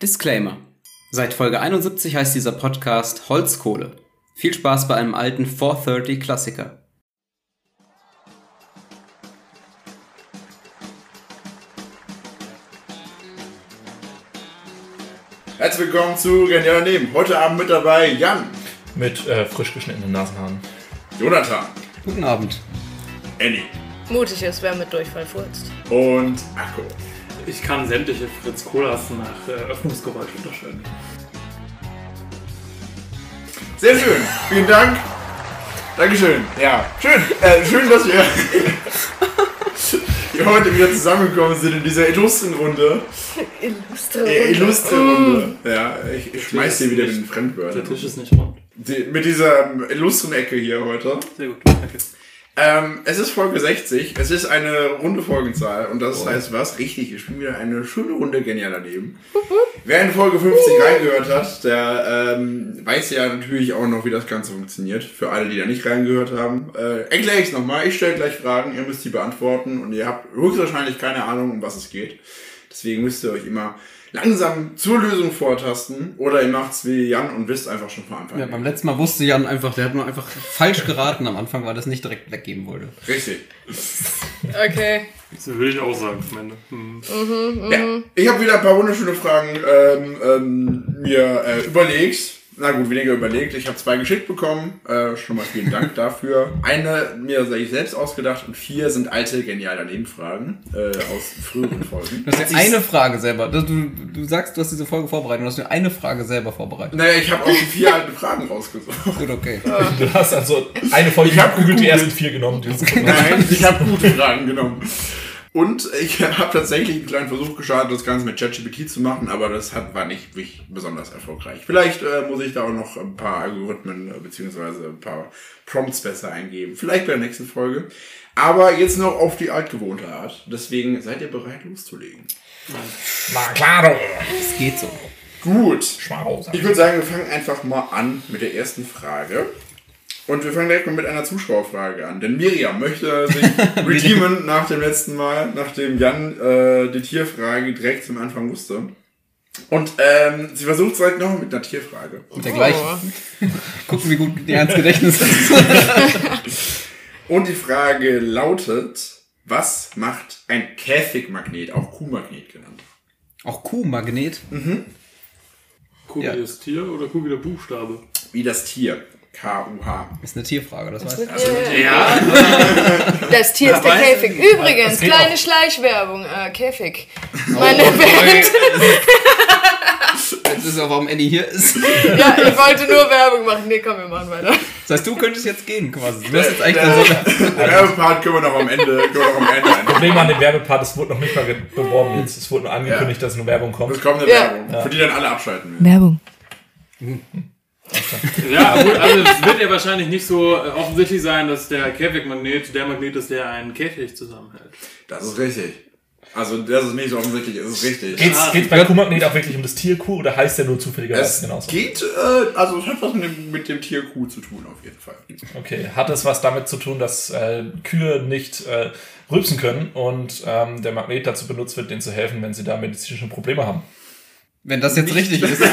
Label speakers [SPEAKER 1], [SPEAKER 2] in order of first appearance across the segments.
[SPEAKER 1] Disclaimer. Seit Folge 71 heißt dieser Podcast Holzkohle. Viel Spaß bei einem alten 430 Klassiker.
[SPEAKER 2] Herzlich willkommen zu Genial daneben. Heute Abend mit dabei Jan,
[SPEAKER 3] Mit äh, frisch geschnittenen Nasenhaaren.
[SPEAKER 2] Jonathan,
[SPEAKER 1] Guten Abend.
[SPEAKER 2] Annie
[SPEAKER 4] Mutig ist, wer mit Durchfall furzt.
[SPEAKER 2] und Akko.
[SPEAKER 5] Ich kann sämtliche Fritz Colas nach äh, Öffnungsgeräusch unterscheiden.
[SPEAKER 2] Sehr schön. Vielen Dank. Dankeschön. Ja, schön. Äh, schön, dass wir hier heute wieder zusammengekommen sind in dieser illustren Runde.
[SPEAKER 4] Illustre.
[SPEAKER 2] Äh, illustre Runde. Ja, ich, ich schmeiß hier wieder mit den
[SPEAKER 5] Der
[SPEAKER 2] Fremdwörtern.
[SPEAKER 5] Tisch ist nicht rund.
[SPEAKER 2] Die, mit dieser ähm, illustren Ecke hier heute.
[SPEAKER 5] Sehr gut, danke.
[SPEAKER 2] Ähm, es ist Folge 60. Es ist eine runde Folgenzahl. Und das heißt was? Richtig, wir spielen wieder eine schöne Runde genial daneben. Wer in Folge 50 reingehört hat, der ähm, weiß ja natürlich auch noch, wie das Ganze funktioniert. Für alle, die da nicht reingehört haben. Äh, erkläre ich es nochmal. Ich stelle gleich Fragen, ihr müsst die beantworten. Und ihr habt höchstwahrscheinlich keine Ahnung, um was es geht. Deswegen müsst ihr euch immer langsam zur Lösung vortasten. Oder ihr macht's wie Jan und wisst einfach schon von Anfang
[SPEAKER 1] Ja,
[SPEAKER 2] an.
[SPEAKER 1] beim letzten Mal wusste Jan einfach, der hat nur einfach falsch geraten am Anfang, weil er das nicht direkt weggeben wollte.
[SPEAKER 2] Richtig.
[SPEAKER 4] Okay.
[SPEAKER 5] Das will ich auch sagen am Ende. Hm.
[SPEAKER 2] Ja, ich habe wieder ein paar wunderschöne Fragen ähm, ähm, mir äh, überlegt. Na gut, weniger überlegt. Ich habe zwei geschickt bekommen. Äh, schon mal vielen Dank dafür. Eine mir ich selbst ausgedacht und vier sind alte genial daneben Fragen äh, aus früheren Folgen.
[SPEAKER 1] Du hast ja eine Frage selber. Du, du, du sagst, du hast diese Folge vorbereitet und hast nur eine Frage selber vorbereitet.
[SPEAKER 2] Naja, ich habe auch die vier alten Fragen rausgesucht.
[SPEAKER 1] Gut, okay.
[SPEAKER 3] Du hast also eine Folge
[SPEAKER 2] Ich hab
[SPEAKER 3] gegoogelt, die
[SPEAKER 2] gegoogelt.
[SPEAKER 3] ersten vier genommen. die es genommen hat.
[SPEAKER 2] Nein, ich habe gute Fragen genommen. Und ich habe tatsächlich einen kleinen Versuch gestartet, das Ganze mit ChatGPT zu machen, aber das hat, war nicht wirklich besonders erfolgreich. Vielleicht äh, muss ich da auch noch ein paar Algorithmen äh, beziehungsweise ein paar Prompts besser eingeben. Vielleicht bei der nächsten Folge. Aber jetzt noch auf die altgewohnte Art. Deswegen seid ihr bereit loszulegen.
[SPEAKER 3] Na klaro.
[SPEAKER 1] Es geht so.
[SPEAKER 2] Gut.
[SPEAKER 3] Schmarau.
[SPEAKER 2] Ich würde sagen, wir fangen einfach mal an mit der ersten Frage. Und wir fangen direkt mal mit einer Zuschauerfrage an. Denn Miriam möchte sich redeemen nach dem letzten Mal, nachdem Jan äh, die Tierfrage direkt zum Anfang wusste. Und ähm, sie versucht es halt noch mit einer Tierfrage.
[SPEAKER 1] Mit der gleichen. Gucken, wie gut der ans Gedächtnis ist.
[SPEAKER 2] Und die Frage lautet, was macht ein Käfigmagnet, auch Kuhmagnet genannt?
[SPEAKER 1] Auch Kuhmagnet.
[SPEAKER 5] Kuh
[SPEAKER 1] Ja.
[SPEAKER 5] wie das Tier oder Kuh wie der Buchstabe?
[SPEAKER 2] Wie das Tier. K-U-H.
[SPEAKER 1] Ist eine Tierfrage, das weißt du.
[SPEAKER 2] Also,
[SPEAKER 5] Ja,
[SPEAKER 4] Das Tier ist der
[SPEAKER 5] weiß-
[SPEAKER 4] Käfig. Übrigens,
[SPEAKER 3] Es geht
[SPEAKER 4] kleine
[SPEAKER 3] auch. Oh,
[SPEAKER 4] Schleichwerbung. Äh, Käfig. Meine Band.
[SPEAKER 1] Jetzt ist auch, warum Annie hier ist.
[SPEAKER 4] Ja, ich wollte nur Werbung machen. Nee, komm, wir machen weiter.
[SPEAKER 1] Das heißt, du könntest jetzt gehen quasi. Du wärst jetzt eigentlich dann so
[SPEAKER 2] Den Werbepart können wir noch am Ende, können wir noch am Ende
[SPEAKER 3] Das
[SPEAKER 2] ein.
[SPEAKER 3] Problem an dem Werbepart, es wurde noch nicht mal ge- beworben jetzt. Es wurde nur angekündigt, dass eine Werbung
[SPEAKER 2] Es
[SPEAKER 3] kommt.
[SPEAKER 2] kommt eine
[SPEAKER 4] Ja.
[SPEAKER 2] Werbung, für die dann alle abschalten müssen.
[SPEAKER 4] Werbung.
[SPEAKER 5] ja gut, also es wird ja wahrscheinlich nicht so äh, offensichtlich sein, dass der Käfigmagnet der Magnet ist, der einen Käfig zusammenhält.
[SPEAKER 2] Das ist richtig. Also, das ist nicht so offensichtlich, es ist richtig.
[SPEAKER 1] Ah.
[SPEAKER 2] Ah.
[SPEAKER 3] Geht's, geht's bei Kuhmagnet auch wirklich um das Tier Kuh oder heißt der nur
[SPEAKER 2] es
[SPEAKER 3] zufälligerweise genauso?
[SPEAKER 2] geht, äh, also es hat was mit dem, mit dem Tier Kuh zu tun, auf jeden Fall.
[SPEAKER 3] Okay, hat es was damit zu tun, dass äh, Kühe nicht äh, rübsen können und ähm, der Magnet dazu benutzt wird, denen zu helfen, wenn sie da medizinische Probleme haben?
[SPEAKER 1] Wenn das jetzt
[SPEAKER 2] Nicht.
[SPEAKER 1] richtig ist. das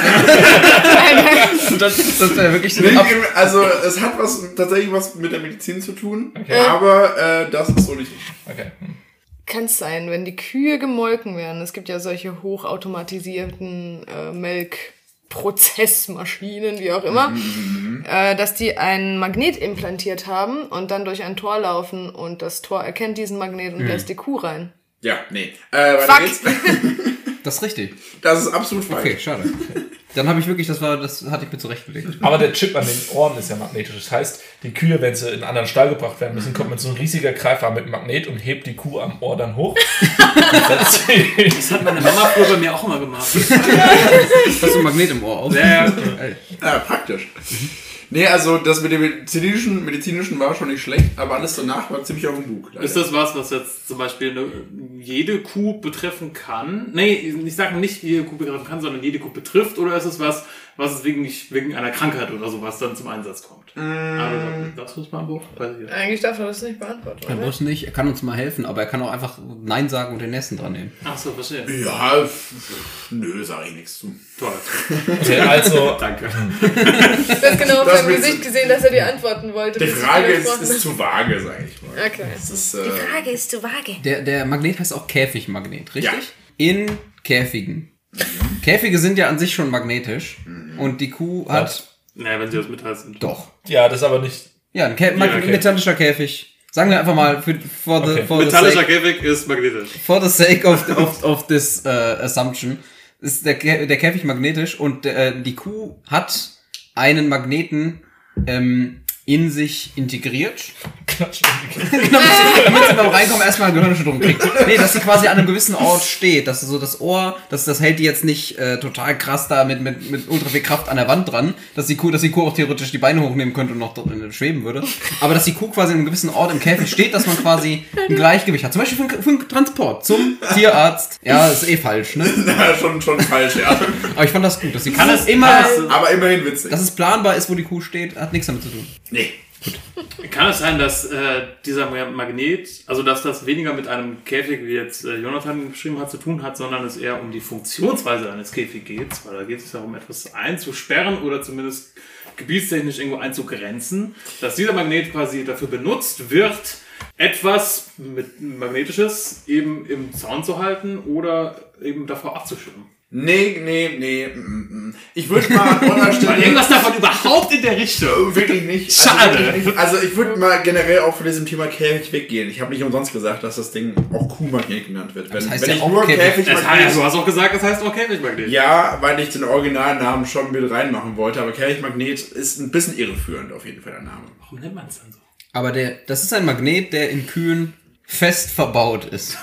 [SPEAKER 1] das wäre wirklich so.
[SPEAKER 2] Nee,
[SPEAKER 1] Ab
[SPEAKER 2] eben, also, es hat was, tatsächlich was mit der Medizin zu tun,
[SPEAKER 3] Okay.
[SPEAKER 2] aber äh, das ist so nicht richtig.
[SPEAKER 3] Okay. hm.
[SPEAKER 4] Kann es sein, wenn die Kühe gemolken werden. Es gibt ja solche hochautomatisierten äh, Melkprozessmaschinen, wie auch immer,
[SPEAKER 3] Mhm.
[SPEAKER 4] äh, dass die einen Magnet implantiert haben und dann durch ein Tor laufen und das Tor erkennt diesen Magnet
[SPEAKER 3] Mhm.
[SPEAKER 4] und lässt die Kuh rein.
[SPEAKER 2] Ja, nee. Äh, weiter
[SPEAKER 4] Fuck.
[SPEAKER 2] geht's.
[SPEAKER 1] das ist richtig.
[SPEAKER 2] Das ist absolut falsch.
[SPEAKER 1] Okay, schade. Dann habe ich wirklich, das war, das hatte ich mir zurechtgelegt.
[SPEAKER 3] Aber der Chip an den Ohren ist ja magnetisch. Das heißt, die Kühe, wenn sie in einen anderen Stall gebracht werden müssen, kommt mit so einem riesiger Greifer mit Magnet und hebt die Kuh am Ohr dann hoch. Und setzt sie-
[SPEAKER 5] Das hat meine Mama früher bei mir auch immer gemacht.
[SPEAKER 1] Hast du ein Magnet im Ohr auf?
[SPEAKER 5] Ja, ja.
[SPEAKER 1] Ey,
[SPEAKER 2] Ja, Äh, praktisch. Nee, also das mit dem medizinischen, medizinischen war schon nicht schlecht, aber alles danach war ziemlich auf dem Bug.
[SPEAKER 5] Ist das was, was jetzt zum Beispiel eine, jede Kuh betreffen kann? Nee, ich sage nicht jede Kuh betreffen kann, sondern jede Kuh betrifft oder ist es was, was es wegen, nicht, wegen einer Krankheit oder sowas dann zum Einsatz kommt? Also, das muss man beantworten. Weiß ich
[SPEAKER 4] Eigentlich darf er das nicht beantworten,
[SPEAKER 1] Er
[SPEAKER 4] oder?
[SPEAKER 1] muss nicht, er kann uns mal helfen, aber er kann auch einfach Nein sagen und den nächsten dran nehmen.
[SPEAKER 5] nicht. Ach so, verstehe.
[SPEAKER 2] Ja, f- f- nö, sag ich nichts zu.
[SPEAKER 5] Toll.
[SPEAKER 3] Okay, also,
[SPEAKER 5] Danke.
[SPEAKER 4] Ich habe genau auf
[SPEAKER 2] Das
[SPEAKER 4] seinem
[SPEAKER 2] willst
[SPEAKER 4] Gesicht gesehen, dass er die antworten wollte.
[SPEAKER 2] Die
[SPEAKER 4] bis du
[SPEAKER 2] Frage ist,
[SPEAKER 4] angesprochen
[SPEAKER 2] ist zu vage, sag ich mal.
[SPEAKER 4] hast. Okay.
[SPEAKER 2] Das ist, äh,
[SPEAKER 6] Frage ist zu vage.
[SPEAKER 1] Der, der Magnet heißt auch Käfigmagnet, richtig?
[SPEAKER 2] Ja.
[SPEAKER 1] In Käfigen. Käfige sind ja an sich schon magnetisch und die Kuh hat
[SPEAKER 5] Naja, wenn sie aus Metall sind.
[SPEAKER 1] doch.
[SPEAKER 3] ja, das ist aber nicht.
[SPEAKER 1] Ja, ein Kä mag-
[SPEAKER 5] okay.
[SPEAKER 1] metallischer Käfig. Sagen wir einfach mal für, for, the,
[SPEAKER 3] Okay.
[SPEAKER 1] for, the
[SPEAKER 5] Metallischer
[SPEAKER 1] sake,
[SPEAKER 5] Käfig ist magnetisch.
[SPEAKER 1] for the sake of, of, of this äh, assumption ist der, Kä der Käfig magnetisch und äh, die Kuh hat einen Magneten ähm, in sich integriert.
[SPEAKER 3] Klatsch.
[SPEAKER 1] damit sie beim Reinkommen erstmal eine Gehirnerschütterung kriegt. Nee, dass sie quasi an einem gewissen Ort steht, dass sie so das Ohr, dass das hält die jetzt nicht äh, total krass da mit, mit, mit ultra viel Kraft an der Wand dran, dass die Kuh, dass die Kuh auch theoretisch die Beine hochnehmen könnte und noch drin schweben würde. Aber dass die Kuh quasi an einem gewissen Ort im Käfig steht, dass man quasi ein Gleichgewicht hat. Zum Beispiel für einen, für einen Transport zum Tierarzt. Ja, ist eh falsch, ne?
[SPEAKER 2] na, schon, schon falsch, ja.
[SPEAKER 1] Aber ich fand das gut, dass die Kuh
[SPEAKER 5] Kann eh es-
[SPEAKER 1] immer,
[SPEAKER 5] kann
[SPEAKER 2] Aber immerhin witzig.
[SPEAKER 1] dass es planbar ist, wo die Kuh steht, hat nichts damit zu tun.
[SPEAKER 2] nee.
[SPEAKER 5] Kann es sein, dass äh, dieser Ma- Magnet, also dass das weniger mit einem Käfig, wie jetzt äh, Jonathan beschrieben hat, zu tun hat, sondern es eher um die Funktionsweise eines Käfigs geht? Weil da geht es darum, etwas einzusperren oder zumindest gebietstechnisch irgendwo einzugrenzen. Dass dieser Magnet quasi dafür benutzt wird, etwas mit Magnetisches eben im Zaun zu halten oder eben davor abzuschirmen.
[SPEAKER 2] Nee, nee, nee. mm, mm. Ich würde mal an eurer
[SPEAKER 5] Weil
[SPEAKER 2] Stelle
[SPEAKER 5] irgendwas davon überhaupt in der Richtung.
[SPEAKER 2] Wirklich nicht.
[SPEAKER 5] Schade.
[SPEAKER 2] Also, wirklich nicht. also ich würde mal generell auch von diesem Thema Käfig weggehen. Ich habe nicht umsonst gesagt, dass das Ding auch Kuhmagnet genannt wird. Wenn,
[SPEAKER 1] Das heißt
[SPEAKER 2] wenn
[SPEAKER 1] ja
[SPEAKER 2] ich
[SPEAKER 1] auch
[SPEAKER 2] nur
[SPEAKER 1] Käfig.
[SPEAKER 2] Käfig
[SPEAKER 5] Das heißt, du hast auch gesagt, das heißt auch Käfigmagnet.
[SPEAKER 2] ja, weil ich den Originalnamen schon mit reinmachen wollte, aber Käfigmagnet ist ein bisschen irreführend auf jeden Fall der Name.
[SPEAKER 5] Warum nennt man es dann so?
[SPEAKER 1] Aber der, das ist ein Magnet, der in Kühen fest verbaut ist.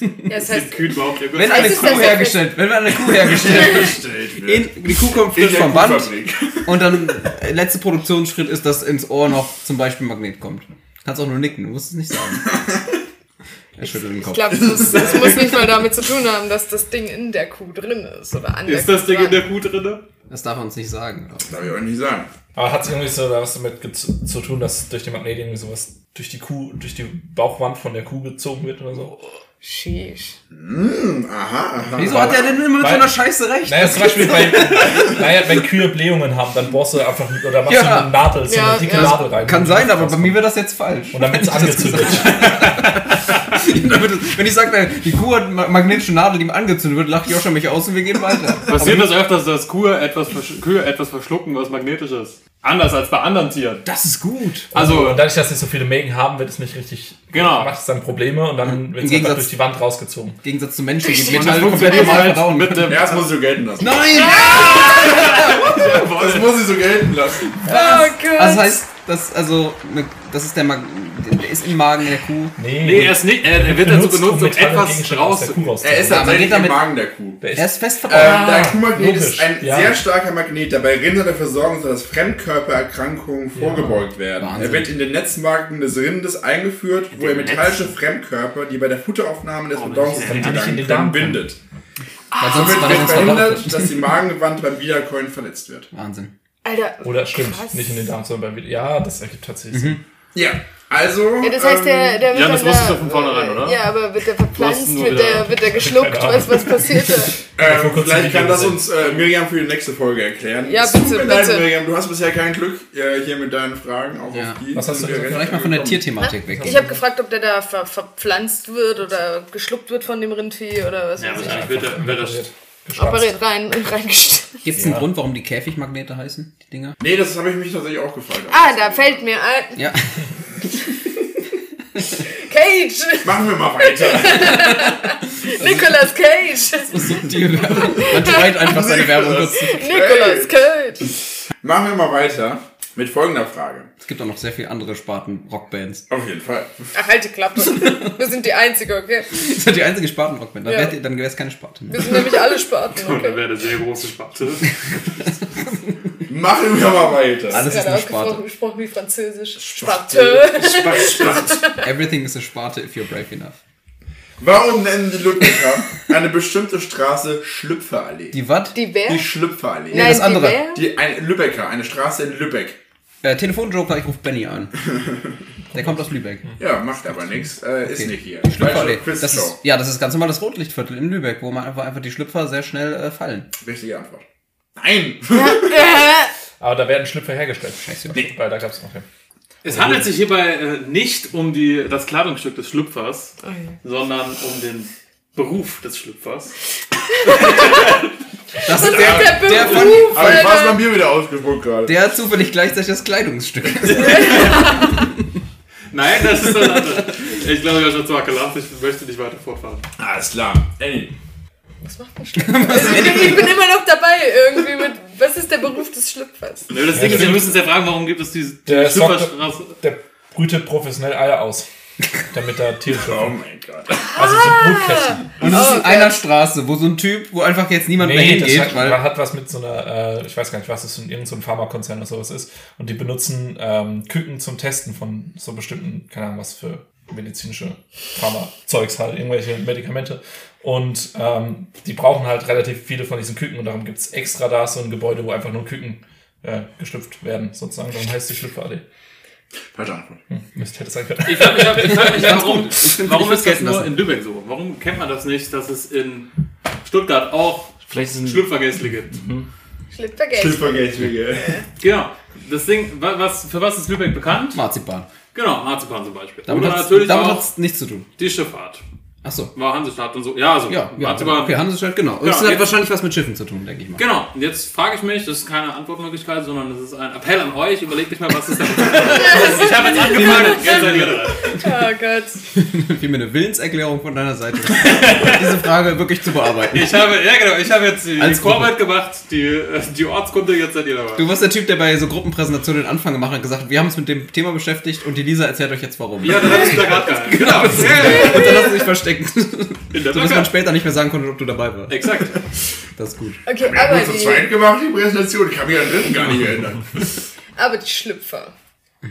[SPEAKER 4] Ja, das heißt,
[SPEAKER 5] Kühn überhaupt irgendwas?
[SPEAKER 1] Wenn eine
[SPEAKER 4] ist
[SPEAKER 1] Kuh
[SPEAKER 4] das ja
[SPEAKER 1] hergestellt, wenn wir eine Kuh hergestellt
[SPEAKER 2] In,
[SPEAKER 1] in, die Kuh kommt frisch vom Band und dann äh, letzter Produktionsschritt ist, dass ins Ohr noch zum Beispiel Magnet kommt. Kannst auch nur nicken, du musst es nicht sagen. Er schüttelt den
[SPEAKER 4] ich
[SPEAKER 1] Kopf.
[SPEAKER 4] glaube, das, das muss nicht mal damit zu tun haben, dass das Ding in der Kuh drin ist oder an der
[SPEAKER 5] Ist das
[SPEAKER 4] Kuh
[SPEAKER 5] Ding in
[SPEAKER 4] dran.
[SPEAKER 5] der Kuh drinne?
[SPEAKER 1] Das darf man uns nicht sagen. glaub ich.
[SPEAKER 2] Darf ich euch nicht sagen.
[SPEAKER 3] Aber hat es irgendwie so was damit ge- zu zu tun, dass durch den Magnet irgendwie sowas durch die Kuh, durch die Bauchwand von der Kuh gezogen wird oder so?
[SPEAKER 4] Sheesh.
[SPEAKER 2] Aha, aha.
[SPEAKER 1] Wieso hat er denn immer mit so einer Scheiße recht?
[SPEAKER 3] Naja, zum Beispiel bei, naja, wenn Kühe Blähungen haben, dann bohrst du einfach mit, oder machst du
[SPEAKER 1] Ja.
[SPEAKER 3] eine Nadel, so
[SPEAKER 4] Ja,
[SPEAKER 3] eine dicke
[SPEAKER 4] ja.
[SPEAKER 3] Nadel rein.
[SPEAKER 1] Kann sein, aber bei mir wäre das jetzt falsch.
[SPEAKER 3] Und dann wird's
[SPEAKER 1] Wenn ich das gesagt
[SPEAKER 3] angezündet.
[SPEAKER 1] habe. Wenn ich sage, die Kuh hat ma- magnetische Nadel, die ihm angezündet wird, lacht Joscha mich aus und wir gehen weiter.
[SPEAKER 5] Passiert das öfters, dass Kühe etwas, versch- Kühe etwas verschlucken, was magnetisch ist? Anders als bei anderen Tieren.
[SPEAKER 1] Das ist gut.
[SPEAKER 5] Also,
[SPEAKER 3] Und dadurch, dass nicht so viele Mägen haben, wird es nicht richtig.
[SPEAKER 5] Genau.
[SPEAKER 3] Macht es dann Probleme und dann wird es einfach
[SPEAKER 1] Gegensatz-
[SPEAKER 3] durch die Wand rausgezogen.
[SPEAKER 1] Im Gegensatz zu Menschen, die
[SPEAKER 5] das
[SPEAKER 1] Metall komplett
[SPEAKER 5] funktioniert
[SPEAKER 1] normal
[SPEAKER 5] halt
[SPEAKER 1] verdauen
[SPEAKER 5] mit
[SPEAKER 1] können.
[SPEAKER 5] dem...
[SPEAKER 2] Ja, das muss ich so gelten lassen.
[SPEAKER 1] Nein!
[SPEAKER 2] Das muss ich so gelten lassen.
[SPEAKER 4] Oh Gott.
[SPEAKER 1] Also das heißt, das, also, ne, das ist der Mag der ist im Magen der Kuh.
[SPEAKER 5] Nee, er ist nicht, er, er wird dazu benutzt, um
[SPEAKER 3] Metall und
[SPEAKER 5] etwas
[SPEAKER 3] Gegenstände aus der Kuh
[SPEAKER 5] rauszukommen.
[SPEAKER 3] rauszuholen.
[SPEAKER 2] Er ist
[SPEAKER 1] Ja, man
[SPEAKER 2] tatsächlich
[SPEAKER 1] geht damit-
[SPEAKER 2] im Magen der Kuh.
[SPEAKER 3] Der
[SPEAKER 1] Er ist fest verbaut.
[SPEAKER 2] Ähm, der Kuhmagnet ist
[SPEAKER 3] Ah, logisch,
[SPEAKER 2] ein
[SPEAKER 3] ja.
[SPEAKER 2] sehr starker Magnet. Dabei Rinder dafür sorgen, soll, dass Fremdkörpererkrankungen vorgebeugt werden.
[SPEAKER 1] Wahnsinn.
[SPEAKER 2] Er wird in den Netzmarken des Rindes eingeführt, wo er metallische Fremdkörper, die bei der Futteraufnahme
[SPEAKER 3] Oh,
[SPEAKER 2] des Bedauerns
[SPEAKER 3] kann nicht in den Darm
[SPEAKER 2] entlang bindet.
[SPEAKER 1] weil sonst,
[SPEAKER 2] Somit
[SPEAKER 1] weil
[SPEAKER 2] wird
[SPEAKER 1] sonst verdaut
[SPEAKER 2] verhindert,
[SPEAKER 1] wird.
[SPEAKER 2] dass die Magengewand beim Wiederkäuen verletzt wird.
[SPEAKER 1] Wahnsinn.
[SPEAKER 4] Alter.
[SPEAKER 3] Oder stimmt,
[SPEAKER 4] Krass.
[SPEAKER 3] nicht in den Darm, sondern beim Ja, das ergibt tatsächlich
[SPEAKER 1] Mhm.
[SPEAKER 3] Sinn.
[SPEAKER 2] Ja, also.
[SPEAKER 4] Ja, das heißt, der, der wird
[SPEAKER 5] Ja, das
[SPEAKER 4] dann
[SPEAKER 5] wusstest
[SPEAKER 4] da-
[SPEAKER 5] du von vornherein, oder?
[SPEAKER 4] Ja, aber wird der verpflanzt,
[SPEAKER 5] nur
[SPEAKER 4] wird
[SPEAKER 5] wieder-
[SPEAKER 4] der, wird der geschluckt,
[SPEAKER 3] Keine
[SPEAKER 4] was, was passiert da?
[SPEAKER 2] ähm,
[SPEAKER 3] vor kurzem
[SPEAKER 2] vielleicht kann
[SPEAKER 3] Video
[SPEAKER 2] das
[SPEAKER 3] gesehen.
[SPEAKER 2] uns äh, Miriam für die nächste Folge erklären.
[SPEAKER 4] Ja,
[SPEAKER 2] Es tut
[SPEAKER 4] bitte,
[SPEAKER 2] mir leid,
[SPEAKER 4] bitte.
[SPEAKER 2] Miriam, du hast bisher kein Glück äh, hier mit deinen Fragen. Auch
[SPEAKER 1] Ja.
[SPEAKER 2] auf die
[SPEAKER 3] Was hast du
[SPEAKER 2] sind wir relativ
[SPEAKER 3] gesagt?
[SPEAKER 1] Vielleicht mal von der
[SPEAKER 2] gekommen.
[SPEAKER 1] Tierthematik weg.
[SPEAKER 4] Ich habe gefragt, ob der da ver verpflanzt wird oder geschluckt wird von dem Rindvieh oder was
[SPEAKER 5] Ja,
[SPEAKER 4] weiß
[SPEAKER 5] wahrscheinlich wird er, wird er
[SPEAKER 4] ich. Operiert rein und reingestellt.
[SPEAKER 1] Gibt es einen Grund, warum die Käfigmagnete heißen, die Dinger?
[SPEAKER 2] Nee, das habe ich mich tatsächlich auch gefragt.
[SPEAKER 4] Ah, da fällt mir ein.
[SPEAKER 1] Ja.
[SPEAKER 4] Cage!
[SPEAKER 2] Machen wir mal weiter.
[SPEAKER 4] Nicolas Cage!
[SPEAKER 1] Man schreit einfach seine Werbung. kurz.
[SPEAKER 4] Nicolas Cage!
[SPEAKER 2] Machen wir mal weiter mit folgender Frage.
[SPEAKER 1] Es gibt auch noch sehr viele andere Sparten Rockbands.
[SPEAKER 2] Auf jeden Fall.
[SPEAKER 4] Ach, halt die Klappe. Wir sind die Einzige, okay?
[SPEAKER 1] Das ist ja die einzige Sparten Rockband. Dann
[SPEAKER 4] Ja.
[SPEAKER 1] wäre dann es keine Sparte mehr.
[SPEAKER 4] Wir sind nämlich alle Sparten,
[SPEAKER 5] Und dann
[SPEAKER 4] okay?
[SPEAKER 5] wäre eine sehr große Sparte.
[SPEAKER 2] Machen wir mal weiter.
[SPEAKER 1] Alles ist
[SPEAKER 4] Gerade
[SPEAKER 1] eine
[SPEAKER 4] ausgesprochen
[SPEAKER 1] Sparte.
[SPEAKER 4] gesprochen wie Französisch.
[SPEAKER 2] Sparte.
[SPEAKER 4] Sparte.
[SPEAKER 2] Spacht, Spacht.
[SPEAKER 1] Everything is a Sparte if you're brave enough.
[SPEAKER 2] Warum nennen die Ludwiger eine bestimmte Straße Schlüpferallee?
[SPEAKER 1] Die wat?
[SPEAKER 4] Die wer?
[SPEAKER 2] Die Schlüpferallee.
[SPEAKER 4] Nein,
[SPEAKER 1] das andere.
[SPEAKER 4] Die wer?
[SPEAKER 2] Die, ein, Lübecker, eine Straße in Lübeck.
[SPEAKER 1] Äh, Telefonjoker, ich rufe Benny an. Der kommt aus Lübeck.
[SPEAKER 2] Ja, macht aber nichts. Äh, ist nicht hier.
[SPEAKER 1] Schlüpferallee.
[SPEAKER 2] Quizshow.
[SPEAKER 1] Das ist, ja, das ist ganz normal das Rotlichtviertel in Lübeck, wo man einfach, einfach die Schlüpfer sehr schnell äh, fallen.
[SPEAKER 2] Richtige Antwort. Nein!
[SPEAKER 3] Aber da werden Schlüpfer hergestellt.
[SPEAKER 1] Scheiße.
[SPEAKER 3] Nee. Weil da gab es noch keinen.
[SPEAKER 5] Es handelt sich hierbei äh, nicht um die, das Kleidungsstück des Schlüpfers, sondern um den Beruf des Schlüpfers.
[SPEAKER 1] Das ist
[SPEAKER 4] Der,
[SPEAKER 1] der,
[SPEAKER 4] Beruf,
[SPEAKER 1] der von-
[SPEAKER 2] Aber ich war es
[SPEAKER 4] Alter.
[SPEAKER 2] beim Bier wieder ausgespuckt gerade.
[SPEAKER 1] der hat zufällig gleichzeitig das Kleidungsstück.
[SPEAKER 5] Nein, das ist das andere. Ich glaube, ich habe schon zwar gelacht, ich möchte nicht weiter fortfahren.
[SPEAKER 2] Alles klar. Ey.
[SPEAKER 4] Was macht man Schlüpfer? Ich bin immer noch dabei irgendwie mit, was ist der Beruf des Schlüpfers?
[SPEAKER 5] Nö, das Ding ist, wir müssen uns ja fragen, warum gibt es diese die
[SPEAKER 3] Der
[SPEAKER 5] Schlüpferstraße?
[SPEAKER 3] Der brütet professionell Eier aus. Damit da Tiere
[SPEAKER 2] Oh
[SPEAKER 3] schlüpfen.
[SPEAKER 2] mein Gott.
[SPEAKER 3] Also so Brutkästen.
[SPEAKER 1] Und es
[SPEAKER 5] Ah,
[SPEAKER 1] ist in einer Straße, wo so ein Typ, wo einfach jetzt niemand mehr
[SPEAKER 3] Nee, das
[SPEAKER 1] hingeht,
[SPEAKER 3] hat,
[SPEAKER 1] weil
[SPEAKER 3] man hat was mit so einer, äh, ich weiß gar nicht, was ist, irgendein so ein Pharmakonzern oder sowas ist. Und die benutzen ähm, Küken zum Testen von so bestimmten, keine Ahnung, was für medizinische Pharmazeugs halt, irgendwelche Medikamente. Und ähm, die brauchen halt relativ viele von diesen Küken und darum gibt's extra da so ein Gebäude, wo einfach nur Küken äh, geschlüpft werden, sozusagen. Darum heißt die Schlüpferallee.
[SPEAKER 2] Falsche Antwort.
[SPEAKER 3] Hm, Mist, hätte es sein können.
[SPEAKER 5] Ich frage mich, ich frag mich ja, warum,
[SPEAKER 1] find's
[SPEAKER 5] warum
[SPEAKER 1] nicht
[SPEAKER 5] ist das
[SPEAKER 1] gelten
[SPEAKER 5] nur
[SPEAKER 1] lassen.
[SPEAKER 5] in Lübeck so? Warum kennt man das nicht, dass es in Stuttgart auch
[SPEAKER 6] Vielleicht sind
[SPEAKER 5] Schlüpfergäste gibt?
[SPEAKER 4] Schlüpfergeld.
[SPEAKER 2] Schlüpfergeldwege.
[SPEAKER 5] Genau. Das Ding, wa- was, für was ist Lübeck bekannt?
[SPEAKER 1] Marzipan.
[SPEAKER 5] Genau, Marzipan zum Beispiel.
[SPEAKER 1] Damit
[SPEAKER 5] Oder
[SPEAKER 1] hat's-
[SPEAKER 5] natürlich
[SPEAKER 1] damit
[SPEAKER 5] auch
[SPEAKER 1] hat's nichts zu tun.
[SPEAKER 5] die Schifffahrt.
[SPEAKER 1] Ach so.
[SPEAKER 5] War Hansestadt und so. Ja, so.
[SPEAKER 1] Ja, ja.
[SPEAKER 5] Marzipan.
[SPEAKER 1] Okay, Handelsstadt, genau. Und
[SPEAKER 5] Ja,
[SPEAKER 1] das hat
[SPEAKER 5] jetzt-
[SPEAKER 1] wahrscheinlich was mit Schiffen zu tun, denke ich mal.
[SPEAKER 5] Genau, und jetzt frage ich mich, das ist keine Antwortmöglichkeit, sondern das ist ein Appell an euch, überlegt euch mal, was ist da. ich habe jetzt angefangen, jetzt seid ihr
[SPEAKER 4] Oh
[SPEAKER 5] dran.
[SPEAKER 4] Gott.
[SPEAKER 1] Wie mir eine Willenserklärung von deiner Seite, diese Frage wirklich zu bearbeiten.
[SPEAKER 5] Ich habe, ja genau, ich habe jetzt die, die
[SPEAKER 1] Als Gruppe.
[SPEAKER 5] Vorarbeit gemacht, die, äh, die Ortskunde, jetzt seid ihr dabei.
[SPEAKER 1] Du warst der Typ, der bei so Gruppenpräsentationen den Anfang gemacht hat und gesagt hat, wir haben uns mit dem Thema beschäftigt und die Lisa erzählt euch jetzt warum.
[SPEAKER 5] Ja, dann habe ich da gerade gehalten. Genau.
[SPEAKER 1] Und dann hast du dich versteckt.
[SPEAKER 5] In der
[SPEAKER 1] So dass man
[SPEAKER 5] Brücke.
[SPEAKER 1] später nicht mehr sagen konnte, ob du dabei warst.
[SPEAKER 5] Exakt.
[SPEAKER 1] Das ist gut.
[SPEAKER 4] Okay,
[SPEAKER 2] Wir haben
[SPEAKER 4] aber
[SPEAKER 2] nur zu
[SPEAKER 4] die,
[SPEAKER 2] zweit gemacht, die Präsentation. Ich kann mich an den dritten gar nicht erinnern.
[SPEAKER 4] aber die Schlüpfer.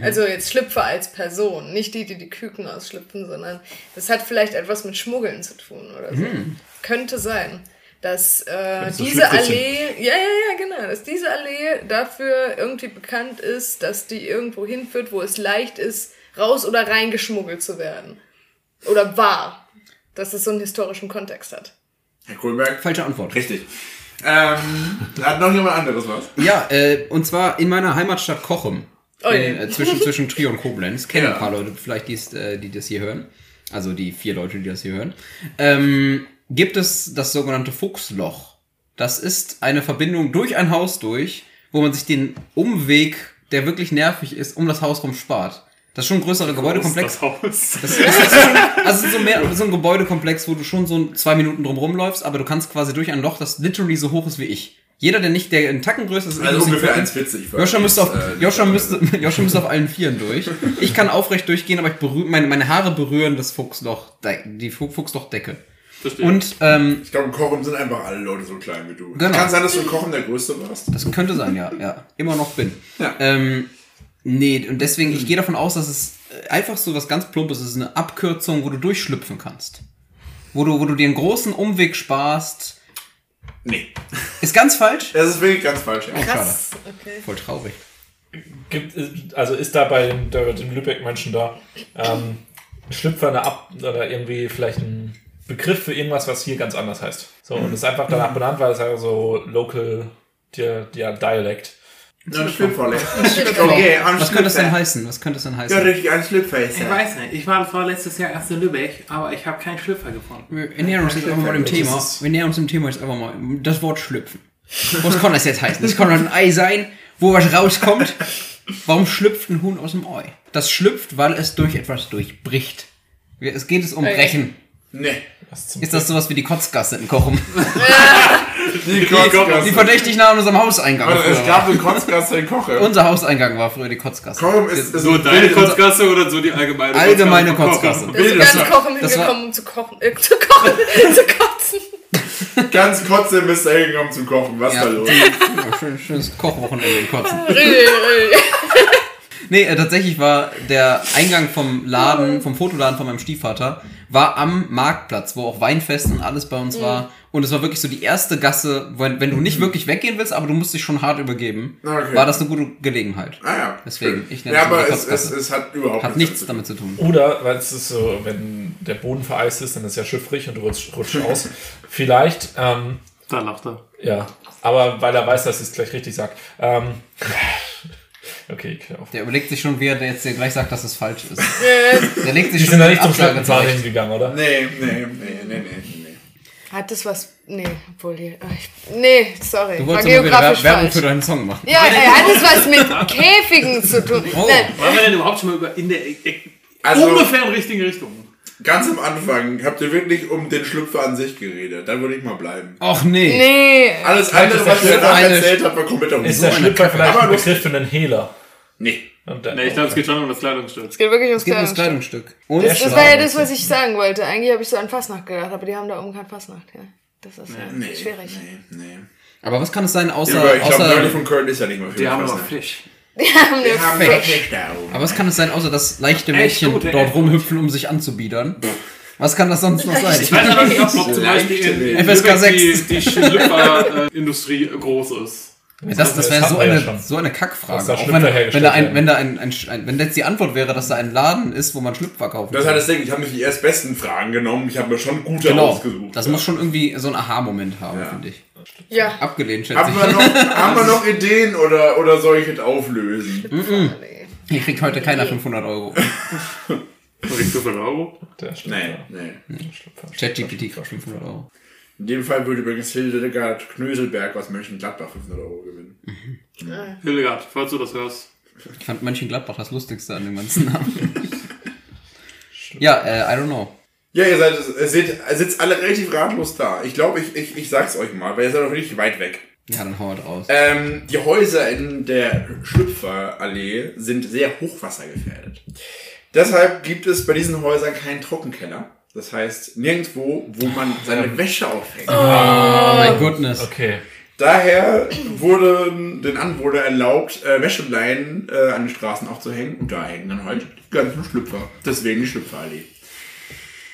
[SPEAKER 4] Also jetzt Schlüpfer als Person, nicht die, die die Küken ausschlüpfen, sondern das hat vielleicht etwas mit Schmuggeln zu tun oder so. Könnte sein, dass äh,
[SPEAKER 6] so
[SPEAKER 4] diese
[SPEAKER 6] Schlüpferchen.
[SPEAKER 4] Allee, ja, ja, ja, genau, dass diese Allee dafür irgendwie bekannt ist, dass die irgendwo hinführt, wo es leicht ist, raus oder rein geschmuggelt zu werden. Oder war. Dass es so einen historischen Kontext hat.
[SPEAKER 2] Herr Kohlberg.
[SPEAKER 1] Falsche Antwort.
[SPEAKER 2] Richtig. Ähm, hat noch jemand anderes was?
[SPEAKER 1] Ja, äh, und zwar in meiner Heimatstadt Kochem.
[SPEAKER 4] Oh je.
[SPEAKER 1] in, äh, zwischen, zwischen Trier und Koblenz. Kennen
[SPEAKER 2] Ja.
[SPEAKER 1] ein paar Leute vielleicht, die's, äh, die das hier hören. Also die vier Leute, die das hier hören. Ähm, gibt es das sogenannte Fuchsloch. Das ist eine Verbindung durch ein Haus durch, wo man sich den Umweg, der wirklich nervig ist, um das Haus rum spart. Das ist schon ein größerer Gebäudekomplex.
[SPEAKER 5] Das Haus.
[SPEAKER 1] Das ist, das ist schon, also es ist so, mehr, so ein Gebäudekomplex, wo du schon so ein- zwei Minuten drum rumläufst, aber du kannst quasi durch ein Loch, das literally so hoch ist wie ich. Jeder, der nicht, der in Tacken größer ist, als
[SPEAKER 2] Also
[SPEAKER 1] ich, muss sich
[SPEAKER 2] ungefähr
[SPEAKER 1] bücken.
[SPEAKER 2] 1,40. war
[SPEAKER 1] Joscha
[SPEAKER 2] das,
[SPEAKER 1] müsste, auf,
[SPEAKER 2] äh,
[SPEAKER 1] Joscha, müsste, Joscha müsste auf allen Vieren durch. Ich kann aufrecht durchgehen, aber ich berühre, meine, meine Haare berühren das Fuchsloch, die Fu- Fuchslochdecke.
[SPEAKER 5] Verstehe.
[SPEAKER 1] Und ähm,
[SPEAKER 2] Ich glaube, im Kochen sind einfach alle Leute so klein wie du.
[SPEAKER 1] Genau.
[SPEAKER 2] Kann sein, dass du im Kochen der Größte warst. Äh,
[SPEAKER 1] das könnte sein, ja, ja. Immer noch bin.
[SPEAKER 2] Ja.
[SPEAKER 1] Ähm, nee, und deswegen, ich gehe davon aus, dass es äh, einfach so was ganz Plumpes ist, eine Abkürzung, wo du durchschlüpfen kannst. Wo du, wo du dir einen großen Umweg sparst.
[SPEAKER 2] Nee.
[SPEAKER 1] Ist ganz falsch.
[SPEAKER 2] Das ist wirklich ganz falsch. Ja.
[SPEAKER 4] Krass. Okay.
[SPEAKER 1] Voll traurig.
[SPEAKER 3] Gibt, also ist da bei den, da bei den Lübeck-Menschen da ähm, Schlüpfer eine Ab oder irgendwie vielleicht ein Begriff für irgendwas, was hier ganz anders heißt. So, und ist einfach danach benannt, weil es einfach so local der, der Dialect.
[SPEAKER 2] Ein Schlüpferle.
[SPEAKER 4] Schlüpferle.
[SPEAKER 2] Okay, ein
[SPEAKER 1] Was könnte es denn
[SPEAKER 2] Schlüpfer.
[SPEAKER 1] heißen? Was könnte es denn
[SPEAKER 2] Ja,
[SPEAKER 1] heißen?
[SPEAKER 2] richtig, ein Schlüpfer ist er.
[SPEAKER 5] weiß nicht, ich war vorletztes Jahr erst in Lübeck, aber ich habe keinen Schlüpfer gefunden.
[SPEAKER 1] Wir nähern uns jetzt einfach mal dem Thema. Wir nähern uns dem Thema jetzt einfach mal. Das Wort schlüpfen. Was kann das jetzt heißen? Das kann doch ein Ei sein, wo was rauskommt. Warum schlüpft ein Huhn aus dem Ei? Das schlüpft, weil es durch etwas durchbricht. Wir- Es geht es um
[SPEAKER 4] Okay.
[SPEAKER 1] Brechen.
[SPEAKER 2] Nee.
[SPEAKER 3] Was zum
[SPEAKER 1] Ist das sowas wie die Kotzgasse in Kochen?
[SPEAKER 2] Die
[SPEAKER 1] Die
[SPEAKER 2] Kotzgasse.
[SPEAKER 1] verdächtig nah an unserem Hauseingang.
[SPEAKER 2] Also, es
[SPEAKER 1] früher
[SPEAKER 2] gab eine Kotzgasse in Kochen.
[SPEAKER 1] war. Unser Hauseingang war früher die Kotzgasse.
[SPEAKER 2] Kochen ist, ist
[SPEAKER 5] So
[SPEAKER 2] ein
[SPEAKER 5] deine
[SPEAKER 2] Bild unter-
[SPEAKER 5] Kotzgasse oder so die allgemeine
[SPEAKER 1] Allgemeine
[SPEAKER 5] vom Kochen?
[SPEAKER 1] Kotzgasse.
[SPEAKER 4] Das ist
[SPEAKER 2] Bilder
[SPEAKER 4] ganz
[SPEAKER 2] sein.
[SPEAKER 4] kochen
[SPEAKER 1] Das war-
[SPEAKER 4] hingekommen, um zu kochen, äh, zu kochen, zu kotzen.
[SPEAKER 2] Ganz kotzen bist du hingekommen zum Kochen. Was
[SPEAKER 1] Ja.
[SPEAKER 2] da los?
[SPEAKER 1] Ja, schön, schönes Kochwochenende in Kotzen.
[SPEAKER 4] Richtig.
[SPEAKER 1] Nee, äh, tatsächlich war der Eingang vom Laden, vom Fotoladen von meinem Stiefvater, war am Marktplatz, wo auch Weinfest und alles bei uns war. Und es war wirklich so die erste Gasse, wenn, wenn du nicht wirklich weggehen willst, aber du musst dich schon hart übergeben,
[SPEAKER 2] Ah, Mhm. okay.
[SPEAKER 1] war das eine gute Gelegenheit.
[SPEAKER 2] Ah ja.
[SPEAKER 1] Deswegen,
[SPEAKER 2] schön.
[SPEAKER 1] ich nenne
[SPEAKER 2] ja,
[SPEAKER 1] es immer
[SPEAKER 2] aber es, es,
[SPEAKER 1] Kotzgasse.
[SPEAKER 2] es hat überhaupt
[SPEAKER 1] Hat nichts damit zu tun.
[SPEAKER 3] Oder, weil es ist so, wenn der Boden vereist ist, dann ist ja schiffrig und du rutschst, rutschst aus. Vielleicht, ähm,
[SPEAKER 5] Da lacht er.
[SPEAKER 3] ja, aber weil er weiß, dass ich es gleich richtig sage. Ähm, okay, ich hör auf.
[SPEAKER 1] Der überlegt sich schon, wie er jetzt dir gleich sagt, dass es falsch ist.
[SPEAKER 4] Äh,
[SPEAKER 1] Der legt sich
[SPEAKER 3] Die
[SPEAKER 1] schon
[SPEAKER 3] sind da nicht zum
[SPEAKER 1] Abschlag
[SPEAKER 3] Schlappenzahn
[SPEAKER 1] zurecht.
[SPEAKER 3] hingegangen, oder?
[SPEAKER 2] Nee, nee, nee, nee, nee, nee.
[SPEAKER 4] Hat das was. Nee, obwohl. die- ach, ich- Nee, sorry.
[SPEAKER 1] Du
[SPEAKER 4] War
[SPEAKER 1] wolltest immer wieder
[SPEAKER 4] geografisch
[SPEAKER 1] Wer- Werbung
[SPEAKER 4] falsch.
[SPEAKER 1] für deinen Song machen.
[SPEAKER 4] Ja, äh, hat es was mit Käfigen zu tun?
[SPEAKER 1] Oh.
[SPEAKER 4] Nein.
[SPEAKER 5] Waren wir denn überhaupt schon mal über in der äh,
[SPEAKER 2] Also-
[SPEAKER 5] ungefähr in richtigen Richtung?
[SPEAKER 2] Ganz am Anfang habt ihr wirklich um den Schlüpfer an sich geredet. Dann würde ich mal bleiben.
[SPEAKER 1] Och nee.
[SPEAKER 4] Nee.
[SPEAKER 2] Alles andere,
[SPEAKER 3] ist der
[SPEAKER 2] was ihr
[SPEAKER 3] Schlüpfer
[SPEAKER 2] danach
[SPEAKER 1] eine-
[SPEAKER 2] erzählt habt, war komplett auf
[SPEAKER 3] Ist der Schlüpfer vielleicht
[SPEAKER 2] Aber
[SPEAKER 3] ein
[SPEAKER 2] du-
[SPEAKER 3] Begriff für einen Hehler?
[SPEAKER 2] Nee.
[SPEAKER 3] Und dann,
[SPEAKER 5] Nee, ich glaube, es geht schon um das Kleidungsstück.
[SPEAKER 4] Es geht wirklich ums
[SPEAKER 1] Es geht ums
[SPEAKER 4] Kleidungsstück.
[SPEAKER 1] Kleidungsstück. Und
[SPEAKER 3] Sehr
[SPEAKER 4] Das, das war ja das, was ich sagen wollte. Eigentlich habe ich so an Fastnacht gedacht, aber die haben da oben keine Fastnacht. Ja. Das ist ja
[SPEAKER 2] Nee.
[SPEAKER 4] schwierig.
[SPEAKER 2] Nee, nee.
[SPEAKER 1] aber was kann es sein,
[SPEAKER 2] Ja, aber
[SPEAKER 1] außer,
[SPEAKER 2] ich glaube,
[SPEAKER 1] außer
[SPEAKER 2] Leute von Köln ist ja nicht mal viel
[SPEAKER 5] Die haben
[SPEAKER 2] Fassnacht.
[SPEAKER 5] noch Fisch.
[SPEAKER 4] Die haben eine
[SPEAKER 2] Die haben
[SPEAKER 4] Fake-
[SPEAKER 2] doch Fisch da oben.
[SPEAKER 1] Aber was kann es sein, außer dass leichte
[SPEAKER 5] Echt
[SPEAKER 1] Mädchen
[SPEAKER 5] gute,
[SPEAKER 1] dort
[SPEAKER 5] echt
[SPEAKER 1] rumhüpfen, um sich anzubiedern? Was kann das sonst noch sein?
[SPEAKER 5] Ich weiß aber nicht, ob noch zum Beispiel in, in
[SPEAKER 1] FSK
[SPEAKER 5] Lübeck
[SPEAKER 1] sechs.
[SPEAKER 5] die, die Schlüpferindustrie groß ist.
[SPEAKER 1] das das wäre
[SPEAKER 3] hatten
[SPEAKER 1] so,
[SPEAKER 3] wir ja
[SPEAKER 1] eine
[SPEAKER 3] schon.
[SPEAKER 1] so eine Kackfrage.
[SPEAKER 3] Dass da
[SPEAKER 1] Auch
[SPEAKER 3] Schlüpfer
[SPEAKER 1] wenn, wenn,
[SPEAKER 3] hergestellt
[SPEAKER 1] da ein,
[SPEAKER 3] werden.
[SPEAKER 1] wenn, da ein, ein, ein, wenn jetzt die Antwort wäre, dass da ein Laden ist, wo man Schlüpfer kaufen
[SPEAKER 2] Das
[SPEAKER 1] kann.
[SPEAKER 2] hat das Ding, ich habe nicht die erstbesten Fragen genommen, ich habe mir schon gute
[SPEAKER 1] Genau.
[SPEAKER 2] ausgesucht.
[SPEAKER 1] Das muss schon irgendwie so ein Aha-Moment haben,
[SPEAKER 2] Ja.
[SPEAKER 1] finde ich.
[SPEAKER 4] Ja.
[SPEAKER 1] Abgelehnt, schätze
[SPEAKER 2] haben wir noch, haben wir noch Ideen oder, oder soll ich es auflösen?
[SPEAKER 4] Oh, Nee.
[SPEAKER 1] ich. Hier kriegt heute keiner 500 Euro.
[SPEAKER 5] Kriegst du von Euro?
[SPEAKER 3] der Schlüpfer.
[SPEAKER 2] Nee, nee.
[SPEAKER 3] Der Schlüpfer.
[SPEAKER 1] ChatGPT kriegt 500 Euro.
[SPEAKER 2] In dem Fall würde übrigens Hildegard Knöselberg aus Mönchengladbach 500 Euro gewinnen.
[SPEAKER 5] Hildegard, falls du das hörst.
[SPEAKER 1] Ich fand Mönchengladbach das Lustigste an dem ganzen Namen. ja, äh, I don't know.
[SPEAKER 2] Ja, ihr seid, ihr seht, ihr sitzt alle relativ ratlos da. Ich glaube, ich, ich, ich sag's euch mal, weil ihr seid doch wirklich weit weg.
[SPEAKER 1] Ja, dann hau halt raus.
[SPEAKER 2] Ähm, die Häuser in der Schlüpferallee sind sehr hochwassergefährdet. Deshalb gibt es bei diesen Häusern keinen Trockenkeller. Das heißt, nirgendwo, wo man seine Wäsche aufhängt.
[SPEAKER 1] oh my goodness.
[SPEAKER 3] Okay.
[SPEAKER 2] Daher wurde den Anwohnern erlaubt, äh, Wäscheleinen äh, an den Straßen aufzuhängen. Und da hängen dann halt die ganzen Schlüpfer. Deswegen die Schlüpferallee.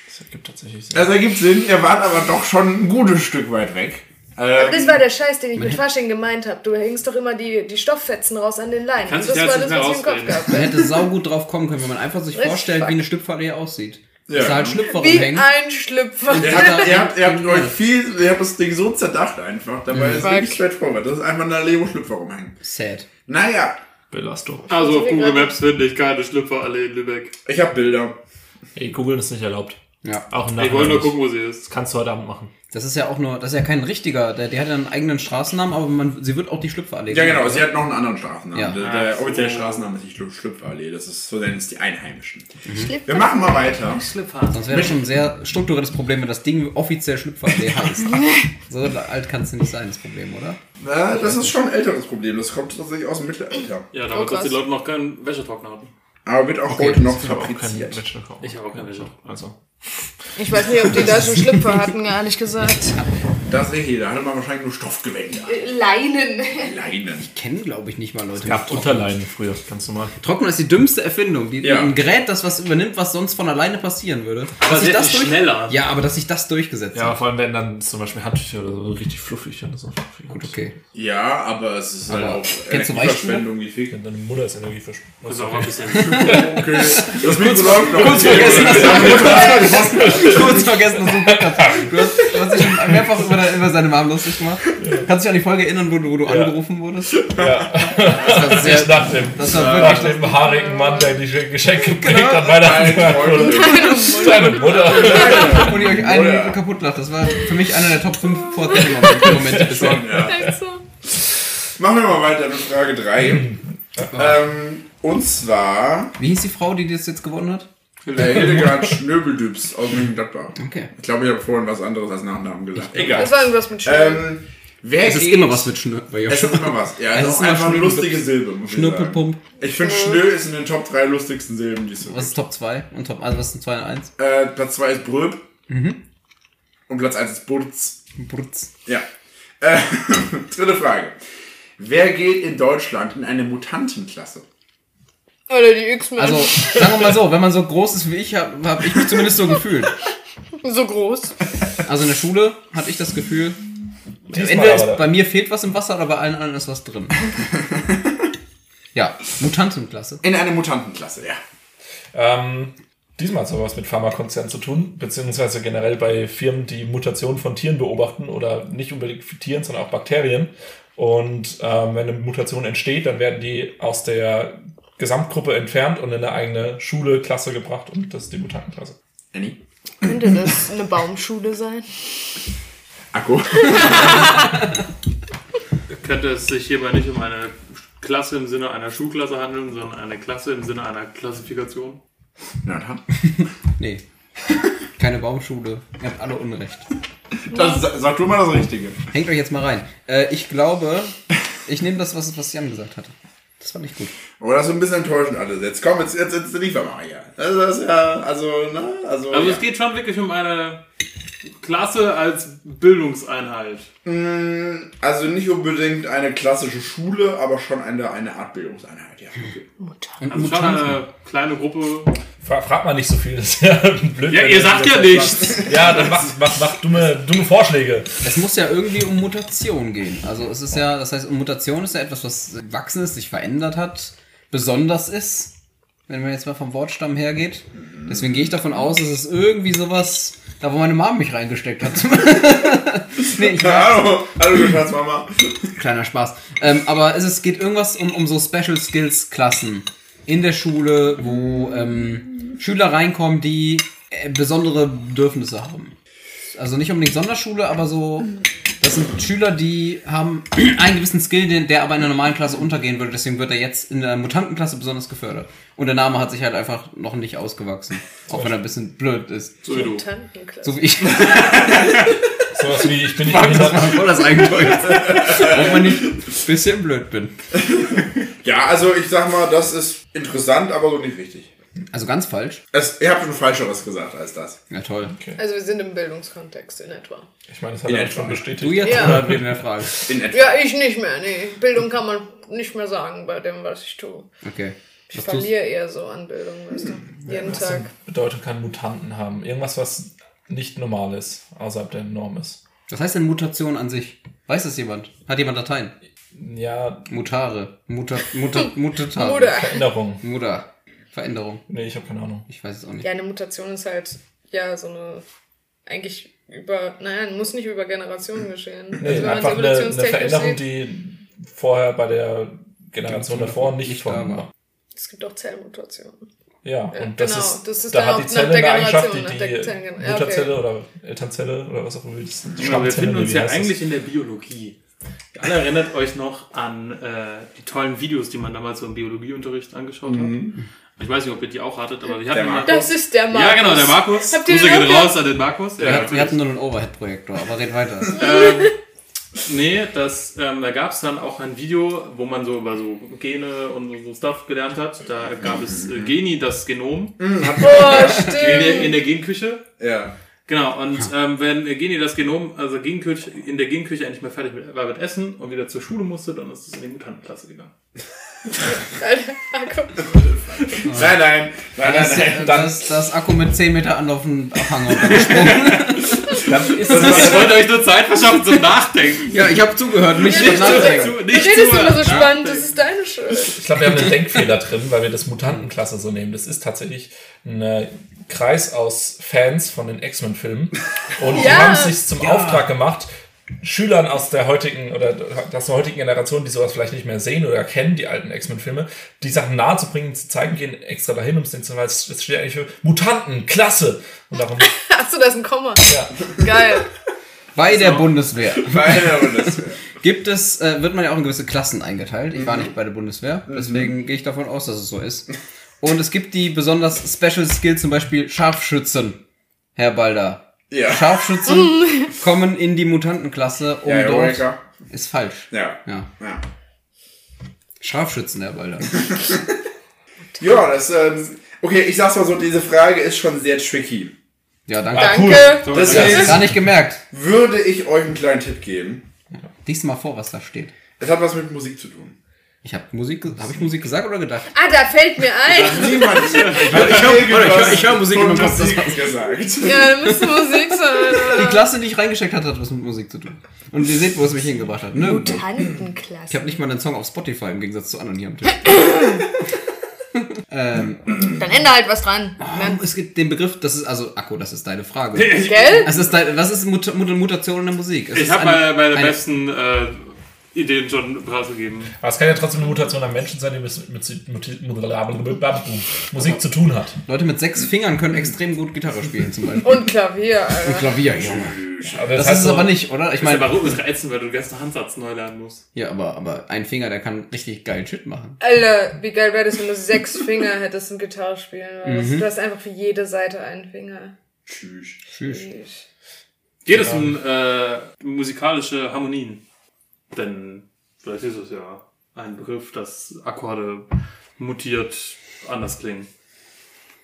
[SPEAKER 3] Das ergibt tatsächlich Sinn.
[SPEAKER 2] Das ergibt Sinn, ihr wart aber doch schon ein gutes Stück weit weg. Ähm,
[SPEAKER 4] Das war der Scheiß, den ich mit Fasching gemeint habe. Du hängst doch immer die, die Stofffetzen raus an den Leinen.
[SPEAKER 5] Kannst
[SPEAKER 4] Und
[SPEAKER 5] dich
[SPEAKER 4] das war
[SPEAKER 5] da jetzt
[SPEAKER 4] das, was ich im
[SPEAKER 5] nicht
[SPEAKER 4] Kopf
[SPEAKER 5] mehr
[SPEAKER 4] gehabt
[SPEAKER 1] Man hätte saugut drauf kommen können, wenn man einfach sich
[SPEAKER 4] Richtig
[SPEAKER 1] vorstellt,
[SPEAKER 4] fuck.
[SPEAKER 1] wie eine Schlüpferallee aussieht.
[SPEAKER 2] Ja.
[SPEAKER 1] Dass da halt Schlüpfer
[SPEAKER 4] Wie
[SPEAKER 1] rumhängen.
[SPEAKER 4] ein Schlüpfer.
[SPEAKER 2] Ihr habt, ihr habt, ihr habt euch viel, ihr habt das Ding so zerdacht einfach. Dabei ist
[SPEAKER 4] Fuck.
[SPEAKER 2] wirklich straightforward. Das ist einfach eine Lego-Schlüpfer rumhängen.
[SPEAKER 1] Sad.
[SPEAKER 2] Naja,
[SPEAKER 3] Belastung.
[SPEAKER 5] Also auf Google
[SPEAKER 4] Hildegard.
[SPEAKER 5] Maps finde ich keine Schlüpferallee in Lübeck.
[SPEAKER 2] ich hab Bilder.
[SPEAKER 3] Ey, Google ist nicht erlaubt.
[SPEAKER 1] Ja.
[SPEAKER 3] Auch im
[SPEAKER 5] Ich
[SPEAKER 3] Nachhinein.
[SPEAKER 5] wollte nur
[SPEAKER 3] nicht.
[SPEAKER 5] gucken, wo sie ist.
[SPEAKER 3] Das kannst du heute Abend machen.
[SPEAKER 1] Das ist ja auch nur, das ist ja kein richtiger, der, der hat ja einen eigenen Straßennamen, aber man, sie wird auch die Schlüpferallee.
[SPEAKER 2] Ja, genau.
[SPEAKER 1] genannt,
[SPEAKER 2] Sie hat noch einen anderen Straßennamen.
[SPEAKER 1] Ja.
[SPEAKER 2] Der, der
[SPEAKER 5] Ach so.
[SPEAKER 2] offizielle Straßenname ist die Schlüp- Schlüpferallee. Das ist, so nennen es die Einheimischen.
[SPEAKER 4] Schlüpfer.
[SPEAKER 2] Wir machen mal weiter.
[SPEAKER 1] oder? Sonst wäre das schon ein sehr strukturelles Problem, wenn das Ding offiziell Schlüpferallee heißt. so alt kann es nicht sein, das Problem, oder?
[SPEAKER 2] Na, Äh, das ist schon ein älteres Problem. Das kommt tatsächlich aus dem Mittelalter.
[SPEAKER 5] Ja,
[SPEAKER 4] Oh,
[SPEAKER 5] damit, dass
[SPEAKER 4] krass.
[SPEAKER 5] die Leute noch keinen Wäschetrockner hatten.
[SPEAKER 2] Aber wird auch
[SPEAKER 1] Okay,
[SPEAKER 2] heute noch
[SPEAKER 3] Ich habe auch keinen
[SPEAKER 2] fabriziert.
[SPEAKER 3] Bachelor.
[SPEAKER 5] Ich habe auch keinen Bachelor.
[SPEAKER 3] Also.
[SPEAKER 4] Ich weiß nicht, ob die da schon Schlüpfer hatten, ehrlich gesagt.
[SPEAKER 2] Das ist richtig. Da hatte man wahrscheinlich nur Stoffgewänder.
[SPEAKER 4] Leinen.
[SPEAKER 2] Leinen.
[SPEAKER 1] Kennen, glaube ich, nicht mal Leute.
[SPEAKER 3] Gab Unterleinen früher, ganz normal.
[SPEAKER 1] Trocken ist die dümmste Erfindung. Die,
[SPEAKER 2] Ja.
[SPEAKER 1] Ein Gerät, das was übernimmt, was sonst von alleine passieren würde.
[SPEAKER 5] Aber
[SPEAKER 1] Dass sich
[SPEAKER 5] sehr
[SPEAKER 1] das
[SPEAKER 5] viel
[SPEAKER 1] durch-
[SPEAKER 5] schneller.
[SPEAKER 1] Ja, aber dass sich das durchgesetzt
[SPEAKER 3] Ja,
[SPEAKER 1] hat.
[SPEAKER 3] aber vor allem wenn dann zum Beispiel Handtücher oder so richtig fluffig und so.
[SPEAKER 1] Gut, okay.
[SPEAKER 2] Ja, aber es ist halt
[SPEAKER 1] Aber
[SPEAKER 2] auch
[SPEAKER 1] kennst du Beispiele?
[SPEAKER 2] Energieverschwendung wie viel.
[SPEAKER 3] Wenn deine Mutter ist Energie verspürt.
[SPEAKER 5] Das ist auch ein bisschen.
[SPEAKER 2] Okay. Das Mikro läuft noch.
[SPEAKER 1] Kurz vergessen, dass du kurz vergessen, dass du einen Podcast hast. Du hast, du hast dich schon mehrfach über, deine- über seine Mom lustig gemacht. Kannst du dich an die Folge erinnern, wo du, wo du angerufen wurdest?
[SPEAKER 3] Ja.
[SPEAKER 1] Das war
[SPEAKER 3] Erst
[SPEAKER 1] sehr,
[SPEAKER 3] nach dem,
[SPEAKER 1] Das war
[SPEAKER 3] nach
[SPEAKER 1] wirklich-
[SPEAKER 3] dem haarigen Mann, der die Geschenke
[SPEAKER 5] Genau.
[SPEAKER 3] bringt, an Weihnachten.
[SPEAKER 2] Freunde.
[SPEAKER 3] Deine Mutter.
[SPEAKER 1] und ihr euch eine
[SPEAKER 3] Oh
[SPEAKER 2] Oder-
[SPEAKER 1] Minute kaputt lacht. Das war für mich einer der Top 5 Vorträge-Momente bisher.
[SPEAKER 2] Schon, ja. Machen wir mal weiter mit Frage 3. ähm, und zwar
[SPEAKER 1] Wie hieß die Frau, die das jetzt gewonnen hat?
[SPEAKER 2] äh, Hildegard Schnöbeldübs aus Mönchengladbach.
[SPEAKER 1] Okay.
[SPEAKER 2] Ich glaube, ich habe vorhin was anderes als Nachnamen gesagt. Egal.
[SPEAKER 4] Das war irgendwas mit Schlüpfer.
[SPEAKER 2] Ähm, wer
[SPEAKER 1] Es ist
[SPEAKER 2] geht-
[SPEAKER 1] immer was mit Schnür bei
[SPEAKER 2] Es
[SPEAKER 1] Joshua.
[SPEAKER 2] ist immer was. Ja,
[SPEAKER 1] Es
[SPEAKER 2] es
[SPEAKER 1] ist
[SPEAKER 2] ist auch
[SPEAKER 1] immer
[SPEAKER 2] einfach eine
[SPEAKER 1] Schnöbel-
[SPEAKER 2] lustige Silbe. muss ich
[SPEAKER 1] Schnüppelpump.
[SPEAKER 2] sagen. Ich finde, Schnö ist in den Top 3 lustigsten Silben, die es so
[SPEAKER 1] Was ist Top 2? Und Top, also was sind 2 und 1? Mhm.
[SPEAKER 2] gibt. Äh, Platz 2 ist Bröb. Und Platz 1 ist Burz.
[SPEAKER 1] Brutz.
[SPEAKER 2] Ja. Äh, dritte Frage. Wer geht in Deutschland in eine Mutantenklasse?
[SPEAKER 4] Oder die X-Men.
[SPEAKER 1] Also,
[SPEAKER 3] Äh.
[SPEAKER 1] sagen wir mal so, wenn man so groß ist wie ich, habe hab ich mich zumindest so gefühlt.
[SPEAKER 4] so groß.
[SPEAKER 1] Also in der Schule hatte ich das Gefühl,
[SPEAKER 3] Diesmal
[SPEAKER 1] entweder
[SPEAKER 3] aber
[SPEAKER 1] ist, bei
[SPEAKER 3] da.
[SPEAKER 1] mir fehlt was im Wasser oder bei allen anderen ist was drin. ja, Mutantenklasse.
[SPEAKER 2] In eine Mutantenklasse, ja.
[SPEAKER 3] Ähm, diesmal hat es aber was mit Pharmakonzernen zu tun, beziehungsweise generell bei Firmen, die Mutationen von Tieren beobachten oder nicht unbedingt für Tieren, sondern auch Bakterien. Und ähm, wenn eine Mutation entsteht, dann werden die aus der Gesamtgruppe entfernt und in eine eigene Schule, Klasse gebracht und das ist die Mutantenklasse.
[SPEAKER 2] Annie?
[SPEAKER 4] Könnte das eine Baumschule sein?
[SPEAKER 2] Akku?
[SPEAKER 5] Könnte es sich hierbei nicht um eine Klasse im Sinne einer Schulklasse handeln, sondern eine Klasse im Sinne einer Klassifikation?
[SPEAKER 2] Nein,
[SPEAKER 1] Nee. Keine Baumschule. Ihr habt alle Unrecht.
[SPEAKER 2] das, sag du mal das Richtige.
[SPEAKER 1] Hängt euch jetzt mal rein. Äh, ich glaube, ich nehme das, was, was Jan gesagt hatte. Das fand ich gut.
[SPEAKER 2] Aber Oh, das ist ein bisschen enttäuschend alles. Jetzt komm, jetzt, jetzt, jetzt liefern wir mal hier. Das ist ja, also, ne? Also,
[SPEAKER 5] Also
[SPEAKER 2] ja.
[SPEAKER 5] es geht schon wirklich um eine Klasse als Bildungseinheit.
[SPEAKER 2] also nicht unbedingt eine klassische Schule, aber schon eine, eine Art
[SPEAKER 1] Hm.
[SPEAKER 2] Bildungseinheit, ja.
[SPEAKER 1] Und
[SPEAKER 5] Also schon
[SPEAKER 1] Mutanten.
[SPEAKER 5] eine kleine Gruppe.
[SPEAKER 3] Fra fragt mal nicht so viel, das ist ja blöd.
[SPEAKER 5] Ja,
[SPEAKER 3] wenn
[SPEAKER 5] ihr
[SPEAKER 3] du
[SPEAKER 5] sagt
[SPEAKER 3] das
[SPEAKER 5] ja
[SPEAKER 3] jetzt
[SPEAKER 5] nichts.
[SPEAKER 3] machst. Ja, dann mach, mach, mach dumme, dumme Vorschläge.
[SPEAKER 1] Es muss ja irgendwie um Mutation gehen. Also es ist ja, das heißt, um Mutation ist ja etwas, was wachsen ist, sich verändert hat, besonders ist, wenn man jetzt mal vom Wortstamm hergeht. Deswegen gehe ich davon aus, es ist irgendwie sowas, da wo meine Mom mich reingesteckt hat. nee, ich
[SPEAKER 2] Keine Ahnung. Hallo, du Schatzmama.
[SPEAKER 1] Kleiner Spaß. Ähm, aber es ist, geht irgendwas um, um so Special Skills Klassen in der Schule, wo ähm, Schüler reinkommen, die äh, besondere Bedürfnisse haben. Also nicht unbedingt Sonderschule, aber so, das sind Schüler, die haben einen gewissen Skill, den, der aber in der normalen Klasse untergehen würde. Deswegen wird er jetzt in der Mutantenklasse besonders gefördert. Und der Name hat sich halt einfach noch nicht ausgewachsen. Auch wenn er ein bisschen blöd ist.
[SPEAKER 5] So wie du.
[SPEAKER 1] So wie ich.
[SPEAKER 3] Sowas wie, ich bin nicht behindert.
[SPEAKER 1] Voll das Eigentor jetzt. Auch wenn ich ein bisschen blöd bin.
[SPEAKER 2] Ja, also ich sag mal, das ist interessant, aber so nicht richtig.
[SPEAKER 1] Also ganz falsch.
[SPEAKER 2] Es, ihr habt schon Falscheres gesagt als das.
[SPEAKER 1] Ja, toll.
[SPEAKER 4] Also wir sind im Bildungskontext in etwa.
[SPEAKER 3] Ich meine, das hat er schon bestätigt.
[SPEAKER 1] Du jetzt
[SPEAKER 4] Ja.
[SPEAKER 1] oder wegen der Frage?
[SPEAKER 2] In etwa.
[SPEAKER 4] Ja, ich nicht mehr, nee. Bildung kann man nicht mehr sagen bei dem, was ich tue.
[SPEAKER 1] Okay.
[SPEAKER 4] Ich
[SPEAKER 1] Was tust-
[SPEAKER 4] verliere eher so an Bildung, weißt du. Jeden
[SPEAKER 3] Was
[SPEAKER 4] Tag.
[SPEAKER 3] denn Bedeutung kann Mutanten haben. Irgendwas, was nicht normal ist, außerhalb der Norm ist.
[SPEAKER 1] Was heißt denn Mutation an sich? Weiß das jemand? Hat jemand Dateien?
[SPEAKER 3] Ja,
[SPEAKER 1] Mutare. Muta, Muta, Mutata.
[SPEAKER 4] Mutter.
[SPEAKER 3] Veränderung.
[SPEAKER 1] Muda. Veränderung.
[SPEAKER 3] Nee, ich habe keine Ahnung.
[SPEAKER 1] Ich weiß es auch nicht.
[SPEAKER 4] Ja, eine Mutation ist halt, ja, so eine, eigentlich über, naja, muss nicht über Generationen geschehen.
[SPEAKER 3] Nee,
[SPEAKER 4] also wenn man
[SPEAKER 3] einfach eine, eine
[SPEAKER 4] evolutionstechnisch
[SPEAKER 3] Veränderung,
[SPEAKER 4] sieht,
[SPEAKER 3] die vorher bei der Generation davor nicht vorhanden war.
[SPEAKER 4] es gibt auch Zellmutationen.
[SPEAKER 3] Ja,
[SPEAKER 4] Ja,
[SPEAKER 3] und das,
[SPEAKER 4] genau,
[SPEAKER 3] ist,
[SPEAKER 4] das ist
[SPEAKER 3] da
[SPEAKER 4] dann
[SPEAKER 3] hat
[SPEAKER 4] auch
[SPEAKER 3] die
[SPEAKER 4] nach
[SPEAKER 3] Zelle
[SPEAKER 4] der
[SPEAKER 3] eine Eigenschaft, die
[SPEAKER 4] Generation, nach der Zelle-
[SPEAKER 3] die
[SPEAKER 4] ja, okay.
[SPEAKER 3] Mutterzelle oder Elternzelle oder was auch immer, das die
[SPEAKER 5] Ja, Genau, wir
[SPEAKER 3] Stammzelle,
[SPEAKER 5] finden
[SPEAKER 3] wie
[SPEAKER 5] uns
[SPEAKER 3] die
[SPEAKER 5] ja
[SPEAKER 3] heißt das?
[SPEAKER 5] eigentlich in der Biologie. Ihr alle erinnert euch noch an äh, die tollen Videos, die man damals so im Biologieunterricht angeschaut hat. Ich weiß nicht, ob ihr die auch hattet, aber wir hatten
[SPEAKER 2] Markus.
[SPEAKER 5] mal-
[SPEAKER 4] Das ist der Markus.
[SPEAKER 5] Ja, genau, der Markus.
[SPEAKER 4] Habt ihr
[SPEAKER 5] Grüße
[SPEAKER 4] den
[SPEAKER 5] gehen
[SPEAKER 4] auch
[SPEAKER 5] raus an den Markus.
[SPEAKER 1] Wir,
[SPEAKER 5] Ja,
[SPEAKER 1] hatten- wir hatten nur einen Overhead-Projektor, aber red weiter.
[SPEAKER 5] ähm, nee, das, ähm, da gab es dann auch ein Video, wo man so über so Gene und so, so Stuff gelernt hat. Da gab es äh, Geni, das Genom, in
[SPEAKER 4] Oh,
[SPEAKER 5] der, in
[SPEAKER 4] stimmt.
[SPEAKER 5] der Genküche.
[SPEAKER 2] Ja.
[SPEAKER 5] Genau, und ähm, wenn Geni das Genom, also Genküche, in der Genküche endlich mal fertig mit, war mit Essen und wieder zur Schule musste, dann ist es in die Mutantenklasse gegangen.
[SPEAKER 4] Alter, Markus.
[SPEAKER 2] Nein, nein. Nein, nein,
[SPEAKER 1] Das,
[SPEAKER 2] nein.
[SPEAKER 1] das, das Akku mit 10 Meter anlaufen, abhangen und dann gesprungen.
[SPEAKER 5] Ich wollte euch nur Zeit verschaffen zum Nachdenken.
[SPEAKER 1] Ja, ich habe zugehört, mich
[SPEAKER 4] Ja,
[SPEAKER 1] nicht
[SPEAKER 4] das ist
[SPEAKER 1] nachdenken.
[SPEAKER 5] zu,
[SPEAKER 4] Du
[SPEAKER 5] nicht
[SPEAKER 4] redest
[SPEAKER 5] zu-
[SPEAKER 4] immer so spannend, das
[SPEAKER 5] Nachdenken.
[SPEAKER 4] ist deine Schuld.
[SPEAKER 3] Ich glaube, wir haben einen Denkfehler drin, weil wir das Mutantenklasse so nehmen. Das ist tatsächlich ein äh, Kreis aus Fans von den X-Men-Filmen. Und die
[SPEAKER 4] Ja.
[SPEAKER 3] haben es sich zum Auftrag gemacht, Schülern aus der heutigen oder aus der heutigen Generation, die sowas vielleicht nicht mehr sehen oder kennen, die alten X-Men-Filme, die Sachen nahezubringen, zu zeigen, gehen extra dahin, um es denen zu weil es es steht eigentlich für Mutanten, klasse! Und darum,
[SPEAKER 4] Achso, da ist ein Komma.
[SPEAKER 3] ja,
[SPEAKER 4] Geil.
[SPEAKER 1] Bei der Bundeswehr
[SPEAKER 2] Bei der Bundeswehr.
[SPEAKER 1] gibt es, äh, wird man ja auch in gewisse Klassen eingeteilt. Ich war nicht bei der Bundeswehr, deswegen gehe ich davon aus, dass es so ist. Und es gibt die besonders Special Skill, zum Beispiel Scharfschützen, Herr Balder.
[SPEAKER 2] Ja.
[SPEAKER 1] Scharfschützen kommen in die Mutantenklasse, um
[SPEAKER 2] Ja, Herr
[SPEAKER 1] dort...
[SPEAKER 2] Honecker.
[SPEAKER 1] Ist falsch.
[SPEAKER 2] Ja.
[SPEAKER 1] Ja.
[SPEAKER 2] Ja.
[SPEAKER 1] Scharfschützen, Herr Balder.
[SPEAKER 2] Ja, das, ähm, okay, ich sag's mal so, diese Frage ist schon sehr tricky.
[SPEAKER 1] Ja, danke.
[SPEAKER 3] Ah,
[SPEAKER 4] Danke.
[SPEAKER 3] cool.
[SPEAKER 2] Das
[SPEAKER 1] Ich hab's
[SPEAKER 2] ist-
[SPEAKER 1] gar nicht gemerkt.
[SPEAKER 2] Würde ich euch einen kleinen Tipp geben.
[SPEAKER 1] Lies mal vor, was da steht.
[SPEAKER 2] Es hat was mit Musik zu tun.
[SPEAKER 1] Ich habe Musik, ge- hab ich Musik gesagt oder gedacht?
[SPEAKER 4] Ah, da fällt mir ein.
[SPEAKER 2] Niemand ich
[SPEAKER 1] ich- ich hör Musik in meinem Kopf, das
[SPEAKER 2] Musik gesagt.
[SPEAKER 4] Ja, da müsste Musik
[SPEAKER 1] Die
[SPEAKER 4] sein.
[SPEAKER 1] Klasse, die ich reingesteckt hat, hat was mit Musik zu tun. Und ihr seht, wo es mich hingebracht hat. ne? Nirgendwo.
[SPEAKER 4] Tantenklasse.
[SPEAKER 1] Ich habe nicht mal einen Song auf Spotify im Gegensatz zu anderen hier am Tisch. ähm,
[SPEAKER 4] Dann ändere halt was dran. Ne?
[SPEAKER 1] es gibt den Begriff, das ist also Akku, das ist deine Frage.
[SPEAKER 5] Ich,
[SPEAKER 4] Gell?
[SPEAKER 1] Es ist dein, was ist Mut Mut Mutation in der Musik? Es
[SPEAKER 5] äh, ich
[SPEAKER 1] ist
[SPEAKER 5] habe
[SPEAKER 1] eine-
[SPEAKER 5] meine, meine
[SPEAKER 1] eine-
[SPEAKER 5] besten äh, Ideen schon preisgegeben.
[SPEAKER 3] Aber es kann ja trotzdem eine Mutation am Menschen sein, die mit, mit, mit, mit, Musik zu tun hat.
[SPEAKER 1] Leute mit sechs Fingern können extrem gut Gitarre spielen zum Beispiel.
[SPEAKER 4] Und Klavier, Alter.
[SPEAKER 1] Klavier, Junge.
[SPEAKER 3] Aber
[SPEAKER 1] Das,
[SPEAKER 3] heißt
[SPEAKER 1] ist es
[SPEAKER 3] so,
[SPEAKER 1] aber nicht, oder? Ich
[SPEAKER 5] Ich meine,
[SPEAKER 1] meine,
[SPEAKER 5] warum ist ätzend, weil du den ganzen Handsatz neu lernen musst?
[SPEAKER 1] ja, aber, aber ein Finger, der kann richtig geil Shit machen.
[SPEAKER 4] Alter, wie geil wäre das, wenn du sechs Finger hättest und Gitarre spielen würdest. Du hast einfach für jede Seite einen Finger.
[SPEAKER 2] Tschüss.
[SPEAKER 1] Tschüss.
[SPEAKER 5] Geht es um äh, musikalische Harmonien? Denn vielleicht ist es ja ein Begriff, dass Akkorde mutiert anders klingen.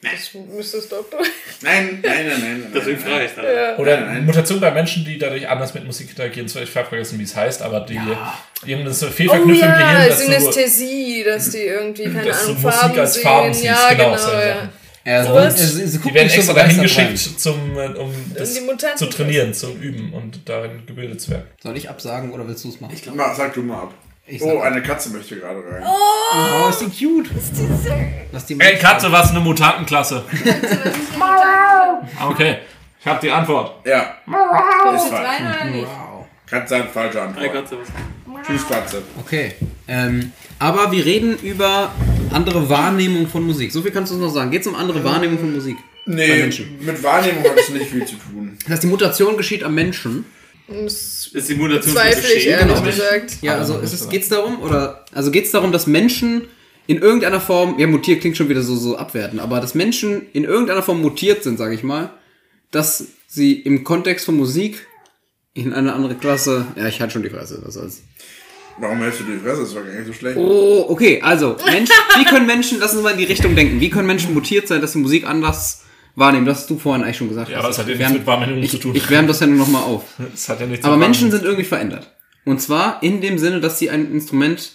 [SPEAKER 4] Das müsstest du auch durch.
[SPEAKER 2] Nein, nein, nein, nein. nein
[SPEAKER 5] Deswegen
[SPEAKER 2] nein.
[SPEAKER 5] frage ich da.
[SPEAKER 3] Oder
[SPEAKER 4] Ähm.
[SPEAKER 2] Nein, nein.
[SPEAKER 3] Mutation bei Menschen, die dadurch anders mit Musik interagieren. So, Ich habe vergessen, wie es heißt, aber die irgendeine so
[SPEAKER 4] Oh
[SPEAKER 3] Fehlverknüpfung im
[SPEAKER 4] ja,
[SPEAKER 3] Gehirn, dass du,
[SPEAKER 4] Synästhesie, dass die irgendwie, keine
[SPEAKER 3] dass du
[SPEAKER 4] Ahnung,
[SPEAKER 3] Musik
[SPEAKER 4] Farben
[SPEAKER 3] als
[SPEAKER 4] sehen.
[SPEAKER 3] Farben siehst.
[SPEAKER 4] ja,
[SPEAKER 3] genau,
[SPEAKER 4] genau,
[SPEAKER 3] solche
[SPEAKER 4] ja.
[SPEAKER 3] Sachen.
[SPEAKER 1] Er,
[SPEAKER 4] Sowas?
[SPEAKER 1] er- sie- sie guckt
[SPEAKER 3] Die werden
[SPEAKER 1] mich so
[SPEAKER 3] extra dahin
[SPEAKER 1] begeistert
[SPEAKER 3] geschickt,
[SPEAKER 1] rein.
[SPEAKER 3] zum, äh, um das
[SPEAKER 4] die Mutanten-
[SPEAKER 3] zu trainieren, zum Üben und darin gebildet zu werden.
[SPEAKER 1] Soll ich absagen oder willst du es machen? Ich
[SPEAKER 2] Na, sag du mal ab.
[SPEAKER 1] Ich sag
[SPEAKER 2] oh,
[SPEAKER 1] ab.
[SPEAKER 2] eine Katze möchte gerade rein.
[SPEAKER 1] Oh, ist die cute. Ist die Lass die mal.
[SPEAKER 3] Ey, Katze, was eine Mutantenklasse? okay, ich habe die Antwort.
[SPEAKER 2] Ja.
[SPEAKER 4] Oh,
[SPEAKER 2] Ist falsch.
[SPEAKER 4] Rein oder nicht?
[SPEAKER 1] Wow.
[SPEAKER 2] Katze hat falsche
[SPEAKER 5] Hey,
[SPEAKER 2] Antwort.
[SPEAKER 5] Gott, was
[SPEAKER 2] Tschüss, Katze.
[SPEAKER 1] Okay. Ähm, aber wir reden über andere Wahrnehmung von Musik. So viel kannst du uns noch sagen. Geht es um andere Wahrnehmung von Musik? Bei
[SPEAKER 2] Nee,
[SPEAKER 1] Menschen.
[SPEAKER 2] mit Wahrnehmung hat es nicht viel zu tun.
[SPEAKER 1] Das heißt, die Mutation geschieht am Menschen.
[SPEAKER 4] Das
[SPEAKER 5] ist die Mutation schon
[SPEAKER 4] Zweifle ich
[SPEAKER 5] geschehen?
[SPEAKER 4] ehrlich
[SPEAKER 1] genau.
[SPEAKER 4] gesagt.
[SPEAKER 1] Ja,
[SPEAKER 3] Aber
[SPEAKER 1] also
[SPEAKER 3] dann
[SPEAKER 1] ist
[SPEAKER 3] ist
[SPEAKER 1] es,
[SPEAKER 3] er-
[SPEAKER 1] geht's darum, oder, also geht's darum, dass Menschen in irgendeiner Form, ja, mutiert klingt schon wieder so, so abwertend, aber dass Menschen in irgendeiner Form mutiert sind, sage ich mal, dass sie im Kontext von Musik in eine andere Klasse, ja, ich hatte schon die Fresse, was soll's.
[SPEAKER 2] Warum hältst du die Fresse? Das war gar nicht so schlecht.
[SPEAKER 1] Oh, okay, also, Mensch, wie können Menschen, lass uns mal in die Richtung denken, wie können Menschen mutiert sein, dass sie Musik anders wahrnehmen? Das hast du vorhin eigentlich schon gesagt.
[SPEAKER 3] Ja, aber das hat ja
[SPEAKER 1] Ich
[SPEAKER 3] nichts
[SPEAKER 1] wärm-
[SPEAKER 3] mit Wahrnehmung
[SPEAKER 1] ich,
[SPEAKER 3] zu tun.
[SPEAKER 1] Ich wärme das ja nur nochmal auf.
[SPEAKER 3] Das hat ja nichts
[SPEAKER 1] Aber
[SPEAKER 3] mit
[SPEAKER 1] Menschen sind irgendwie verändert. Und zwar in dem Sinne, dass sie ein Instrument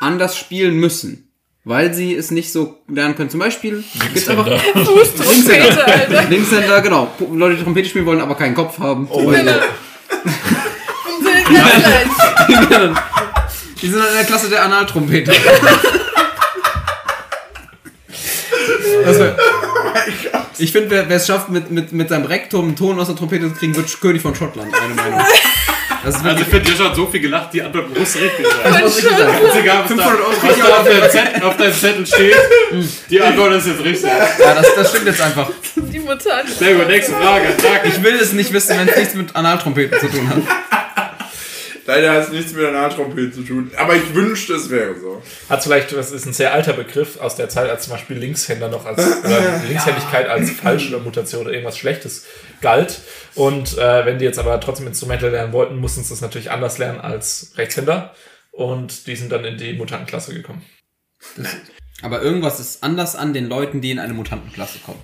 [SPEAKER 1] anders spielen müssen. Weil sie es nicht so lernen können. Zum Beispiel gibt's einfach
[SPEAKER 4] Fußdruckfete, Alter.
[SPEAKER 1] Linkshänder, genau. Leute, die Trompete spielen wollen, aber keinen Kopf haben.
[SPEAKER 3] Oh,
[SPEAKER 4] Funktioniert ganz leicht.
[SPEAKER 1] Die sind dann in der Klasse der Analtrompeter. Also, ich finde, wer wer es schafft, mit, mit, mit seinem Rektum einen Ton aus der Trompete zu kriegen, wird König von Schottland, meine Meinung. Das ist
[SPEAKER 5] Also
[SPEAKER 1] wirklich,
[SPEAKER 5] für dich hat so viel gelacht, die Antwort muss richtig sein.
[SPEAKER 1] das muss ich sagen.
[SPEAKER 5] Egal, was
[SPEAKER 1] 500
[SPEAKER 5] da,
[SPEAKER 1] Euro
[SPEAKER 5] was da auf, deinem Zettel, auf deinem Zettel steht, die Antwort ist jetzt richtig.
[SPEAKER 1] Ja, das, das stimmt jetzt einfach.
[SPEAKER 4] Die Mutanten.
[SPEAKER 5] Sehr gut, nächste Frage. Zack.
[SPEAKER 1] Ich will es nicht wissen, wenn es nichts mit Analtrompeten zu tun hat.
[SPEAKER 2] Leider hat es nichts mit einer Trompete zu tun. Aber ich wünschte, es wäre so.
[SPEAKER 3] Hat vielleicht, das ist ein sehr alter Begriff aus der Zeit, als zum Beispiel Linkshänder noch als oder Linkshändigkeit als falsch oder Mutation oder irgendwas Schlechtes galt. Und äh, wenn die jetzt aber trotzdem Instrumente lernen wollten, mussten sie das natürlich anders lernen als Rechtshänder. Und die sind dann in die Mutantenklasse gekommen.
[SPEAKER 1] Aber irgendwas ist anders an den Leuten, die in eine Mutantenklasse kommen.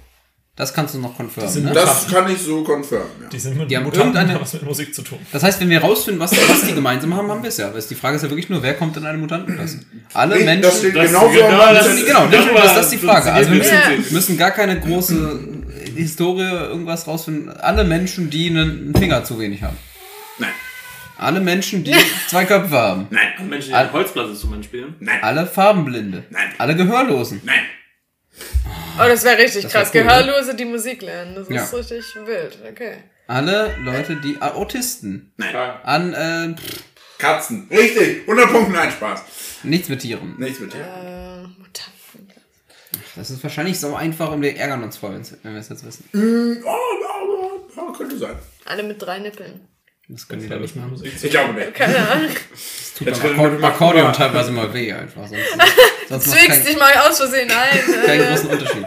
[SPEAKER 1] Das kannst du noch konfirmen.
[SPEAKER 3] sind
[SPEAKER 1] Ne?
[SPEAKER 2] Das kann ich so konfirmen. Ja.
[SPEAKER 3] Die sind mit
[SPEAKER 1] Die haben
[SPEAKER 3] Mutanten
[SPEAKER 1] irgendeine-
[SPEAKER 3] haben was mit Musik zu tun.
[SPEAKER 1] Das heißt, wenn wir rausfinden, was, was die gemeinsam haben, haben wir es ja. Weil es- Die Frage ist ja wirklich nur, wer kommt in eine Mutantenklasse? Alle
[SPEAKER 2] Nee,
[SPEAKER 1] Menschen.
[SPEAKER 2] das steht
[SPEAKER 5] Das-
[SPEAKER 2] genau so.
[SPEAKER 5] genau,
[SPEAKER 2] am
[SPEAKER 5] das-
[SPEAKER 2] Zettel.
[SPEAKER 1] genau, das,
[SPEAKER 5] Darüber
[SPEAKER 1] das, das ist die Frage. Also wir müssen,
[SPEAKER 5] sind sie.
[SPEAKER 1] wir müssen gar keine große Historie, irgendwas rausfinden. Alle Menschen, die einen Finger zu wenig haben.
[SPEAKER 2] Nein,
[SPEAKER 1] Alle Menschen, die zwei Köpfe haben.
[SPEAKER 2] nein,
[SPEAKER 5] Menschen, die ein Holzblasinstrument spielen.
[SPEAKER 2] nein,
[SPEAKER 1] Alle Farbenblinde.
[SPEAKER 2] Nein.
[SPEAKER 1] Alle Gehörlosen.
[SPEAKER 2] nein.
[SPEAKER 4] Oh, das wäre richtig
[SPEAKER 1] wär
[SPEAKER 4] krass.
[SPEAKER 1] cool, ne?
[SPEAKER 4] Gehörlose, die Musik lernen. Das ist
[SPEAKER 1] Ja.
[SPEAKER 4] richtig wild. Okay.
[SPEAKER 1] Alle Leute, die ah, Autisten.
[SPEAKER 5] Frage.
[SPEAKER 1] An äh, pff,
[SPEAKER 2] Katzen. Richtig. 100 Punkte, nein, Spaß.
[SPEAKER 1] nichts mit Tieren.
[SPEAKER 2] Nichts mit dir.
[SPEAKER 4] Äh, Mutanten.
[SPEAKER 1] Das ist wahrscheinlich so einfach und wir ärgern uns voll, wenn's- wenn wir es jetzt wissen.
[SPEAKER 2] Oh, oh, oh, oh, könnte sein.
[SPEAKER 4] Alle mit drei Nippeln.
[SPEAKER 1] Das können die da nicht machen.
[SPEAKER 3] Musik
[SPEAKER 2] Ich glaube nicht.
[SPEAKER 4] Keine Ahnung.
[SPEAKER 1] Das tut beim
[SPEAKER 2] können wir
[SPEAKER 1] Akkord
[SPEAKER 2] machen,
[SPEAKER 1] Akkordeon
[SPEAKER 2] aber-
[SPEAKER 1] teilweise mal weh einfach. Sonst, sonst macht
[SPEAKER 4] Zwickst
[SPEAKER 1] keinen
[SPEAKER 4] dich mal aus Versehen ein.
[SPEAKER 1] keinen großen Unterschied.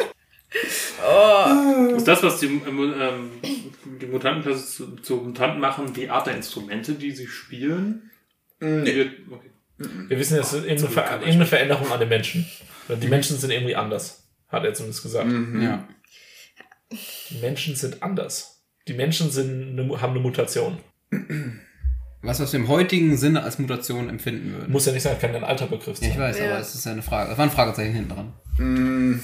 [SPEAKER 5] Ist das, was die, ähm, ähm, die Mutantenklasse zu, zu Mutanten machen, die Art der Instrumente, die sie spielen?
[SPEAKER 2] Nee.
[SPEAKER 5] Die- Okay.
[SPEAKER 3] Wir wissen, es ist irgendeine, Ver irgendeine
[SPEAKER 1] Mhm.
[SPEAKER 3] Veränderung an den Menschen. Die Menschen sind irgendwie anders, hat er zumindest gesagt.
[SPEAKER 1] Ja.
[SPEAKER 3] Die Menschen sind anders. Die Menschen sind eine, haben eine Mutation.
[SPEAKER 1] Was wir aus dem heutigen Sinne als Mutation empfinden würden.
[SPEAKER 3] Muss ja nicht sein, kann ja ein alter Begriff
[SPEAKER 1] Ich
[SPEAKER 3] sein.
[SPEAKER 1] weiß,
[SPEAKER 4] Ja.
[SPEAKER 1] aber es ist ja eine Frage. Es war ein Fragezeichen hinten dran.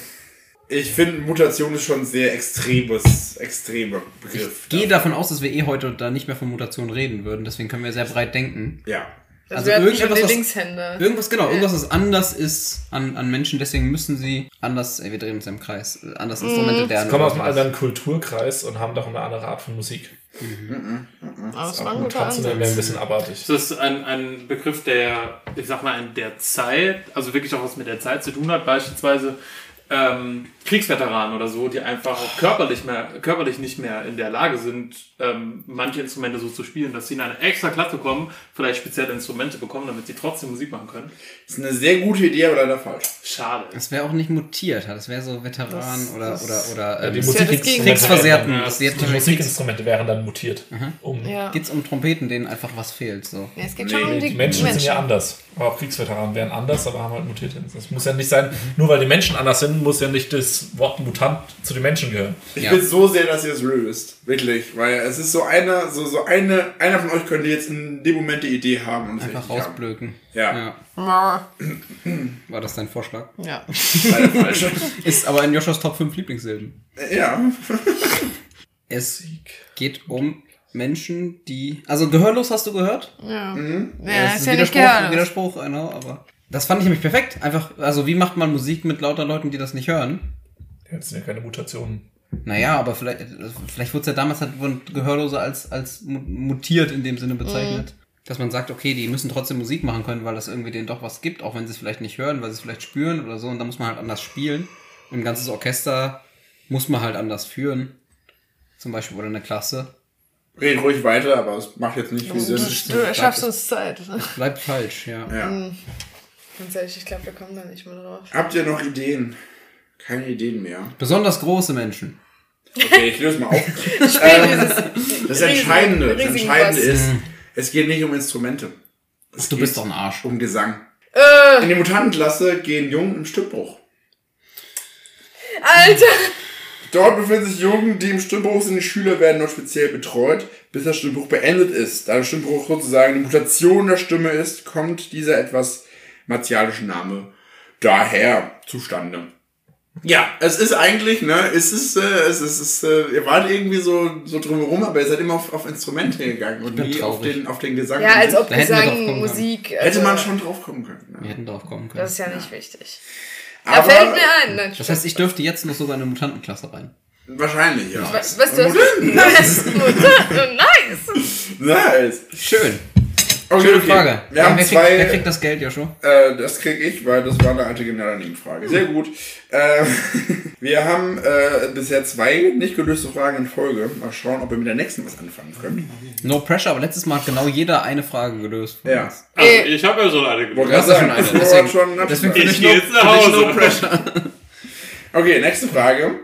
[SPEAKER 2] Ich finde, Mutation ist schon ein sehr extremes, extremer Begriff.
[SPEAKER 1] Ich gehe davon aus, dass wir eh heute da nicht mehr von Mutation reden würden, deswegen können wir sehr breit denken.
[SPEAKER 2] ja.
[SPEAKER 4] Das
[SPEAKER 1] Also
[SPEAKER 4] also wäre schon
[SPEAKER 1] irgendetwas,
[SPEAKER 4] die
[SPEAKER 1] was-
[SPEAKER 4] Linkshänder.
[SPEAKER 1] Irgendwas, genau, irgendwas,
[SPEAKER 4] äh,
[SPEAKER 1] was anders ist an, an Menschen, deswegen müssen sie anders, ey, wir drehen uns im Kreis, äh, anders
[SPEAKER 4] Mhm.
[SPEAKER 1] Instrumente lernen.
[SPEAKER 3] Wir kommen
[SPEAKER 1] oder
[SPEAKER 3] aus einem
[SPEAKER 1] sowas.
[SPEAKER 3] anderen Kulturkreis und haben darum eine andere Art von Musik.
[SPEAKER 4] Aber es war ein
[SPEAKER 3] Und
[SPEAKER 4] guter
[SPEAKER 3] trotzdem wäre
[SPEAKER 4] Ansatz.
[SPEAKER 3] ein bisschen abartig.
[SPEAKER 5] Ist das ein, ein Begriff, der, ich sag mal, in der Zeit, also wirklich auch was mit der Zeit zu tun hat, beispielsweise ähm, Kriegsveteranen oder so, die einfach auch körperlich, mehr, körperlich nicht mehr in der Lage sind, ähm, manche Instrumente so zu spielen, dass sie in eine extra Klasse kommen, vielleicht spezielle Instrumente bekommen, damit sie trotzdem Musik machen können.
[SPEAKER 2] Ist eine sehr gute Idee, aber leider falsch.
[SPEAKER 5] Schade.
[SPEAKER 1] Das wäre auch nicht mutiert, das wäre so Veteran oder, oder, oder, ähm,
[SPEAKER 3] Die
[SPEAKER 4] ja das Gegenteil.
[SPEAKER 1] Kriegsversehrten.
[SPEAKER 5] Ja,
[SPEAKER 1] das
[SPEAKER 5] die
[SPEAKER 1] jetzt Mhm.
[SPEAKER 3] Die Musikinstrumente wären dann mutiert. Um,
[SPEAKER 4] Ja.
[SPEAKER 1] Geht's um Trompeten, denen einfach was fehlt, so.
[SPEAKER 4] ja, es geht schon um die
[SPEAKER 3] Die Menschen, sind ja anders. Aber auch Kriegsveteranen wären anders, aber haben halt mutiert. Das muss ja nicht sein, nur weil die Menschen anders sind, muss ja nicht das Wort Mutant zu den Menschen gehören.
[SPEAKER 2] Ich
[SPEAKER 1] Ja.
[SPEAKER 2] will so sehr, dass ihr es löst. Wirklich. Weil es ist so einer, so, so eine, einer von euch könnte jetzt in dem Moment die Idee haben und es
[SPEAKER 1] Einfach
[SPEAKER 2] richtig
[SPEAKER 1] rausblöken.
[SPEAKER 2] Ja.
[SPEAKER 1] War das dein Vorschlag?
[SPEAKER 4] Ja.
[SPEAKER 2] haben. Leider falsch. Äh,
[SPEAKER 1] Ist aber in Joshas Top 5 Lieblingssilben.
[SPEAKER 2] ja.
[SPEAKER 1] Es geht um Menschen, die. Also gehörlos hast du gehört?
[SPEAKER 4] Ja,
[SPEAKER 1] Das
[SPEAKER 4] ja ist ja nicht
[SPEAKER 1] Widerspruch, ein
[SPEAKER 4] gehört.
[SPEAKER 1] Widerspruch, genau, aber. Das fand ich nämlich perfekt. Einfach, also wie macht man Musik mit lauter Leuten, die das nicht hören?
[SPEAKER 3] Ja, Das sind ja keine Mutationen.
[SPEAKER 1] Naja, aber vielleicht, vielleicht wurde es ja damals halt wurden Gehörlose als, als mu- mutiert in dem Sinne bezeichnet.
[SPEAKER 4] Mhm.
[SPEAKER 1] Dass man sagt, okay, die müssen trotzdem Musik machen können, weil das irgendwie denen doch was gibt, auch wenn sie es vielleicht nicht hören, weil sie es vielleicht spüren oder so. Und da muss man halt anders spielen. Und ein ganzes Orchester muss man halt anders führen. Zum Beispiel, oder eine Klasse.
[SPEAKER 2] Red ruhig weiter, aber es macht jetzt nicht viel
[SPEAKER 4] Du,
[SPEAKER 2] Sinn.
[SPEAKER 4] du schaffst uns Zeit.
[SPEAKER 1] Bleibt falsch, ja.
[SPEAKER 2] Ja.
[SPEAKER 4] Ganz ehrlich, ich glaube, wir kommen da nicht mehr drauf.
[SPEAKER 2] Habt ihr noch Ideen? Keine Ideen mehr.
[SPEAKER 1] Besonders große Menschen.
[SPEAKER 2] Okay, ich löse mal auf. Ähm, Das Entscheidende, das
[SPEAKER 4] riesigen
[SPEAKER 2] Entscheidende
[SPEAKER 4] Bass.
[SPEAKER 2] ist, es geht nicht um Instrumente,
[SPEAKER 1] Du bist doch ein Arsch.
[SPEAKER 2] um Gesang.
[SPEAKER 4] Äh.
[SPEAKER 2] In die Mutantenklasse gehen Jungen im Stimmbruch.
[SPEAKER 4] Alter!
[SPEAKER 2] Dort befinden sich Jungen, die im Stimmbruch sind. Die Schüler werden dort speziell betreut, bis der Stimmbruch beendet ist. Da der Stimmbruch sozusagen die Mutation der Stimme ist, kommt dieser etwas martialische Name daher zustande. Ja, es ist eigentlich, ne, es ist, äh, es ist, es ist äh, ihr wart irgendwie so, so drumherum, aber ihr seid immer auf, auf Instrumente gegangen und
[SPEAKER 1] bin
[SPEAKER 2] nie auf
[SPEAKER 1] traurig.
[SPEAKER 2] den, auf den Gesang.
[SPEAKER 4] Ja,
[SPEAKER 2] an
[SPEAKER 4] als
[SPEAKER 2] sich.
[SPEAKER 4] ob
[SPEAKER 1] Da hätten wir drauf kommen
[SPEAKER 4] Gesang,
[SPEAKER 1] können.
[SPEAKER 4] Musik.
[SPEAKER 2] Hätte
[SPEAKER 4] also,
[SPEAKER 2] man schon drauf kommen können.
[SPEAKER 1] Wir
[SPEAKER 2] Ne?
[SPEAKER 1] hätten drauf kommen können.
[SPEAKER 4] Das
[SPEAKER 1] Das,
[SPEAKER 4] ist ja nicht wichtig. Da
[SPEAKER 2] Aber
[SPEAKER 4] fällt mir ein. ne? Nein,
[SPEAKER 1] heißt, ich dürfte jetzt noch sogar in eine Mutantenklasse rein.
[SPEAKER 2] wahrscheinlich, ja.
[SPEAKER 4] Was, was du hast. Nice! nice.
[SPEAKER 2] Nice.
[SPEAKER 1] Schön.
[SPEAKER 2] Okay,
[SPEAKER 1] Schöne
[SPEAKER 2] okay.
[SPEAKER 1] Frage.
[SPEAKER 2] Wir haben
[SPEAKER 1] wer, kriegt,
[SPEAKER 2] zwei,
[SPEAKER 1] wer kriegt das Geld, Joshua?
[SPEAKER 2] Äh, das kriege ich, weil das war eine alte Generalnebenfrage. Sehr gut. Äh, wir haben äh, bisher zwei nicht gelöste Fragen in Folge. Mal schauen, ob wir mit der nächsten was anfangen können.
[SPEAKER 1] No pressure, aber letztes Mal hat genau jeder eine Frage gelöst. von
[SPEAKER 2] Ja.
[SPEAKER 1] uns.
[SPEAKER 5] Also,
[SPEAKER 4] Äh.
[SPEAKER 5] ich habe ja so
[SPEAKER 2] Wollte
[SPEAKER 5] eine gemacht.
[SPEAKER 1] hast
[SPEAKER 2] gerade
[SPEAKER 1] ja
[SPEAKER 2] sagen,
[SPEAKER 1] schon eine,
[SPEAKER 2] das
[SPEAKER 1] deswegen- deswegen
[SPEAKER 2] war schon ein Abschlag.
[SPEAKER 5] Ich gehe jetzt nach Hause.
[SPEAKER 2] Okay, nächste Frage.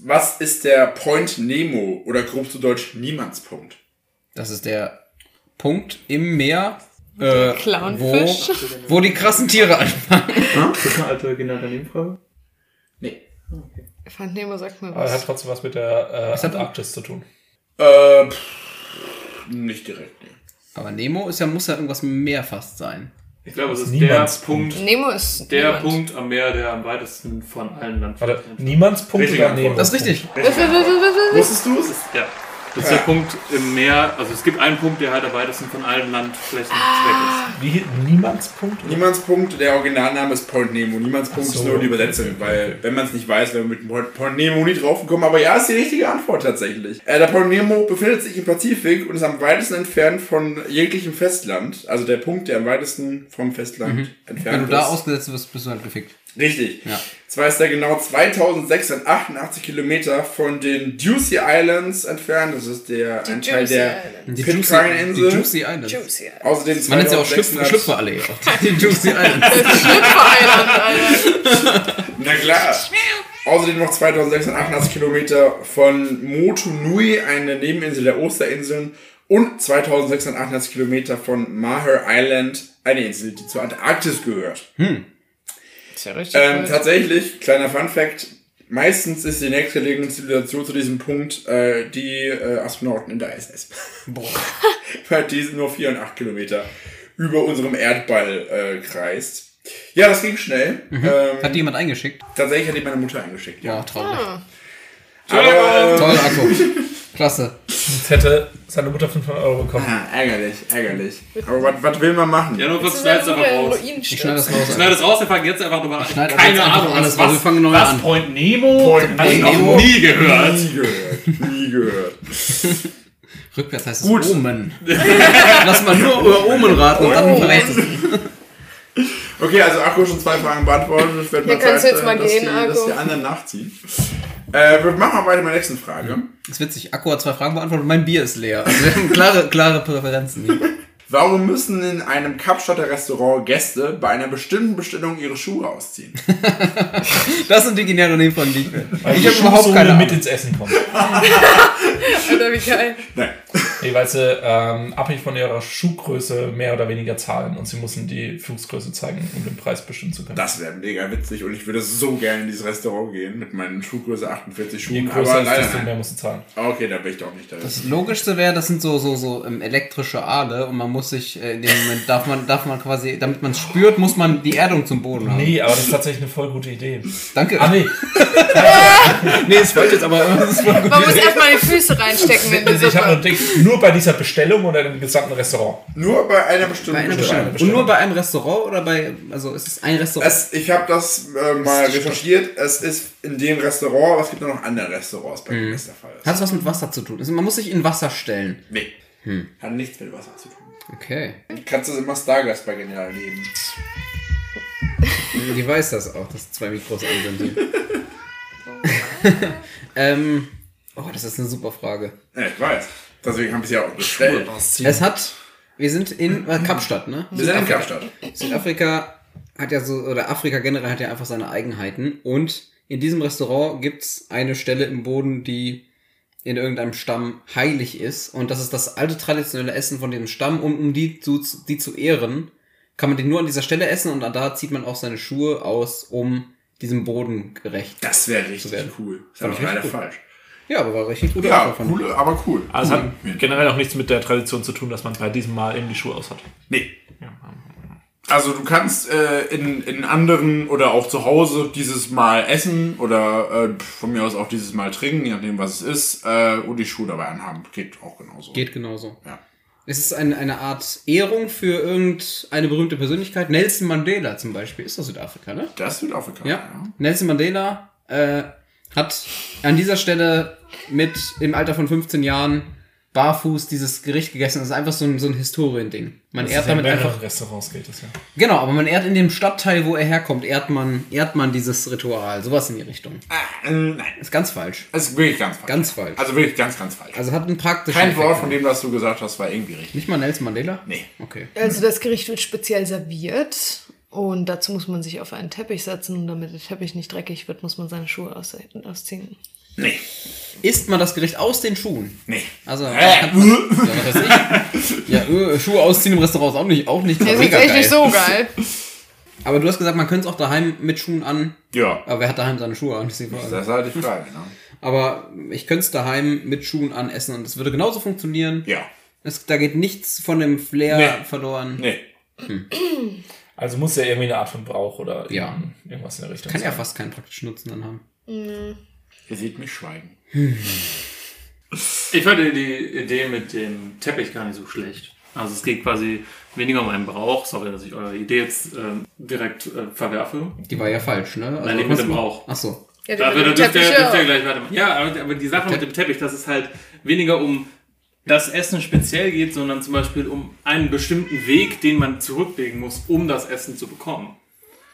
[SPEAKER 2] Was ist der Point Nemo oder grob zu Deutsch Niemandspunkt?
[SPEAKER 1] Das ist der Punkt im Meer, äh,
[SPEAKER 4] Clownfisch.
[SPEAKER 1] Wo, wo die krassen Tiere anfangen.
[SPEAKER 5] Das ist eine alte generelle Nebenfrage.
[SPEAKER 2] Nee.
[SPEAKER 4] Fand Nemo sagt mir
[SPEAKER 3] Aber
[SPEAKER 4] was.
[SPEAKER 3] hat trotzdem was mit der äh,
[SPEAKER 1] hat-
[SPEAKER 3] Antarktis zu tun.
[SPEAKER 2] Äh, pff, nicht direkt. Nee.
[SPEAKER 1] Aber Nemo ist ja, muss ja irgendwas mit dem Meer fast sein.
[SPEAKER 5] Ich glaube, es ist der
[SPEAKER 3] Niemands
[SPEAKER 5] Punkt,
[SPEAKER 4] Nemo ist.
[SPEAKER 5] der
[SPEAKER 4] niemand.
[SPEAKER 5] Punkt am Meer, der am weitesten von allen Landwirten
[SPEAKER 3] Warte, Niemandspunkt
[SPEAKER 2] Richtige
[SPEAKER 3] oder Nemo?
[SPEAKER 2] Antwort.
[SPEAKER 1] Das ist richtig.
[SPEAKER 2] Wusstest du es?
[SPEAKER 5] Ja. Das ist der Punkt im Meer, also es gibt einen Punkt, der halt am weitesten von allen Landflächen
[SPEAKER 2] Ah.
[SPEAKER 5] weg
[SPEAKER 3] Wie, Niemandspunkt?
[SPEAKER 2] Niemandspunkt, der Originalname ist Point Nemo. Niemandspunkt
[SPEAKER 3] Ach so.
[SPEAKER 2] ist nur die Übersetzung, weil wenn man es nicht weiß, wäre man mit Point- Point Nemo nie draufgekommen. Aber ja, ist die richtige Antwort tatsächlich. Äh, der Point Nemo befindet sich im Pazifik und ist am weitesten entfernt von jeglichem Festland. Also der Punkt, der am weitesten vom Festland entfernt
[SPEAKER 1] Wenn du da
[SPEAKER 2] ist.
[SPEAKER 1] ausgesetzt wirst, bist du halt gefickt.
[SPEAKER 2] Richtig.
[SPEAKER 1] Mhm. Ja.
[SPEAKER 2] Zwar ist er genau 2688 Kilometer von den Juicy Islands entfernt. Das ist der ein Teil
[SPEAKER 4] Juicy
[SPEAKER 2] der
[SPEAKER 1] Die die
[SPEAKER 2] Pitcairn-Insel.
[SPEAKER 1] Juicy Islands.
[SPEAKER 4] Juicy. Alter.
[SPEAKER 2] Außerdem
[SPEAKER 1] Man nennt sie auch Schlüpf-
[SPEAKER 2] 2600
[SPEAKER 1] Schlüpferallee. auch. Die Juicy Islands.
[SPEAKER 4] Schlüpfer-Island, Alter.
[SPEAKER 2] Na klar. Außerdem noch 2688 Kilometer von Motu Nui, eine Nebeninsel der Osterinseln, und 2688 Kilometer von Maher Island, eine Insel, die
[SPEAKER 1] Hm.
[SPEAKER 2] zur Antarktis gehört.
[SPEAKER 4] Ist ja richtig.
[SPEAKER 2] Ähm, tatsächlich, kleiner Fun Fact, Meistens ist die nächstgelegene Zivilisation zu diesem Punkt äh, die äh, Astronauten in der ISS.
[SPEAKER 1] Boah.
[SPEAKER 2] Weil die sind nur 4 und 8 Kilometer über unserem Erdball äh, kreist. Ja, das ging schnell. Ähm,
[SPEAKER 1] Mhm. Hat die jemand eingeschickt?
[SPEAKER 2] tatsächlich hat die meine Mutter eingeschickt.
[SPEAKER 1] Ja,
[SPEAKER 2] Ja.
[SPEAKER 1] traurig.
[SPEAKER 2] Aber, ähm,
[SPEAKER 1] Toll, Akku. Klasse.
[SPEAKER 3] Jetzt hätte seine Mutter 500 Euro bekommen.
[SPEAKER 2] Ah, ärgerlich, ärgerlich. Aber was- was will man machen?
[SPEAKER 5] Ja, nur kurz
[SPEAKER 4] Das ist
[SPEAKER 5] schneid's
[SPEAKER 4] ja
[SPEAKER 5] einfach
[SPEAKER 4] nur
[SPEAKER 5] raus.
[SPEAKER 4] der
[SPEAKER 1] Ich schneide das raus.
[SPEAKER 5] Schneid es raus, wir fangen jetzt einfach nochmal an.
[SPEAKER 1] schneid
[SPEAKER 5] Keine
[SPEAKER 1] jetzt einfach
[SPEAKER 5] Ahnung,
[SPEAKER 1] alles raus, wir fangen neu
[SPEAKER 5] was
[SPEAKER 1] an.
[SPEAKER 5] Point Nemo
[SPEAKER 2] Point
[SPEAKER 5] hab ich
[SPEAKER 1] Nemo.
[SPEAKER 5] noch nie gehört.
[SPEAKER 2] Nie gehört, nie gehört.
[SPEAKER 1] Rückwärts heißt es
[SPEAKER 2] Gut.
[SPEAKER 1] Omen. Lass mal nur über Omen raten und dann vielleicht das
[SPEAKER 2] Okay, also Akku schon zwei Fragen beantwortet. Es wird
[SPEAKER 4] Ja, kannst du jetzt mal
[SPEAKER 2] dass,
[SPEAKER 4] gehen,
[SPEAKER 2] die, dass
[SPEAKER 4] Akku.
[SPEAKER 2] die anderen nachziehen. Äh, wir machen mal weiter mit der nächsten Frage.
[SPEAKER 1] Das ist witzig. Akku hat zwei Fragen beantwortet und mein Bier ist leer. Also wir haben klare, klare Präferenzen. hier.
[SPEAKER 2] Warum müssen in einem Kapstadter Restaurant Gäste bei einer bestimmten Bestellung ihre Schuhe ausziehen?
[SPEAKER 1] Das sind die genialen Nebenfragen, die ich will.
[SPEAKER 3] Weil
[SPEAKER 1] Ich
[SPEAKER 3] die
[SPEAKER 1] habe überhaupt
[SPEAKER 3] Schuhsohle
[SPEAKER 1] keine
[SPEAKER 3] mit
[SPEAKER 1] Ahnung.
[SPEAKER 3] ins Essen kommt.
[SPEAKER 4] Alter, wie geil.
[SPEAKER 2] Nein.
[SPEAKER 3] Nee, weil sie ähm, abhängig von ihrer Schuhgröße mehr oder weniger zahlen und sie müssen die Fußgröße zeigen, um den Preis bestimmen zu können.
[SPEAKER 2] Das wäre mega witzig und ich würde so gerne in dieses Restaurant gehen mit meinen Schuhgröße 48
[SPEAKER 3] Je
[SPEAKER 2] Schuhen.
[SPEAKER 3] größer
[SPEAKER 2] Aber
[SPEAKER 3] ist,
[SPEAKER 2] leider
[SPEAKER 6] ne?
[SPEAKER 3] desto
[SPEAKER 2] nein.
[SPEAKER 3] mehr musst du zahlen.
[SPEAKER 2] Okay, da bin ich doch nicht da.
[SPEAKER 1] Das Logischste wäre, das sind so, so, so ähm, elektrische Aale und man muss sich äh, in dem Moment, darf man, darf man quasi, damit man es spürt, muss man die Erdung zum Boden haben.
[SPEAKER 3] Nee, aber das ist tatsächlich eine voll gute Idee.
[SPEAKER 1] Danke.
[SPEAKER 3] Ah, nee.
[SPEAKER 1] nee, es wollte jetzt aber. Das ist voll gut.
[SPEAKER 4] Man muss erstmal die Füße reinstecken in die
[SPEAKER 3] Also ich habe nur
[SPEAKER 4] Suppe.
[SPEAKER 3] gedacht, nur bei dieser Bestellung oder im gesamten Restaurant.
[SPEAKER 2] Nur bei einer bestimmten
[SPEAKER 1] Bei einer
[SPEAKER 2] Bestellung.
[SPEAKER 1] Bestellung. Und nur bei einem Restaurant oder bei. Also ist es ein Restaurant?
[SPEAKER 2] Es, ich habe das äh, mal recherchiert. Es ist in dem Restaurant, aber es gibt nur noch andere Restaurants, bei denen das der Fall ist.
[SPEAKER 1] Hat es was mit Wasser zu tun? Also man muss sich in Wasser stellen.
[SPEAKER 2] Nee. Hat nichts mit Wasser zu tun.
[SPEAKER 1] Okay.
[SPEAKER 2] Kannst du immer Stargast bei Genial leben.
[SPEAKER 1] Die weiß das auch, dass zwei Mikros an sind. ähm, oh, das ist eine super Frage.
[SPEAKER 2] Ja, ich weiß. Deswegen habe ich sie ja auch bestellt.
[SPEAKER 1] Es hat, wir sind in äh, Kapstadt, ne?
[SPEAKER 2] Wir sind in Kapstadt.
[SPEAKER 1] Südafrika hat ja so, oder Afrika generell hat ja einfach seine Eigenheiten. Und in diesem Restaurant gibt's eine Stelle im Boden, die in irgendeinem Stamm heilig ist. Und das ist das alte traditionelle Essen von dem Stamm. Und um die zu, die zu ehren, kann man den nur an dieser Stelle essen. Und da zieht man auch seine Schuhe aus, um diesem Boden gerecht.
[SPEAKER 2] Das wäre richtig
[SPEAKER 1] werden.
[SPEAKER 2] cool. Das war doch
[SPEAKER 1] ich richtig
[SPEAKER 2] leider
[SPEAKER 1] gut.
[SPEAKER 2] falsch.
[SPEAKER 1] Ja, aber war richtig gut.
[SPEAKER 2] Ja, cool, aber cool.
[SPEAKER 6] Also es hat generell auch nichts mit der Tradition zu tun, dass man bei diesem Mal eben die Schuhe aus hat.
[SPEAKER 2] Nee. Also du kannst äh, in, in anderen oder auch zu Hause dieses Mal essen oder äh, von mir aus auch dieses Mal trinken, je nachdem was es ist, äh, und die Schuhe dabei anhaben. Geht auch genauso.
[SPEAKER 1] Geht genauso.
[SPEAKER 2] Ja.
[SPEAKER 1] Es ist ein, eine Art Ehrung für irgendeine berühmte Persönlichkeit. Nelson Mandela zum Beispiel ist aus Südafrika, ne?
[SPEAKER 2] Das ist Südafrika.
[SPEAKER 1] Ja. Nelson Mandela äh, hat an dieser Stelle mit im Alter von 15 Jahren barfuß dieses Gericht gegessen. Das ist einfach so ein, so ein Historiending. Man
[SPEAKER 3] Das
[SPEAKER 1] ehrt
[SPEAKER 3] ist ja in
[SPEAKER 1] damit
[SPEAKER 3] mehreren
[SPEAKER 1] einfach.
[SPEAKER 3] Restaurants geht das ja.
[SPEAKER 1] Genau, aber man ehrt in dem Stadtteil, wo er herkommt, ehrt man, ehrt man dieses Ritual. Sowas in die Richtung.
[SPEAKER 2] Äh, nein,
[SPEAKER 1] Ist ganz falsch.
[SPEAKER 2] das ist wirklich ganz falsch.
[SPEAKER 1] Ganz falsch.
[SPEAKER 2] Also wirklich ganz, ganz falsch.
[SPEAKER 1] Also hat einen praktischen.
[SPEAKER 2] Kein
[SPEAKER 1] Effekt.
[SPEAKER 2] Wort von dem, was du gesagt hast, war irgendwie richtig.
[SPEAKER 1] Nicht mal Nelson Mandela?
[SPEAKER 2] Nee.
[SPEAKER 1] Okay.
[SPEAKER 4] Also das Gericht wird speziell serviert und dazu muss man sich auf einen Teppich setzen und damit der Teppich nicht dreckig wird, muss man seine Schuhe aus ausziehen.
[SPEAKER 2] Nee.
[SPEAKER 1] Isst man das Gericht aus den Schuhen?
[SPEAKER 2] Nee.
[SPEAKER 1] Also,
[SPEAKER 2] Äh.
[SPEAKER 1] kann man, ja, was weiß ich. ja, äh, Schuhe ausziehen im Restaurant ist auch nicht, auch nicht
[SPEAKER 4] Das ist
[SPEAKER 1] mega
[SPEAKER 4] echt nicht
[SPEAKER 1] geil.
[SPEAKER 4] so geil.
[SPEAKER 1] Aber du hast gesagt, man könnte es auch daheim mit Schuhen an.
[SPEAKER 2] äh, Ja.
[SPEAKER 1] Aber wer hat daheim seine Schuhe an? Das ist die Frage.
[SPEAKER 2] Das ist halt die Frage, ne?
[SPEAKER 1] Aber ich könnte es daheim mit Schuhen an essen und es würde genauso funktionieren.
[SPEAKER 2] Ja.
[SPEAKER 1] Es, da geht nichts von dem Flair
[SPEAKER 2] Nee.
[SPEAKER 1] verloren.
[SPEAKER 2] Nee.
[SPEAKER 3] Also muss ja irgendwie eine Art von Brauch oder
[SPEAKER 1] Ja.
[SPEAKER 3] irgend- irgendwas in der Richtung
[SPEAKER 1] Kann ja
[SPEAKER 3] sein.
[SPEAKER 1] fast keinen praktischen Nutzen dann haben.
[SPEAKER 2] Ihr seht mich schweigen.
[SPEAKER 5] Ich fand die Idee mit dem Teppich gar nicht so schlecht. Also es geht quasi weniger um einen Brauch. Sorry, dass ich eure Idee jetzt ähm, direkt äh, verwerfe.
[SPEAKER 1] Die war ja falsch, ne? Also,
[SPEAKER 5] Nein, die mit dem Bauch.
[SPEAKER 1] Ach so.
[SPEAKER 4] Ja,
[SPEAKER 5] Da
[SPEAKER 4] die- die
[SPEAKER 5] würde dürft ihr,
[SPEAKER 4] Teppiche-
[SPEAKER 5] dürft ihr gleich weitermachen. Ja, aber, aber die Sache mit dem Teppich, dass es halt weniger um das Essen speziell geht, sondern zum Beispiel um einen bestimmten Weg, den man zurücklegen muss, um das Essen zu bekommen.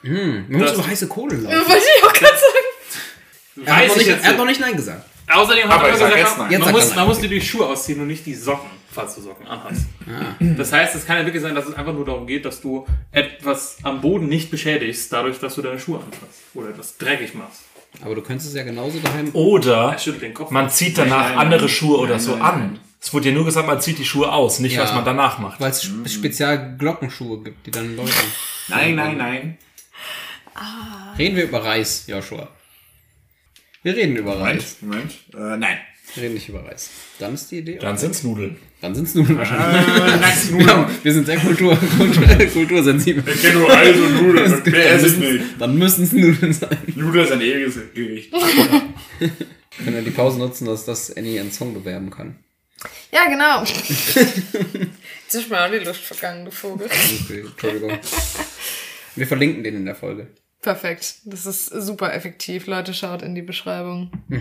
[SPEAKER 1] Man muss
[SPEAKER 5] Das-
[SPEAKER 1] über heiße Kohle
[SPEAKER 4] Das
[SPEAKER 1] laufen.
[SPEAKER 4] wollte ich auch gerade sagen.
[SPEAKER 1] Er hat, noch nicht, er hat noch
[SPEAKER 5] nicht.
[SPEAKER 1] nicht Nein gesagt.
[SPEAKER 5] Außerdem hat
[SPEAKER 2] Aber
[SPEAKER 5] er
[SPEAKER 2] ich sag
[SPEAKER 5] gesagt,
[SPEAKER 2] jetzt nein.
[SPEAKER 1] Jetzt
[SPEAKER 5] man,
[SPEAKER 1] sagt er
[SPEAKER 5] muss,
[SPEAKER 1] nein,
[SPEAKER 5] man muss dir die Schuhe ausziehen und nicht die Socken, falls du Socken anhast.
[SPEAKER 2] Ah.
[SPEAKER 5] Das heißt, es kann ja wirklich sein, dass es einfach nur darum geht, dass du etwas am Boden nicht beschädigst, dadurch, dass du deine Schuhe anfasst oder etwas dreckig machst.
[SPEAKER 1] Aber du könntest es ja genauso
[SPEAKER 5] Oh.
[SPEAKER 1] daheim.
[SPEAKER 6] Oder
[SPEAKER 5] Er schüttelt den Kopf.
[SPEAKER 6] man zieht danach
[SPEAKER 2] Nein, nein,
[SPEAKER 6] andere
[SPEAKER 2] nein.
[SPEAKER 6] Schuhe oder so
[SPEAKER 2] nein,
[SPEAKER 6] an. Es wurde ja nur gesagt, man zieht die Schuhe aus, nicht
[SPEAKER 1] Ja.
[SPEAKER 6] was man danach macht.
[SPEAKER 1] Weil es
[SPEAKER 5] Mhm.
[SPEAKER 1] spe- spezial Glockenschuhe gibt, die dann läuten.
[SPEAKER 2] Nein, nein, nein.
[SPEAKER 1] Reden wir über Reis, Joshua. Wir reden über Reis.
[SPEAKER 2] Moment. Äh, nein.
[SPEAKER 1] Wir reden nicht über Reis. Dann ist die Idee.
[SPEAKER 6] Dann sind's Nudeln.
[SPEAKER 1] Dann sind es Nudeln wahrscheinlich.
[SPEAKER 5] Ah,
[SPEAKER 2] Äh, nackte
[SPEAKER 1] Wir,
[SPEAKER 2] Nudeln.
[SPEAKER 1] haben, wir sind sehr kultur, kultur, kultursensibel.
[SPEAKER 2] Ich kenne nur Reis und Nudeln. Mehr
[SPEAKER 1] Dann
[SPEAKER 2] esse ich
[SPEAKER 1] müssen-
[SPEAKER 2] nicht.
[SPEAKER 1] Dann müssen es Nudeln sein.
[SPEAKER 2] Nudeln ist ein ewiges Gericht.
[SPEAKER 1] Wir können ja die Pause nutzen, dass das Annie ihren Song bewerben kann.
[SPEAKER 4] Ja, genau. Jetzt ist mir auch die Luft vergangen, du Vogel.
[SPEAKER 1] Okay, Entschuldigung. Wir verlinken den in der Folge.
[SPEAKER 4] Perfekt. Das ist super effektiv. Leute, schaut in die Beschreibung. Ja.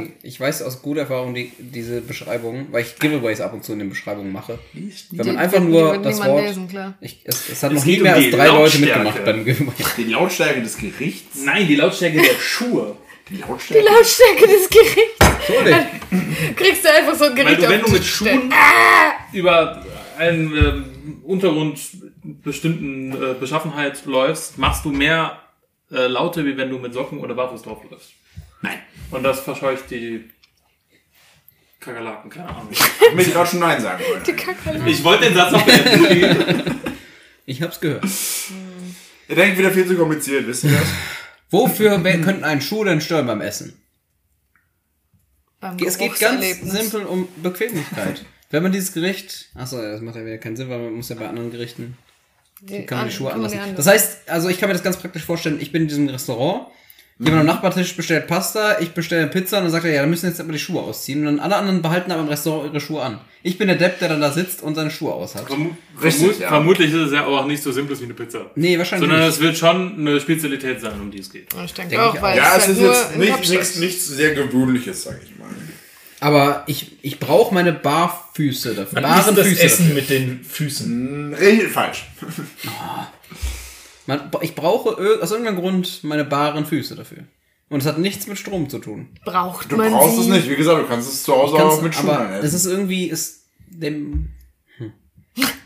[SPEAKER 1] Die, ich weiß aus guter Erfahrung die, diese Beschreibung, weil ich Giveaways ab und zu in den Beschreibungen mache. Wenn man
[SPEAKER 4] Die-
[SPEAKER 1] einfach
[SPEAKER 4] die
[SPEAKER 1] nur
[SPEAKER 4] wird
[SPEAKER 1] das
[SPEAKER 4] niemand
[SPEAKER 1] Wort.
[SPEAKER 4] lesen, klar.
[SPEAKER 1] Ich, es, es hat
[SPEAKER 5] Es
[SPEAKER 1] noch nie
[SPEAKER 5] geht
[SPEAKER 1] mehr
[SPEAKER 5] um
[SPEAKER 1] als
[SPEAKER 5] die
[SPEAKER 1] drei Leute
[SPEAKER 5] Lautstärke.
[SPEAKER 1] mitgemacht beim Giveaway.
[SPEAKER 2] Die Lautstärke des Gerichts.
[SPEAKER 5] Nein, die Lautstärke der Schuhe.
[SPEAKER 2] Die Lautstärke.
[SPEAKER 4] Lautstärke des Gerichts. Kriegst du einfach so ein
[SPEAKER 5] Weil
[SPEAKER 4] Gericht
[SPEAKER 5] du, wenn
[SPEAKER 4] auf den
[SPEAKER 5] du mit
[SPEAKER 4] Tisch
[SPEAKER 5] Schuhen
[SPEAKER 2] Ah!
[SPEAKER 5] über einen ähm, Untergrund bestimmten äh, Beschaffenheit läufst, machst du mehr äh, Laute, wie wenn du mit Socken oder Barfuß draufläufst.
[SPEAKER 2] Nein.
[SPEAKER 5] Und das verscheucht die Kakerlaken, keine Ahnung.
[SPEAKER 2] Damit ich gerade schon Nein sagen wollte.
[SPEAKER 4] stellst.
[SPEAKER 5] Ich wollte den Satz noch beenden.
[SPEAKER 1] Ich hab's gehört.
[SPEAKER 2] Ihr denkt wieder viel zu kompliziert, wisst ihr das?
[SPEAKER 1] Wofür wer, könnten einen Schuh denn stören beim Essen?
[SPEAKER 4] Beim
[SPEAKER 1] Es geht ganz
[SPEAKER 4] Geruchserlebnis.
[SPEAKER 1] simpel um Bequemlichkeit. Wenn man dieses Gericht. Achso, das macht ja wieder keinen Sinn, weil man muss ja bei anderen Gerichten.
[SPEAKER 4] Die
[SPEAKER 1] Kann man die Schuhe
[SPEAKER 4] kann man
[SPEAKER 1] anlassen.
[SPEAKER 4] die
[SPEAKER 1] Das heißt, also ich kann mir das ganz praktisch vorstellen, ich bin in diesem Restaurant, jemand am Nachbartisch bestellt Pasta, ich bestelle Pizza und dann sagt er, ja, dann müssen jetzt aber die Schuhe ausziehen. Und dann alle anderen behalten aber im Restaurant ihre Schuhe an. Ich bin der Depp, der dann da sitzt und seine Schuhe aus hat.
[SPEAKER 5] Vermu
[SPEAKER 2] Richtig,
[SPEAKER 5] vermu
[SPEAKER 2] ja.
[SPEAKER 5] Vermutlich ist es ja auch nicht so simples wie eine Pizza.
[SPEAKER 1] Nee, wahrscheinlich
[SPEAKER 5] Sondern
[SPEAKER 1] nicht.
[SPEAKER 5] es wird schon eine Spezialität sein, um die es geht.
[SPEAKER 4] Und ich denke
[SPEAKER 1] Denk
[SPEAKER 4] auch,
[SPEAKER 1] ich auch.
[SPEAKER 4] weil
[SPEAKER 2] Ja, es
[SPEAKER 4] halt
[SPEAKER 2] ist
[SPEAKER 4] nur
[SPEAKER 2] jetzt
[SPEAKER 4] in
[SPEAKER 2] nicht,
[SPEAKER 4] Kapstadt
[SPEAKER 2] nichts, nichts sehr Gewöhnliches, sag ich mal.
[SPEAKER 1] Aber ich, ich brauche meine Barfüße dafür.
[SPEAKER 3] Dann ist
[SPEAKER 1] Baren
[SPEAKER 3] das
[SPEAKER 1] Füße.
[SPEAKER 3] Essen mit den Füßen.
[SPEAKER 2] Richtig falsch.
[SPEAKER 1] Man, ich brauche ö- aus irgendeinem Grund meine baren Füße dafür. Und es hat nichts mit Strom zu tun.
[SPEAKER 4] Braucht
[SPEAKER 2] Du
[SPEAKER 4] man
[SPEAKER 2] brauchst
[SPEAKER 4] sie.
[SPEAKER 2] es nicht. Wie gesagt, du kannst es zu Hause
[SPEAKER 1] Ganz-
[SPEAKER 2] auch mit Schuhen
[SPEAKER 1] aber es
[SPEAKER 2] essen.
[SPEAKER 1] ist irgendwie, es, dem,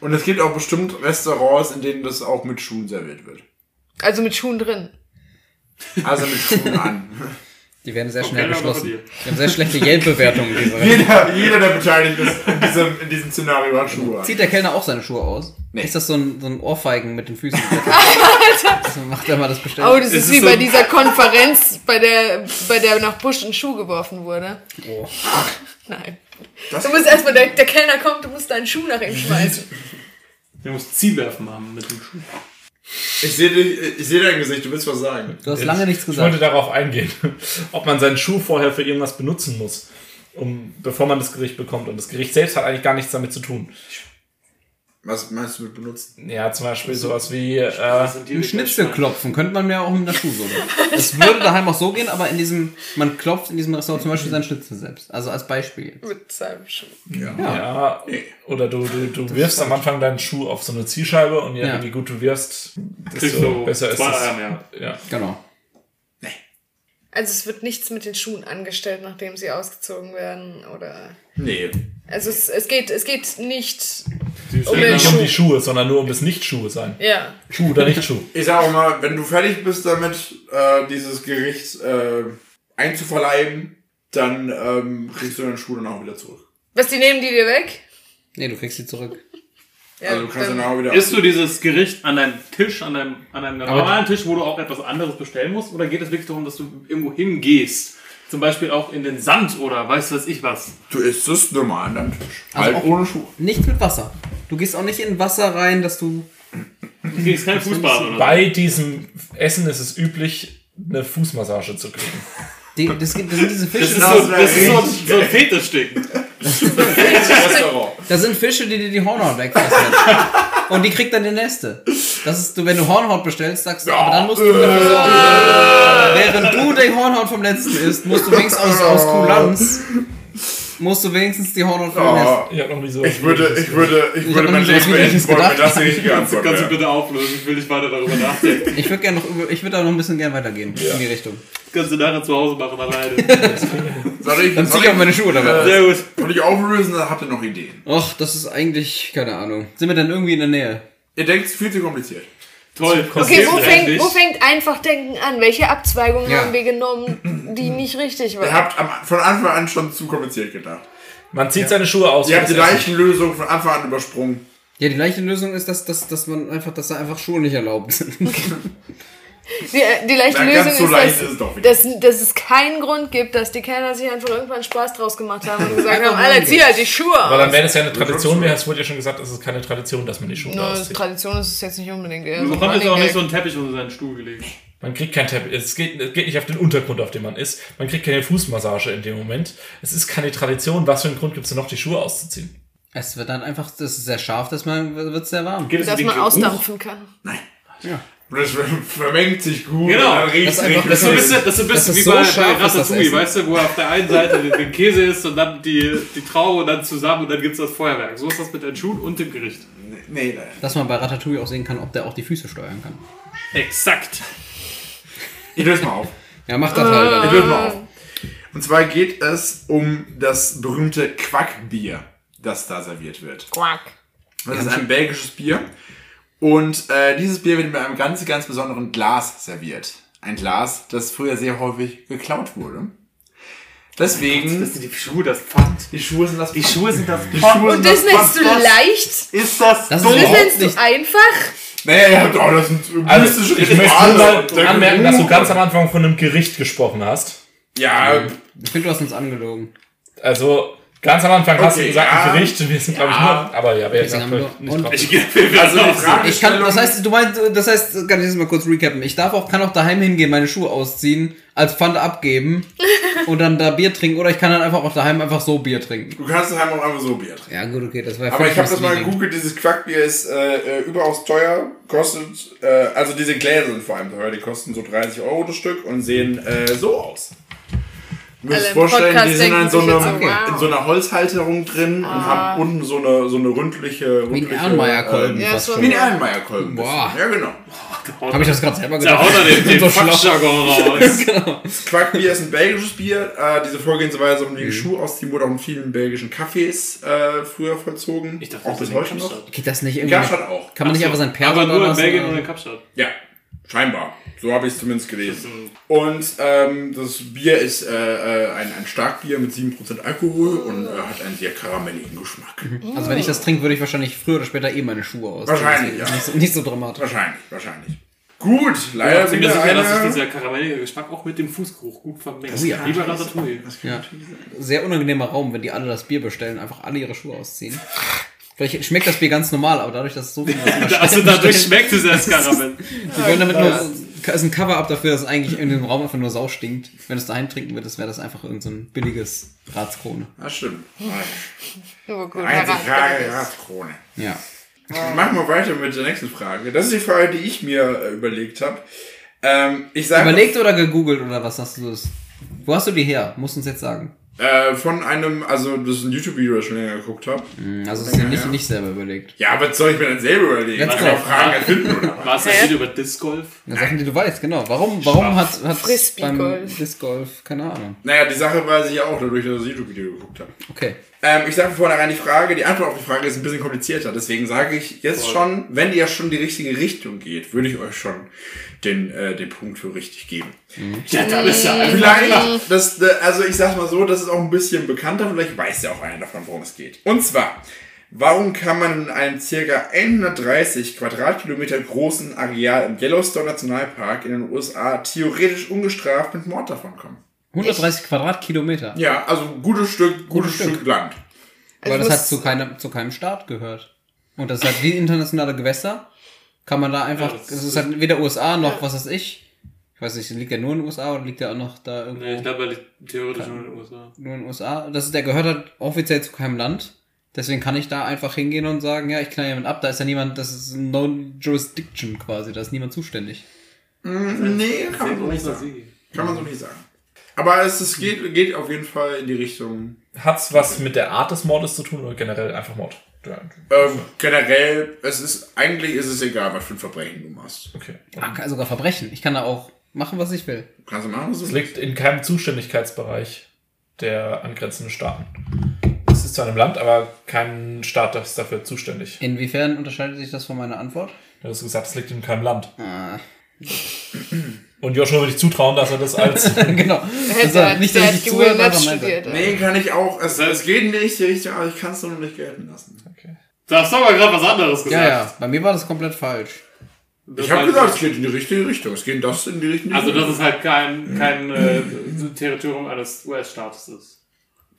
[SPEAKER 2] Und es gibt auch bestimmt Restaurants, in denen das auch mit Schuhen serviert wird.
[SPEAKER 4] Also mit Schuhen drin.
[SPEAKER 2] Also mit Schuhen an.
[SPEAKER 1] die werden sehr schnell
[SPEAKER 5] aber
[SPEAKER 1] geschlossen.
[SPEAKER 5] dir.
[SPEAKER 1] Wir haben sehr schlechte Yelp-Bewertungen. Diese
[SPEAKER 2] jeder, jeder, der beteiligt ist in diesem, in diesem Szenario, hat Schuhe an.
[SPEAKER 1] Zieht der Kellner auch seine Schuhe aus?
[SPEAKER 2] Nee.
[SPEAKER 1] Ist das so ein, so ein Ohrfeigen mit den Füßen? so macht er mal das Bestellen.
[SPEAKER 4] Oh, das ist,
[SPEAKER 5] ist
[SPEAKER 4] wie
[SPEAKER 5] so-
[SPEAKER 4] bei dieser Konferenz, bei der, bei der nach Busch ein Schuh geworfen wurde.
[SPEAKER 1] Oh.
[SPEAKER 4] Nein.
[SPEAKER 2] Das-
[SPEAKER 4] du musst erstmal, der, der Kellner kommt, du musst deinen Schuh nach ihm schmeißen.
[SPEAKER 5] Der muss Zielwerfen haben mit dem Schuh.
[SPEAKER 2] Ich sehe dich- ich sehe dein Gesicht, du willst was sagen.
[SPEAKER 1] Du hast lange nichts
[SPEAKER 3] Ich wollte
[SPEAKER 1] gesagt.
[SPEAKER 3] darauf eingehen, ob man seinen Schuh vorher für irgendwas benutzen muss, um, bevor man das Gericht bekommt. Und das Gericht selbst hat eigentlich gar nichts damit zu tun.
[SPEAKER 2] Was meinst du mit benutzen?
[SPEAKER 3] Ja, zum Beispiel
[SPEAKER 5] Also,
[SPEAKER 3] sowas wie, äh,
[SPEAKER 5] sind
[SPEAKER 1] Im Schnitzel klopfen könnte man ja auch mit einer Schuhsohle. Es würde daheim auch so gehen, aber in diesem, man klopft in diesem Restaurant zum Beispiel seinen Schnitzel selbst. Also als Beispiel.
[SPEAKER 4] Mit seinem Schuh.
[SPEAKER 3] ja, oder du, du, du wirfst am Anfang deinen Schuh auf so eine Zielscheibe und ja,
[SPEAKER 1] Ja.
[SPEAKER 3] wie gut du wirfst,
[SPEAKER 5] Kriegst
[SPEAKER 3] desto
[SPEAKER 5] du
[SPEAKER 3] besser ist
[SPEAKER 5] zwei Eier
[SPEAKER 3] es.
[SPEAKER 5] mehr.
[SPEAKER 3] Ja.
[SPEAKER 1] Genau.
[SPEAKER 4] Also es wird nichts mit den Schuhen angestellt, nachdem sie ausgezogen werden oder.
[SPEAKER 2] Nee.
[SPEAKER 4] Also es, es geht, es geht nicht.
[SPEAKER 5] Sie
[SPEAKER 4] Um
[SPEAKER 5] stellen
[SPEAKER 4] den
[SPEAKER 3] Nicht um
[SPEAKER 4] Schuh.
[SPEAKER 5] dann-
[SPEAKER 3] die Schuhe, sondern nur um das Nicht-Schuhe sein.
[SPEAKER 4] Ja.
[SPEAKER 3] Schuh oder Nicht-Schuh.
[SPEAKER 2] Ich sag auch mal, wenn du fertig bist damit, äh, dieses Gericht äh, einzuverleiben, dann ähm, kriegst du deine Schuhe dann auch wieder zurück.
[SPEAKER 4] Was, die nehmen die dir weg?
[SPEAKER 1] Nee, du kriegst sie zurück.
[SPEAKER 4] Ja,
[SPEAKER 2] Also du kannst
[SPEAKER 4] dann-
[SPEAKER 2] dann auch wieder...
[SPEAKER 5] Isst du dieses Gericht an deinem Tisch, an deinem, an einem
[SPEAKER 1] Aber-
[SPEAKER 5] normalen Tisch, wo du auch etwas anderes bestellen musst? Oder geht es wirklich darum, dass du irgendwo hingehst? Zum Beispiel auch in den Sand oder weiß was ich was?
[SPEAKER 2] Du isst es normal an deinem Tisch.
[SPEAKER 1] Also
[SPEAKER 2] halt
[SPEAKER 1] auch-
[SPEAKER 2] ohne Schuhe.
[SPEAKER 1] Nichts mit Wasser. Du gehst auch nicht in Wasser rein, dass du.
[SPEAKER 5] Du kriegst keinen Fußball oder
[SPEAKER 3] Bei diesem Essen ist es üblich, eine Fußmassage zu kriegen.
[SPEAKER 1] Die, das, gibt, das sind diese
[SPEAKER 5] so. Das
[SPEAKER 1] Fische.
[SPEAKER 5] ist
[SPEAKER 2] Das
[SPEAKER 5] so,
[SPEAKER 2] wär
[SPEAKER 5] das ist so,
[SPEAKER 2] richtig
[SPEAKER 5] so ein Fetischding.
[SPEAKER 1] Oh
[SPEAKER 2] Restaurant.
[SPEAKER 1] Da sind Fische, die dir die Hornhaut wegfressen. Und die kriegt dann die nächste. Das ist, du, wenn du Hornhaut bestellst, sagst du, aber dann musst du dafür sorgen. Während du die Hornhaut vom letzten isst, musst du wenigstens aus, aus Kulanz, musst du wenigstens die Hornhaut vom letzten.
[SPEAKER 2] Oh,
[SPEAKER 3] Ich habe noch nie so
[SPEAKER 2] ich würde, ich würde, ich,
[SPEAKER 1] Ich
[SPEAKER 2] würde
[SPEAKER 1] hab
[SPEAKER 2] mein
[SPEAKER 1] noch nie
[SPEAKER 2] Leben
[SPEAKER 1] so was
[SPEAKER 2] beenden
[SPEAKER 1] Widerliches
[SPEAKER 2] wollen, wenn
[SPEAKER 1] gedacht.
[SPEAKER 2] das die richtige Antwort
[SPEAKER 5] Kannst du
[SPEAKER 2] wäre.
[SPEAKER 5] bitte auflösen? Ich will nicht weiter darüber nachdenken.
[SPEAKER 1] Ich würde gerne noch, über- ich würde da noch ein bisschen gern weitergehen in die Richtung.
[SPEAKER 5] Das kannst du nachher zu Hause machen, alleine.
[SPEAKER 2] Soll ich,
[SPEAKER 1] Dann zieh
[SPEAKER 2] soll
[SPEAKER 1] ich auch meine
[SPEAKER 2] ich,
[SPEAKER 1] Schuhe dabei.
[SPEAKER 5] Sehr gut.
[SPEAKER 2] soll ich auflösen, dann habt ihr noch Ideen.
[SPEAKER 1] Och, das ist eigentlich, keine Ahnung. Sind wir dann irgendwie in der Nähe?
[SPEAKER 2] Ihr denkt, es ist viel zu kompliziert.
[SPEAKER 5] Toll. Das
[SPEAKER 4] Okay,
[SPEAKER 5] hilft
[SPEAKER 4] wo fängt,
[SPEAKER 5] endlich.
[SPEAKER 4] wo fängt einfach Denken an? Welche Abzweigungen
[SPEAKER 1] Ja.
[SPEAKER 4] haben wir genommen, die nicht richtig
[SPEAKER 2] Ihr
[SPEAKER 4] waren?
[SPEAKER 2] habt am, von Anfang an schon zu kompliziert gedacht.
[SPEAKER 3] Man zieht seine Schuhe aus.
[SPEAKER 2] Ihr
[SPEAKER 3] für
[SPEAKER 2] habt die
[SPEAKER 3] das Essen.
[SPEAKER 2] gleichen Lösungen von Anfang an übersprungen.
[SPEAKER 1] Ja, die leichte Lösung ist, dass, dass, dass man einfach, dass da einfach Schuhe nicht erlaubt sind.
[SPEAKER 4] Die, äh, die leichte
[SPEAKER 2] Na, ganz
[SPEAKER 4] Lösung
[SPEAKER 2] so
[SPEAKER 4] ist,
[SPEAKER 2] leicht
[SPEAKER 4] dass,
[SPEAKER 2] ist es doch wieder.
[SPEAKER 4] dass, dass es keinen Grund gibt, dass die Kellner sich einfach irgendwann Spaß draus gemacht haben und gesagt haben,
[SPEAKER 1] Einfach mal
[SPEAKER 4] Alter, zieh halt die Schuhe
[SPEAKER 3] Aber dann
[SPEAKER 4] aus.
[SPEAKER 3] wäre das ja eine Tradition, mir es wurde ja schon gesagt, es ist keine Tradition, dass man die Schuhe
[SPEAKER 4] Nur
[SPEAKER 3] auszieht.
[SPEAKER 4] Tradition ist es jetzt nicht unbedingt. eher
[SPEAKER 5] Du
[SPEAKER 4] so ein
[SPEAKER 5] bekommst jetzt auch
[SPEAKER 4] Running
[SPEAKER 5] nicht so
[SPEAKER 4] Gag.
[SPEAKER 5] einen Teppich unter seinen Stuhl gelegt.
[SPEAKER 3] Man kriegt kein Teppich, es geht, es geht nicht auf den Untergrund, auf dem man ist. Man kriegt keine Fußmassage in dem Moment. Es ist keine Tradition. Was für einen Grund gibt es denn noch, die Schuhe auszuziehen?
[SPEAKER 1] Es wird dann einfach, das ist sehr scharf, dass man wird sehr warm.
[SPEAKER 5] Gibt es
[SPEAKER 4] dass
[SPEAKER 5] den
[SPEAKER 4] man
[SPEAKER 5] Geruch?
[SPEAKER 4] ausdampfen kann.
[SPEAKER 2] Und das vermengt sich gut.
[SPEAKER 5] Genau.
[SPEAKER 2] Und dann riecht's
[SPEAKER 1] Das ist einfach-
[SPEAKER 2] richtig
[SPEAKER 5] Das ist so ein
[SPEAKER 2] schlecht.
[SPEAKER 5] bisschen, das ist ein bisschen
[SPEAKER 1] ist
[SPEAKER 5] wie
[SPEAKER 1] so
[SPEAKER 5] bei, bei
[SPEAKER 1] scharf, dass das
[SPEAKER 5] Ratatouille,
[SPEAKER 1] Essen-
[SPEAKER 5] weißt du, wo auf der einen Seite der- der Käse ist und dann die, die Traube und dann zusammen und dann gibt's das Feuerwerk. So ist das mit den Schuhen und dem Gericht.
[SPEAKER 2] Nee, nein.
[SPEAKER 1] Dass man bei Ratatouille auch sehen kann, ob der auch die Füße steuern kann.
[SPEAKER 5] Exakt.
[SPEAKER 2] Ich löse mal auf.
[SPEAKER 1] Ja, macht das halt.
[SPEAKER 2] Ich
[SPEAKER 1] dann.
[SPEAKER 2] löse mal auf. Und zwar geht es um das berühmte Quackbier, das da serviert wird.
[SPEAKER 4] Quack.
[SPEAKER 2] Das ist ein belgisches Bier. Und äh, dieses Bier wird mit einem ganz, ganz besonderen Glas serviert. Ein Glas, das früher sehr häufig geklaut wurde. Deswegen,
[SPEAKER 5] sind die Schuhe das Pfand.
[SPEAKER 2] die Schuhe sind das
[SPEAKER 5] Die Schuhe sind das
[SPEAKER 2] Die
[SPEAKER 5] Pfand.
[SPEAKER 2] Schuhe
[SPEAKER 4] Und das nennst du leicht?
[SPEAKER 2] Ist das,
[SPEAKER 1] Das ist
[SPEAKER 2] dumm?
[SPEAKER 4] Das
[SPEAKER 1] überhaupt
[SPEAKER 4] nennst
[SPEAKER 1] nicht.
[SPEAKER 4] du einfach?
[SPEAKER 2] Naja, ihr habt auch das sind
[SPEAKER 3] Also,
[SPEAKER 2] mystische
[SPEAKER 3] ich möchte
[SPEAKER 2] Rituale
[SPEAKER 3] nur
[SPEAKER 2] und
[SPEAKER 3] mal
[SPEAKER 2] dann-
[SPEAKER 3] anmerken, dass du ganz am Anfang von einem Gericht gesprochen hast.
[SPEAKER 2] Ja,
[SPEAKER 1] Ich finde, du hast uns angelogen.
[SPEAKER 3] Also, ganz am Anfang hast du
[SPEAKER 2] Okay,
[SPEAKER 3] gesagt,
[SPEAKER 2] ja.
[SPEAKER 3] ein Gericht. Wir sind, glaube ich, nur, aber ja, wir
[SPEAKER 1] Deswegen haben
[SPEAKER 3] haben
[SPEAKER 1] wir
[SPEAKER 3] nicht
[SPEAKER 1] nur-
[SPEAKER 3] drauf.
[SPEAKER 5] Ich gebe also
[SPEAKER 1] Ich kann, das heißt, du meinst, das heißt, kann ich das mal kurz recappen. Ich darf auch, kann auch daheim hingehen, meine Schuhe ausziehen, als Pfand abgeben und dann da Bier trinken oder ich kann dann einfach auch daheim einfach so Bier trinken.
[SPEAKER 2] Du kannst daheim auch einfach so Bier trinken.
[SPEAKER 1] Ja, gut, okay, das war
[SPEAKER 2] Aber ich habe das mal
[SPEAKER 1] gut.
[SPEAKER 2] gegoogelt, dieses Quackbier ist äh, äh, überaus teuer, kostet, äh, also diese Gläser sind vor allem teuer, die kosten so 30 Euro das Stück und sehen äh, so aus. Du musst
[SPEAKER 4] Alle
[SPEAKER 2] dir
[SPEAKER 4] im
[SPEAKER 2] vorstellen, die
[SPEAKER 4] Podcast
[SPEAKER 2] sind
[SPEAKER 4] denken
[SPEAKER 2] in so,
[SPEAKER 4] sich
[SPEAKER 2] einer,
[SPEAKER 4] jetzt so, wow. Ah.
[SPEAKER 2] in so einer Holzhalterung drin und haben unten so eine, so eine rundliche...
[SPEAKER 1] Wie ein
[SPEAKER 2] rundliche,
[SPEAKER 1] Erlenmeyer-Kolben.
[SPEAKER 2] äh,
[SPEAKER 4] Ja,
[SPEAKER 1] fast
[SPEAKER 4] so-
[SPEAKER 1] schon.
[SPEAKER 2] Wie ein Erlenmeyer-Kolben.
[SPEAKER 1] Boah.
[SPEAKER 2] Ja, genau.
[SPEAKER 1] Habe ich das gerade selber
[SPEAKER 5] Da
[SPEAKER 1] gedacht?
[SPEAKER 5] haut er den,
[SPEAKER 1] Ich bin
[SPEAKER 5] den
[SPEAKER 1] so schlau.
[SPEAKER 5] Fuckjargon raus.
[SPEAKER 1] Genau.
[SPEAKER 2] Quackbier ist ein belgisches Bier. Äh, diese Vorgehensweise um den Schuh ausziehen wurde auch in vielen belgischen Cafés äh, früher vollzogen.
[SPEAKER 5] Ich dachte,
[SPEAKER 2] auch bis
[SPEAKER 5] das ist in
[SPEAKER 2] heute noch.
[SPEAKER 5] Kapstadt.
[SPEAKER 1] Geht das nicht
[SPEAKER 2] In
[SPEAKER 1] irgendwie?
[SPEAKER 2] Kapstadt auch.
[SPEAKER 1] Kann man nicht einfach sein Perso
[SPEAKER 5] Aber nur in
[SPEAKER 1] lassen,
[SPEAKER 5] Belgien
[SPEAKER 1] oder?
[SPEAKER 5] und in Kapstadt.
[SPEAKER 2] Ja, scheinbar. So habe ich es zumindest gelesen. Und ähm, das Bier ist äh, äh, ein, ein Starkbier mit 7% Alkohol und äh, hat einen sehr karamelligen Geschmack.
[SPEAKER 1] Also wenn ich das trinke, würde ich wahrscheinlich früher oder später eh meine Schuhe aus.
[SPEAKER 2] Wahrscheinlich,
[SPEAKER 1] Das
[SPEAKER 2] ja.
[SPEAKER 1] ist Nicht so, nicht so dramatisch.
[SPEAKER 2] Wahrscheinlich, wahrscheinlich. Gut, leider
[SPEAKER 5] Ich bin mir
[SPEAKER 2] wieder
[SPEAKER 5] sicher, dass sich
[SPEAKER 2] eine-
[SPEAKER 5] dieser karamellige Geschmack auch mit dem Fußgeruch gut vermengt.
[SPEAKER 1] Oh ja.
[SPEAKER 5] Lieber Ratatouille.
[SPEAKER 1] Ja. Sehr unangenehmer Raum, wenn die alle das Bier bestellen, einfach alle ihre Schuhe ausziehen. Vielleicht schmeckt das Bier ganz normal, aber dadurch, dass es so viel
[SPEAKER 5] Also dadurch schmeckt es erst Karamell.
[SPEAKER 1] Die wollen damit nur so, ist ein Cover-Up dafür, dass eigentlich in dem Raum einfach nur Sau stinkt. Wenn du es daheim trinken würdest, wäre das einfach irgendein so ein billiges Ratskrone.
[SPEAKER 2] Das stimmt.
[SPEAKER 4] Oh, gut,
[SPEAKER 2] Einzig
[SPEAKER 4] Harald.
[SPEAKER 2] Frage, Raskrone.
[SPEAKER 1] Ja.
[SPEAKER 2] Machen wir weiter mit der nächsten Frage. Das ist die Frage, die ich mir äh, überlegt habe. Ähm, ich sage
[SPEAKER 1] Überlegt oder gegoogelt oder was hast du das? Wo hast du die her? Musst uns jetzt sagen.
[SPEAKER 2] äh, von einem, also das ist ein YouTube-Video, das ich schon länger geguckt habe.
[SPEAKER 1] Also es ist dir
[SPEAKER 2] Ja,
[SPEAKER 1] nicht,
[SPEAKER 2] ja.
[SPEAKER 1] nicht selber überlegt.
[SPEAKER 2] Ja, was soll ich mir denn selber überlegen?
[SPEAKER 1] Let's
[SPEAKER 2] Kann
[SPEAKER 1] go.
[SPEAKER 2] ich auch Fragen erfinden oder was?
[SPEAKER 5] War es ein Video über Disc Golf?
[SPEAKER 1] Das Sachen, die du weißt, genau. Warum, warum hat, hat
[SPEAKER 4] Frisbee-Golf.
[SPEAKER 1] Disc Golf, keine Ahnung.
[SPEAKER 2] Naja, die Sache weiß ich ja auch, dadurch, dass ich das YouTube-Video geguckt habe.
[SPEAKER 1] Okay.
[SPEAKER 2] Ähm, ich sage von vornherein die Frage, die Antwort auf die Frage ist ein bisschen komplizierter. Deswegen sage ich jetzt schon, wenn ihr schon die richtige Richtung geht, würde ich euch schon den, äh, den Punkt für richtig geben.
[SPEAKER 5] Ja, da ist ja einfach.
[SPEAKER 2] Vielleicht, das, äh, also ich sag mal so, das ist auch ein bisschen bekannter, vielleicht weiß ja auch einer davon, worum es geht. Und zwar, warum kann man in einem circa 130 Quadratkilometer großen Areal im Yellowstone Nationalpark in den USA theoretisch ungestraft mit Mord davonkommen?
[SPEAKER 1] 130 Quadratkilometer.
[SPEAKER 2] Ja, also gutes Stück, gutes Stück Land.
[SPEAKER 1] Aber das
[SPEAKER 4] Also muss-
[SPEAKER 1] hat zu keinem, zu keinem Staat gehört. Und das ist halt wie internationale Gewässer. Kann man da einfach,
[SPEAKER 5] Ja,
[SPEAKER 1] es
[SPEAKER 5] das
[SPEAKER 1] ist halt weder USA noch was weiß ich. Ich weiß nicht, liegt der nur in den USA oder liegt der auch noch da irgendwo?
[SPEAKER 5] Nee, ich glaube, er liegt theoretisch nur in den USA.
[SPEAKER 1] nur in den USA. Das ist, der gehört halt offiziell zu keinem Land. Deswegen kann ich da einfach hingehen und sagen, ja, ich knall jemand ab. Da ist ja niemand, das ist no jurisdiction quasi. Da ist niemand zuständig.
[SPEAKER 2] Mhm, Nee, kann man so nicht sagen. Kann man so nicht sagen. Aber es, es geht, geht auf jeden Fall in die Richtung.
[SPEAKER 3] Hat's was mit der Art des Mordes zu tun oder generell einfach Mord? Ja,
[SPEAKER 2] Ähm, generell, es ist, eigentlich ist es egal, was für ein Verbrechen du machst.
[SPEAKER 3] Okay.
[SPEAKER 1] Ah,
[SPEAKER 4] Mhm.
[SPEAKER 1] kann sogar Verbrechen. Ich kann da auch machen, was ich will.
[SPEAKER 2] Du kannst du machen, was du
[SPEAKER 3] Es
[SPEAKER 2] willst.
[SPEAKER 3] liegt in keinem Zuständigkeitsbereich der angrenzenden Staaten. Es ist zu einem Land, aber kein Staat ist dafür zuständig.
[SPEAKER 1] Inwiefern unterscheidet sich das von meiner Antwort?
[SPEAKER 3] Du hast gesagt, es liegt in keinem Land. Und Joshua würde ich zutrauen, dass er das als
[SPEAKER 1] genau.
[SPEAKER 4] Hätte
[SPEAKER 1] Also,
[SPEAKER 4] er- der
[SPEAKER 1] dass
[SPEAKER 4] hat
[SPEAKER 1] ich
[SPEAKER 4] Google
[SPEAKER 1] zuhöre,
[SPEAKER 4] Maps
[SPEAKER 1] aber meinte.
[SPEAKER 4] studiert. ey.
[SPEAKER 2] Nee, kann ich auch. Es, es geht in die richtige Richtung, aber ich kann es nur nicht gelten lassen.
[SPEAKER 5] Da hast du aber gerade was anderes
[SPEAKER 1] Ja,
[SPEAKER 5] gesagt.
[SPEAKER 1] ja. Bei mir war das komplett falsch.
[SPEAKER 2] Ich habe gesagt, es geht in die richtige Richtung. Es geht in das in die richtige
[SPEAKER 5] also
[SPEAKER 2] Richtung.
[SPEAKER 5] dass es halt kein, kein äh, Territorium eines US-Staates ist.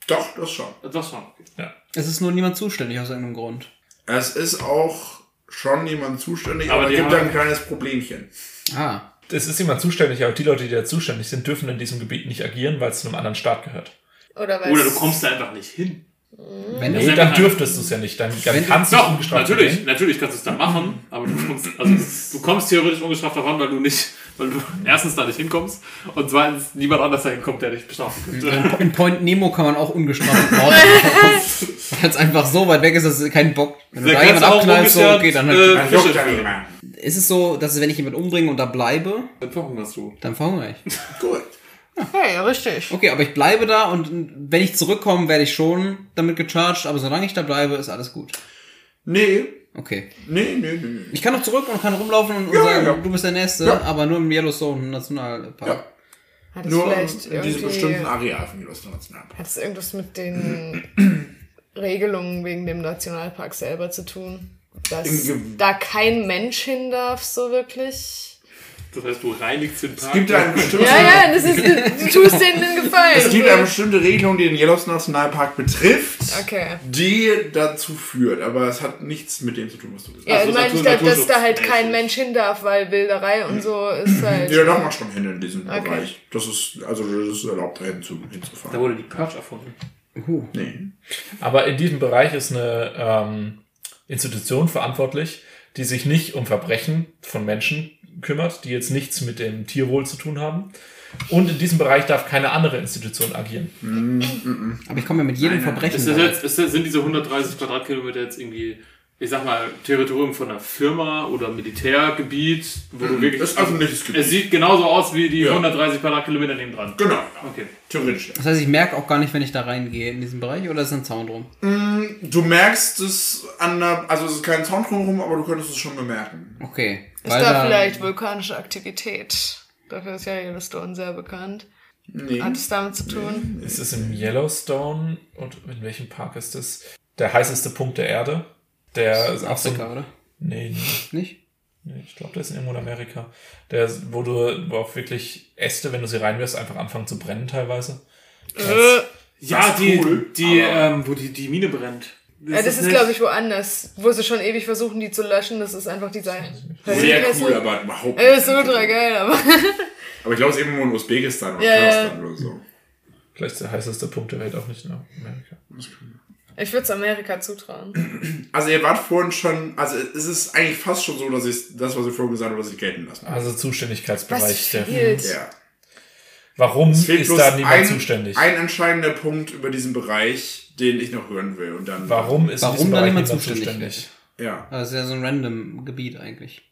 [SPEAKER 2] Doch, das schon.
[SPEAKER 5] Das schon. Okay.
[SPEAKER 1] Es ist nur niemand zuständig aus irgendeinem Grund.
[SPEAKER 2] Es ist auch schon jemand zuständig,
[SPEAKER 5] Aber
[SPEAKER 2] aber,
[SPEAKER 5] die
[SPEAKER 2] gibt da
[SPEAKER 5] haben-
[SPEAKER 2] ein kleines Problemchen.
[SPEAKER 1] Ah.
[SPEAKER 3] Es ist jemand zuständig, aber die Leute, die da zuständig sind, dürfen in diesem Gebiet nicht agieren, weil es zu einem anderen Staat gehört.
[SPEAKER 4] Oder was?
[SPEAKER 5] Oder du kommst da einfach nicht hin.
[SPEAKER 1] Wenn
[SPEAKER 5] Das ist
[SPEAKER 3] Nee,
[SPEAKER 1] du,
[SPEAKER 5] einfach
[SPEAKER 3] dann
[SPEAKER 5] ein-
[SPEAKER 3] dürftest du es ja nicht. Dann, dann
[SPEAKER 1] Wenn-
[SPEAKER 3] kannst du es
[SPEAKER 5] Doch,
[SPEAKER 3] ungestraft
[SPEAKER 5] natürlich,
[SPEAKER 3] begehen.
[SPEAKER 5] natürlich kannst du es dann machen, aber du kommst, also du kommst theoretisch ungestraft davon, weil du nicht, weil du erstens da nicht hinkommst und zweitens niemand anders dahin kommt, der dich bestrafen könnte.
[SPEAKER 1] in Point Nemo kann man auch ungestraft morden. Weil es einfach so weit weg ist, dass es keinen Bock. Wenn du
[SPEAKER 5] Der
[SPEAKER 1] da jemand
[SPEAKER 5] kannst auch
[SPEAKER 1] abknallst, so,
[SPEAKER 5] umgekehrt,
[SPEAKER 1] okay, dann halt.
[SPEAKER 5] äh,
[SPEAKER 2] Dann juckt
[SPEAKER 5] Fische
[SPEAKER 2] ja
[SPEAKER 5] führen.
[SPEAKER 2] niemand.
[SPEAKER 1] Ist es so, dass wenn ich jemand umbringe und da bleibe,
[SPEAKER 5] Dann verhungerst du.
[SPEAKER 1] dann verhungere ich.
[SPEAKER 2] Gut.
[SPEAKER 4] Hey, richtig.
[SPEAKER 1] Okay, aber ich bleibe da und wenn ich zurückkomme, werde ich schon damit gecharged, aber solange ich da bleibe, ist alles gut.
[SPEAKER 2] Nee,
[SPEAKER 1] Okay.
[SPEAKER 2] nee, nee, nee. nee.
[SPEAKER 1] Ich kann noch zurück und kann rumlaufen und, und
[SPEAKER 2] Ja,
[SPEAKER 1] sagen,
[SPEAKER 2] ja.
[SPEAKER 1] du bist der Nächste,
[SPEAKER 2] Ja.
[SPEAKER 1] aber nur im Yellowstone Nationalpark.
[SPEAKER 2] Ja.
[SPEAKER 4] Hat es
[SPEAKER 2] Nur in
[SPEAKER 4] vielleicht
[SPEAKER 2] diesem
[SPEAKER 4] irgendwie.
[SPEAKER 2] bestimmten Areal von Yellowstone Nationalpark.
[SPEAKER 4] Hat es irgendwas mit den Regelungen wegen dem Nationalpark selber zu tun?
[SPEAKER 2] Im
[SPEAKER 4] Dass
[SPEAKER 2] Ge-
[SPEAKER 4] da kein Mensch hin darf, so wirklich?
[SPEAKER 5] Das heißt, du reinigst den Park.
[SPEAKER 2] Es gibt einen bestimmten
[SPEAKER 4] Ja, ja, das ist, du tust denen den Gefallen.
[SPEAKER 2] Es gibt eine bestimmte Regelung, die den Yellowstone Nationalpark betrifft,
[SPEAKER 4] Okay.
[SPEAKER 2] die dazu führt, aber es hat nichts mit dem zu tun, was du gesagt
[SPEAKER 4] Ja,
[SPEAKER 5] Also
[SPEAKER 4] ich meine,
[SPEAKER 5] Natur-
[SPEAKER 4] ich glaub, dass da halt
[SPEAKER 5] Naturschutzmäßig.
[SPEAKER 4] kein Mensch hin darf, weil Wilderei und so ist halt.
[SPEAKER 2] hast. Ja, da macht schon hin in diesem
[SPEAKER 4] Okay.
[SPEAKER 2] Bereich. Das ist, also das ist erlaubt, da hin zu,
[SPEAKER 5] Da
[SPEAKER 2] hinzufahren.
[SPEAKER 5] wurde die Purge erfunden.
[SPEAKER 2] Nee.
[SPEAKER 3] Aber in diesem Bereich ist eine ähm, Institution verantwortlich, die sich nicht um Verbrechen von Menschen kümmert, die jetzt nichts mit dem Tierwohl zu tun haben. Und in diesem Bereich darf keine andere Institution agieren.
[SPEAKER 1] Aber ich komme ja mit jedem Verbrechen.
[SPEAKER 5] Ist das
[SPEAKER 1] da.
[SPEAKER 5] jetzt, ist das, sind diese 130 Quadratkilometer jetzt irgendwie, ich sag mal, Territorium von einer Firma oder Militärgebiet, wo du wirklich.
[SPEAKER 2] Mhm. Das ist also öffentliches
[SPEAKER 5] es
[SPEAKER 2] Gebiet.
[SPEAKER 5] sieht genauso aus wie die
[SPEAKER 2] Ja.
[SPEAKER 5] 130 Quadratkilometer nebendran.
[SPEAKER 2] Genau.
[SPEAKER 5] Okay.
[SPEAKER 2] Theoretisch.
[SPEAKER 1] Das heißt, ich merke auch gar nicht, wenn ich da reingehe in diesen Bereich oder ist ein Zaun drum?
[SPEAKER 2] Du merkst es an der, also es ist kein Zaun drumherum, aber du könntest es schon bemerken.
[SPEAKER 1] Okay.
[SPEAKER 4] Ist da vielleicht vulkanische Aktivität? Dafür ist ja Yellowstone sehr bekannt.
[SPEAKER 2] Nee.
[SPEAKER 4] Hat es damit zu tun?
[SPEAKER 3] Es ist im Yellowstone und in welchem Park ist es? Der heißeste Punkt der Erde. Der ist auch so
[SPEAKER 1] Afrika,
[SPEAKER 3] ein,
[SPEAKER 1] oder?
[SPEAKER 3] nee, nee.
[SPEAKER 1] Nicht?
[SPEAKER 3] Nee, Ich glaube, der ist irgendwo in Amerika. Der, wo du wo auch wirklich Äste, wenn du sie reinwirfst, einfach anfangen zu brennen teilweise.
[SPEAKER 4] Äh,
[SPEAKER 5] Ja,
[SPEAKER 2] ist
[SPEAKER 5] die,
[SPEAKER 2] cool,
[SPEAKER 5] die
[SPEAKER 2] aber-
[SPEAKER 5] ähm, wo die, die Mine brennt.
[SPEAKER 4] Ja, das ist,
[SPEAKER 5] nicht-
[SPEAKER 4] glaube ich, woanders, wo sie schon ewig versuchen, die zu löschen. Das ist einfach dieser
[SPEAKER 2] Sehr
[SPEAKER 4] Höllenkessel.
[SPEAKER 2] cool, aber überhaupt
[SPEAKER 4] Ey, das ist ultra geil, aber.
[SPEAKER 2] Aber ich glaube, es ist irgendwo in Usbekistan oder
[SPEAKER 4] Ja, ja.
[SPEAKER 2] Kasachstan oder so.
[SPEAKER 3] Vielleicht der heißeste Punkt der Welt auch nicht in Amerika.
[SPEAKER 4] Ich würde es Amerika zutrauen.
[SPEAKER 2] Also ihr wart vorhin schon, also es ist eigentlich fast schon so, dass ich das, was ihr vorhin gesagt habt, dass ich gelten lassen.
[SPEAKER 3] Also
[SPEAKER 4] Was
[SPEAKER 3] Zuständigkeitsbereich. Der,
[SPEAKER 4] fehlt?
[SPEAKER 2] Ja.
[SPEAKER 3] warum
[SPEAKER 2] Es fehlt
[SPEAKER 3] ist
[SPEAKER 2] bloß
[SPEAKER 3] da niemand
[SPEAKER 2] ein,
[SPEAKER 3] zuständig?
[SPEAKER 2] ein entscheidender Punkt über diesen Bereich, den ich noch hören will. Und dann.
[SPEAKER 3] warum ist in
[SPEAKER 1] Warum
[SPEAKER 3] diesem
[SPEAKER 1] da
[SPEAKER 3] Bereich
[SPEAKER 1] niemand
[SPEAKER 3] niemand
[SPEAKER 1] zuständig
[SPEAKER 3] zuständig?
[SPEAKER 2] Ja.
[SPEAKER 1] Das ist ja so ein random Gebiet eigentlich.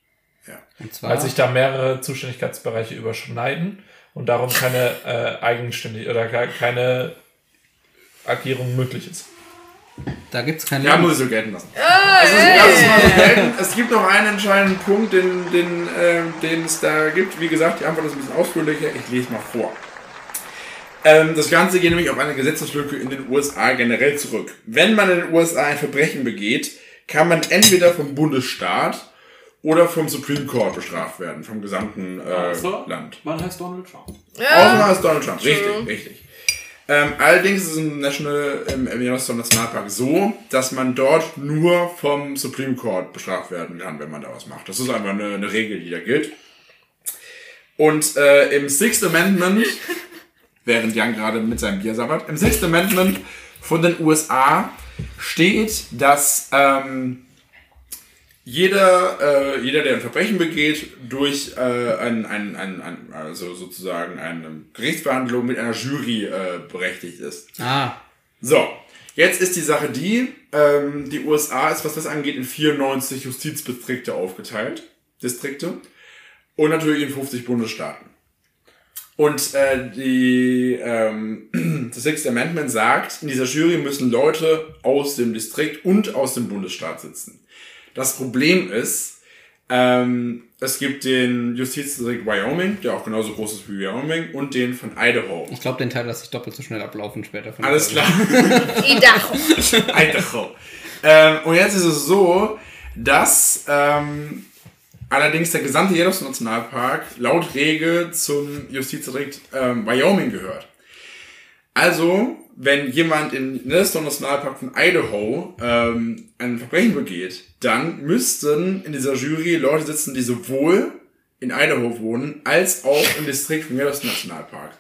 [SPEAKER 2] Ja.
[SPEAKER 1] Und zwar.
[SPEAKER 3] Weil sich da mehrere Zuständigkeitsbereiche überschneiden und darum keine äh, eigenständig oder ke- keine Agierung möglich ist.
[SPEAKER 1] da gibt's keine.
[SPEAKER 2] Ja, muss ich so gelten lassen. also, lass es mal so gelten. Es gibt noch einen entscheidenden Punkt, den, den, äh, den es da gibt. Wie gesagt, die Antwort ist ein bisschen ausführlicher. Ich lese mal vor. Ähm, das Ganze geht nämlich auf eine Gesetzeslücke in den USA generell zurück. Wenn man in den USA ein Verbrechen begeht, kann man entweder vom Bundesstaat oder vom Supreme Court bestraft werden, vom gesamten äh,
[SPEAKER 5] Außer,
[SPEAKER 2] Land.
[SPEAKER 5] Man heißt Donald Trump.
[SPEAKER 2] Ausnahme ist Donald Trump. Richtig, richtig. Ähm, allerdings ist es im, National, im, im Yellowstone Nationalpark so, dass man dort nur vom Supreme Court bestraft werden kann, wenn man da was macht. Das ist einfach eine, eine Regel, die da gilt. Und äh, im Sixth Amendment, während Jan gerade mit seinem Bier sabbert, im Sixth Amendment von den USA steht, dass ähm, jeder, äh, jeder, der ein Verbrechen begeht, durch äh, ein, ein, ein, ein, also sozusagen eine Gerichtsverhandlung mit einer Jury äh, berechtigt ist.
[SPEAKER 1] ah,
[SPEAKER 2] So, jetzt ist die Sache die, ähm, die USA ist, was das angeht, in 94 Justizdistrikte aufgeteilt. Distrikte. Und natürlich in 50 Bundesstaaten. Und äh, die, ähm, das Sixth Amendment sagt, in dieser Jury müssen Leute aus dem Distrikt und aus dem Bundesstaat sitzen. Das Problem ist, ähm, es gibt den Justizdistrikt Wyoming, der auch genauso groß ist wie Wyoming, und den von Idaho.
[SPEAKER 1] ich glaube, den Teil lasse ich doppelt so schnell ablaufen später. Von
[SPEAKER 2] Alles klar.
[SPEAKER 4] Idaho.
[SPEAKER 2] Idaho. ähm, und jetzt ist es so, dass ähm, Allerdings der gesamte Yellowstone Nationalpark laut Regel zum Justizdistrikt ähm, Wyoming gehört. Also, wenn jemand im Yellowstone Nationalpark von Idaho ähm, ein Verbrechen begeht, dann müssten in dieser Jury Leute sitzen, die sowohl in Idaho wohnen, als auch im Distrikt vom Yellowstone Nationalpark.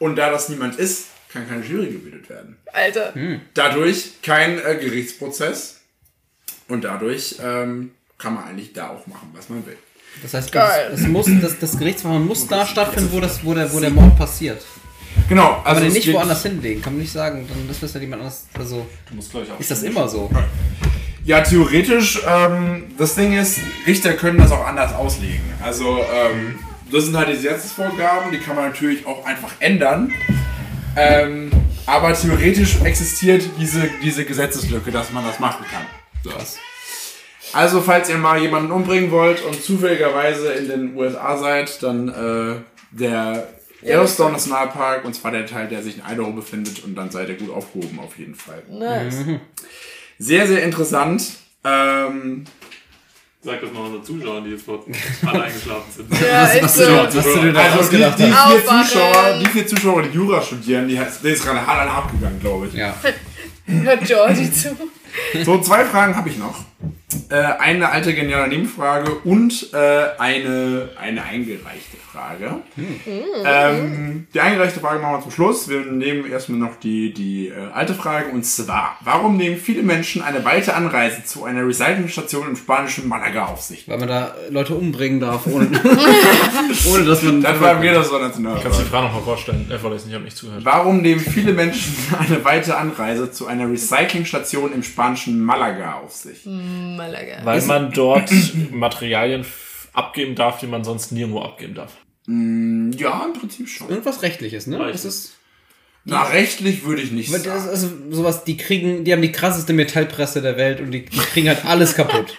[SPEAKER 2] Und da das niemand ist, kann keine Jury gebildet werden
[SPEAKER 4] Alter.
[SPEAKER 2] dadurch kein äh, Gerichtsprozess und dadurch ähm, kann man eigentlich da auch machen, was man will.
[SPEAKER 1] Das heißt,
[SPEAKER 4] Geil.
[SPEAKER 1] das, das, muss, das, das Gerichtsverfahren muss da stattfinden, wo, das, wo, der, wo der Mord passiert.
[SPEAKER 2] Genau,
[SPEAKER 1] Aber den
[SPEAKER 2] es
[SPEAKER 1] nicht
[SPEAKER 2] geht-
[SPEAKER 1] woanders hinlegen. Kann man nicht sagen, dann das müsste jemand anders. Also,
[SPEAKER 3] Du musst, glaube ich, auch.
[SPEAKER 1] ist das immer so?
[SPEAKER 2] Ja, theoretisch, ähm, das Ding ist, Richter können das auch anders auslegen. Also, ähm, das sind halt die Gesetzesvorgaben, die kann man natürlich auch einfach ändern. Ähm, aber theoretisch existiert diese, diese Gesetzeslücke, dass man das machen kann. So. Also, falls ihr mal jemanden umbringen wollt und zufälligerweise in den USA seid, dann äh, der Yellowstone Nationalpark, und zwar der Teil, der sich in Idaho befindet, und dann seid ihr gut aufgehoben auf jeden Fall.
[SPEAKER 4] Nice.
[SPEAKER 2] Sehr, sehr interessant. Ähm,
[SPEAKER 5] Sag das mal unseren Zuschauern, die jetzt vor alle eingeschlafen sind.
[SPEAKER 4] Ja, ist so.
[SPEAKER 1] du dir da
[SPEAKER 2] also die, die, vier
[SPEAKER 4] Aufwachen.
[SPEAKER 2] Zuschauer, die vier Zuschauer, die Jura studieren, die, die ist gerade hart an abgegangen, glaube ich.
[SPEAKER 1] Ja.
[SPEAKER 4] Hört Jordi zu.
[SPEAKER 2] So, zwei Fragen habe ich noch. Äh, eine alte geniale Nebenfrage und äh, eine, eine eingereichte Frage. Ähm, die eingereichte Frage machen wir zum Schluss. Wir nehmen erstmal noch die, die äh, alte Frage und zwar, warum nehmen viele Menschen eine weite Anreise zu einer Recyclingstation im spanischen Malaga auf sich?
[SPEAKER 1] Weil man da Leute umbringen darf, ohne, ohne dass man.
[SPEAKER 2] Das war mir das so national.
[SPEAKER 6] Kannst du die Frage nochmal vorstellen? Äh, vorlesen, ich habe nicht zugehört.
[SPEAKER 2] Warum nehmen viele Menschen eine weite Anreise zu einer Recyclingstation im spanischen Malaga auf sich?
[SPEAKER 4] Mhm. Malaga.
[SPEAKER 6] Weil man dort Materialien f- abgeben darf, die man sonst nirgendwo abgeben darf.
[SPEAKER 2] Ja, im Prinzip
[SPEAKER 4] Mhm.
[SPEAKER 2] schon.
[SPEAKER 1] Irgendwas rechtliches, ne? Das ist,
[SPEAKER 2] Na, rechtlich würde ich nicht
[SPEAKER 1] das ist
[SPEAKER 2] sagen.
[SPEAKER 1] also sowas, die kriegen, die haben die krasseste Metallpresse der Welt und die, die kriegen halt alles kaputt.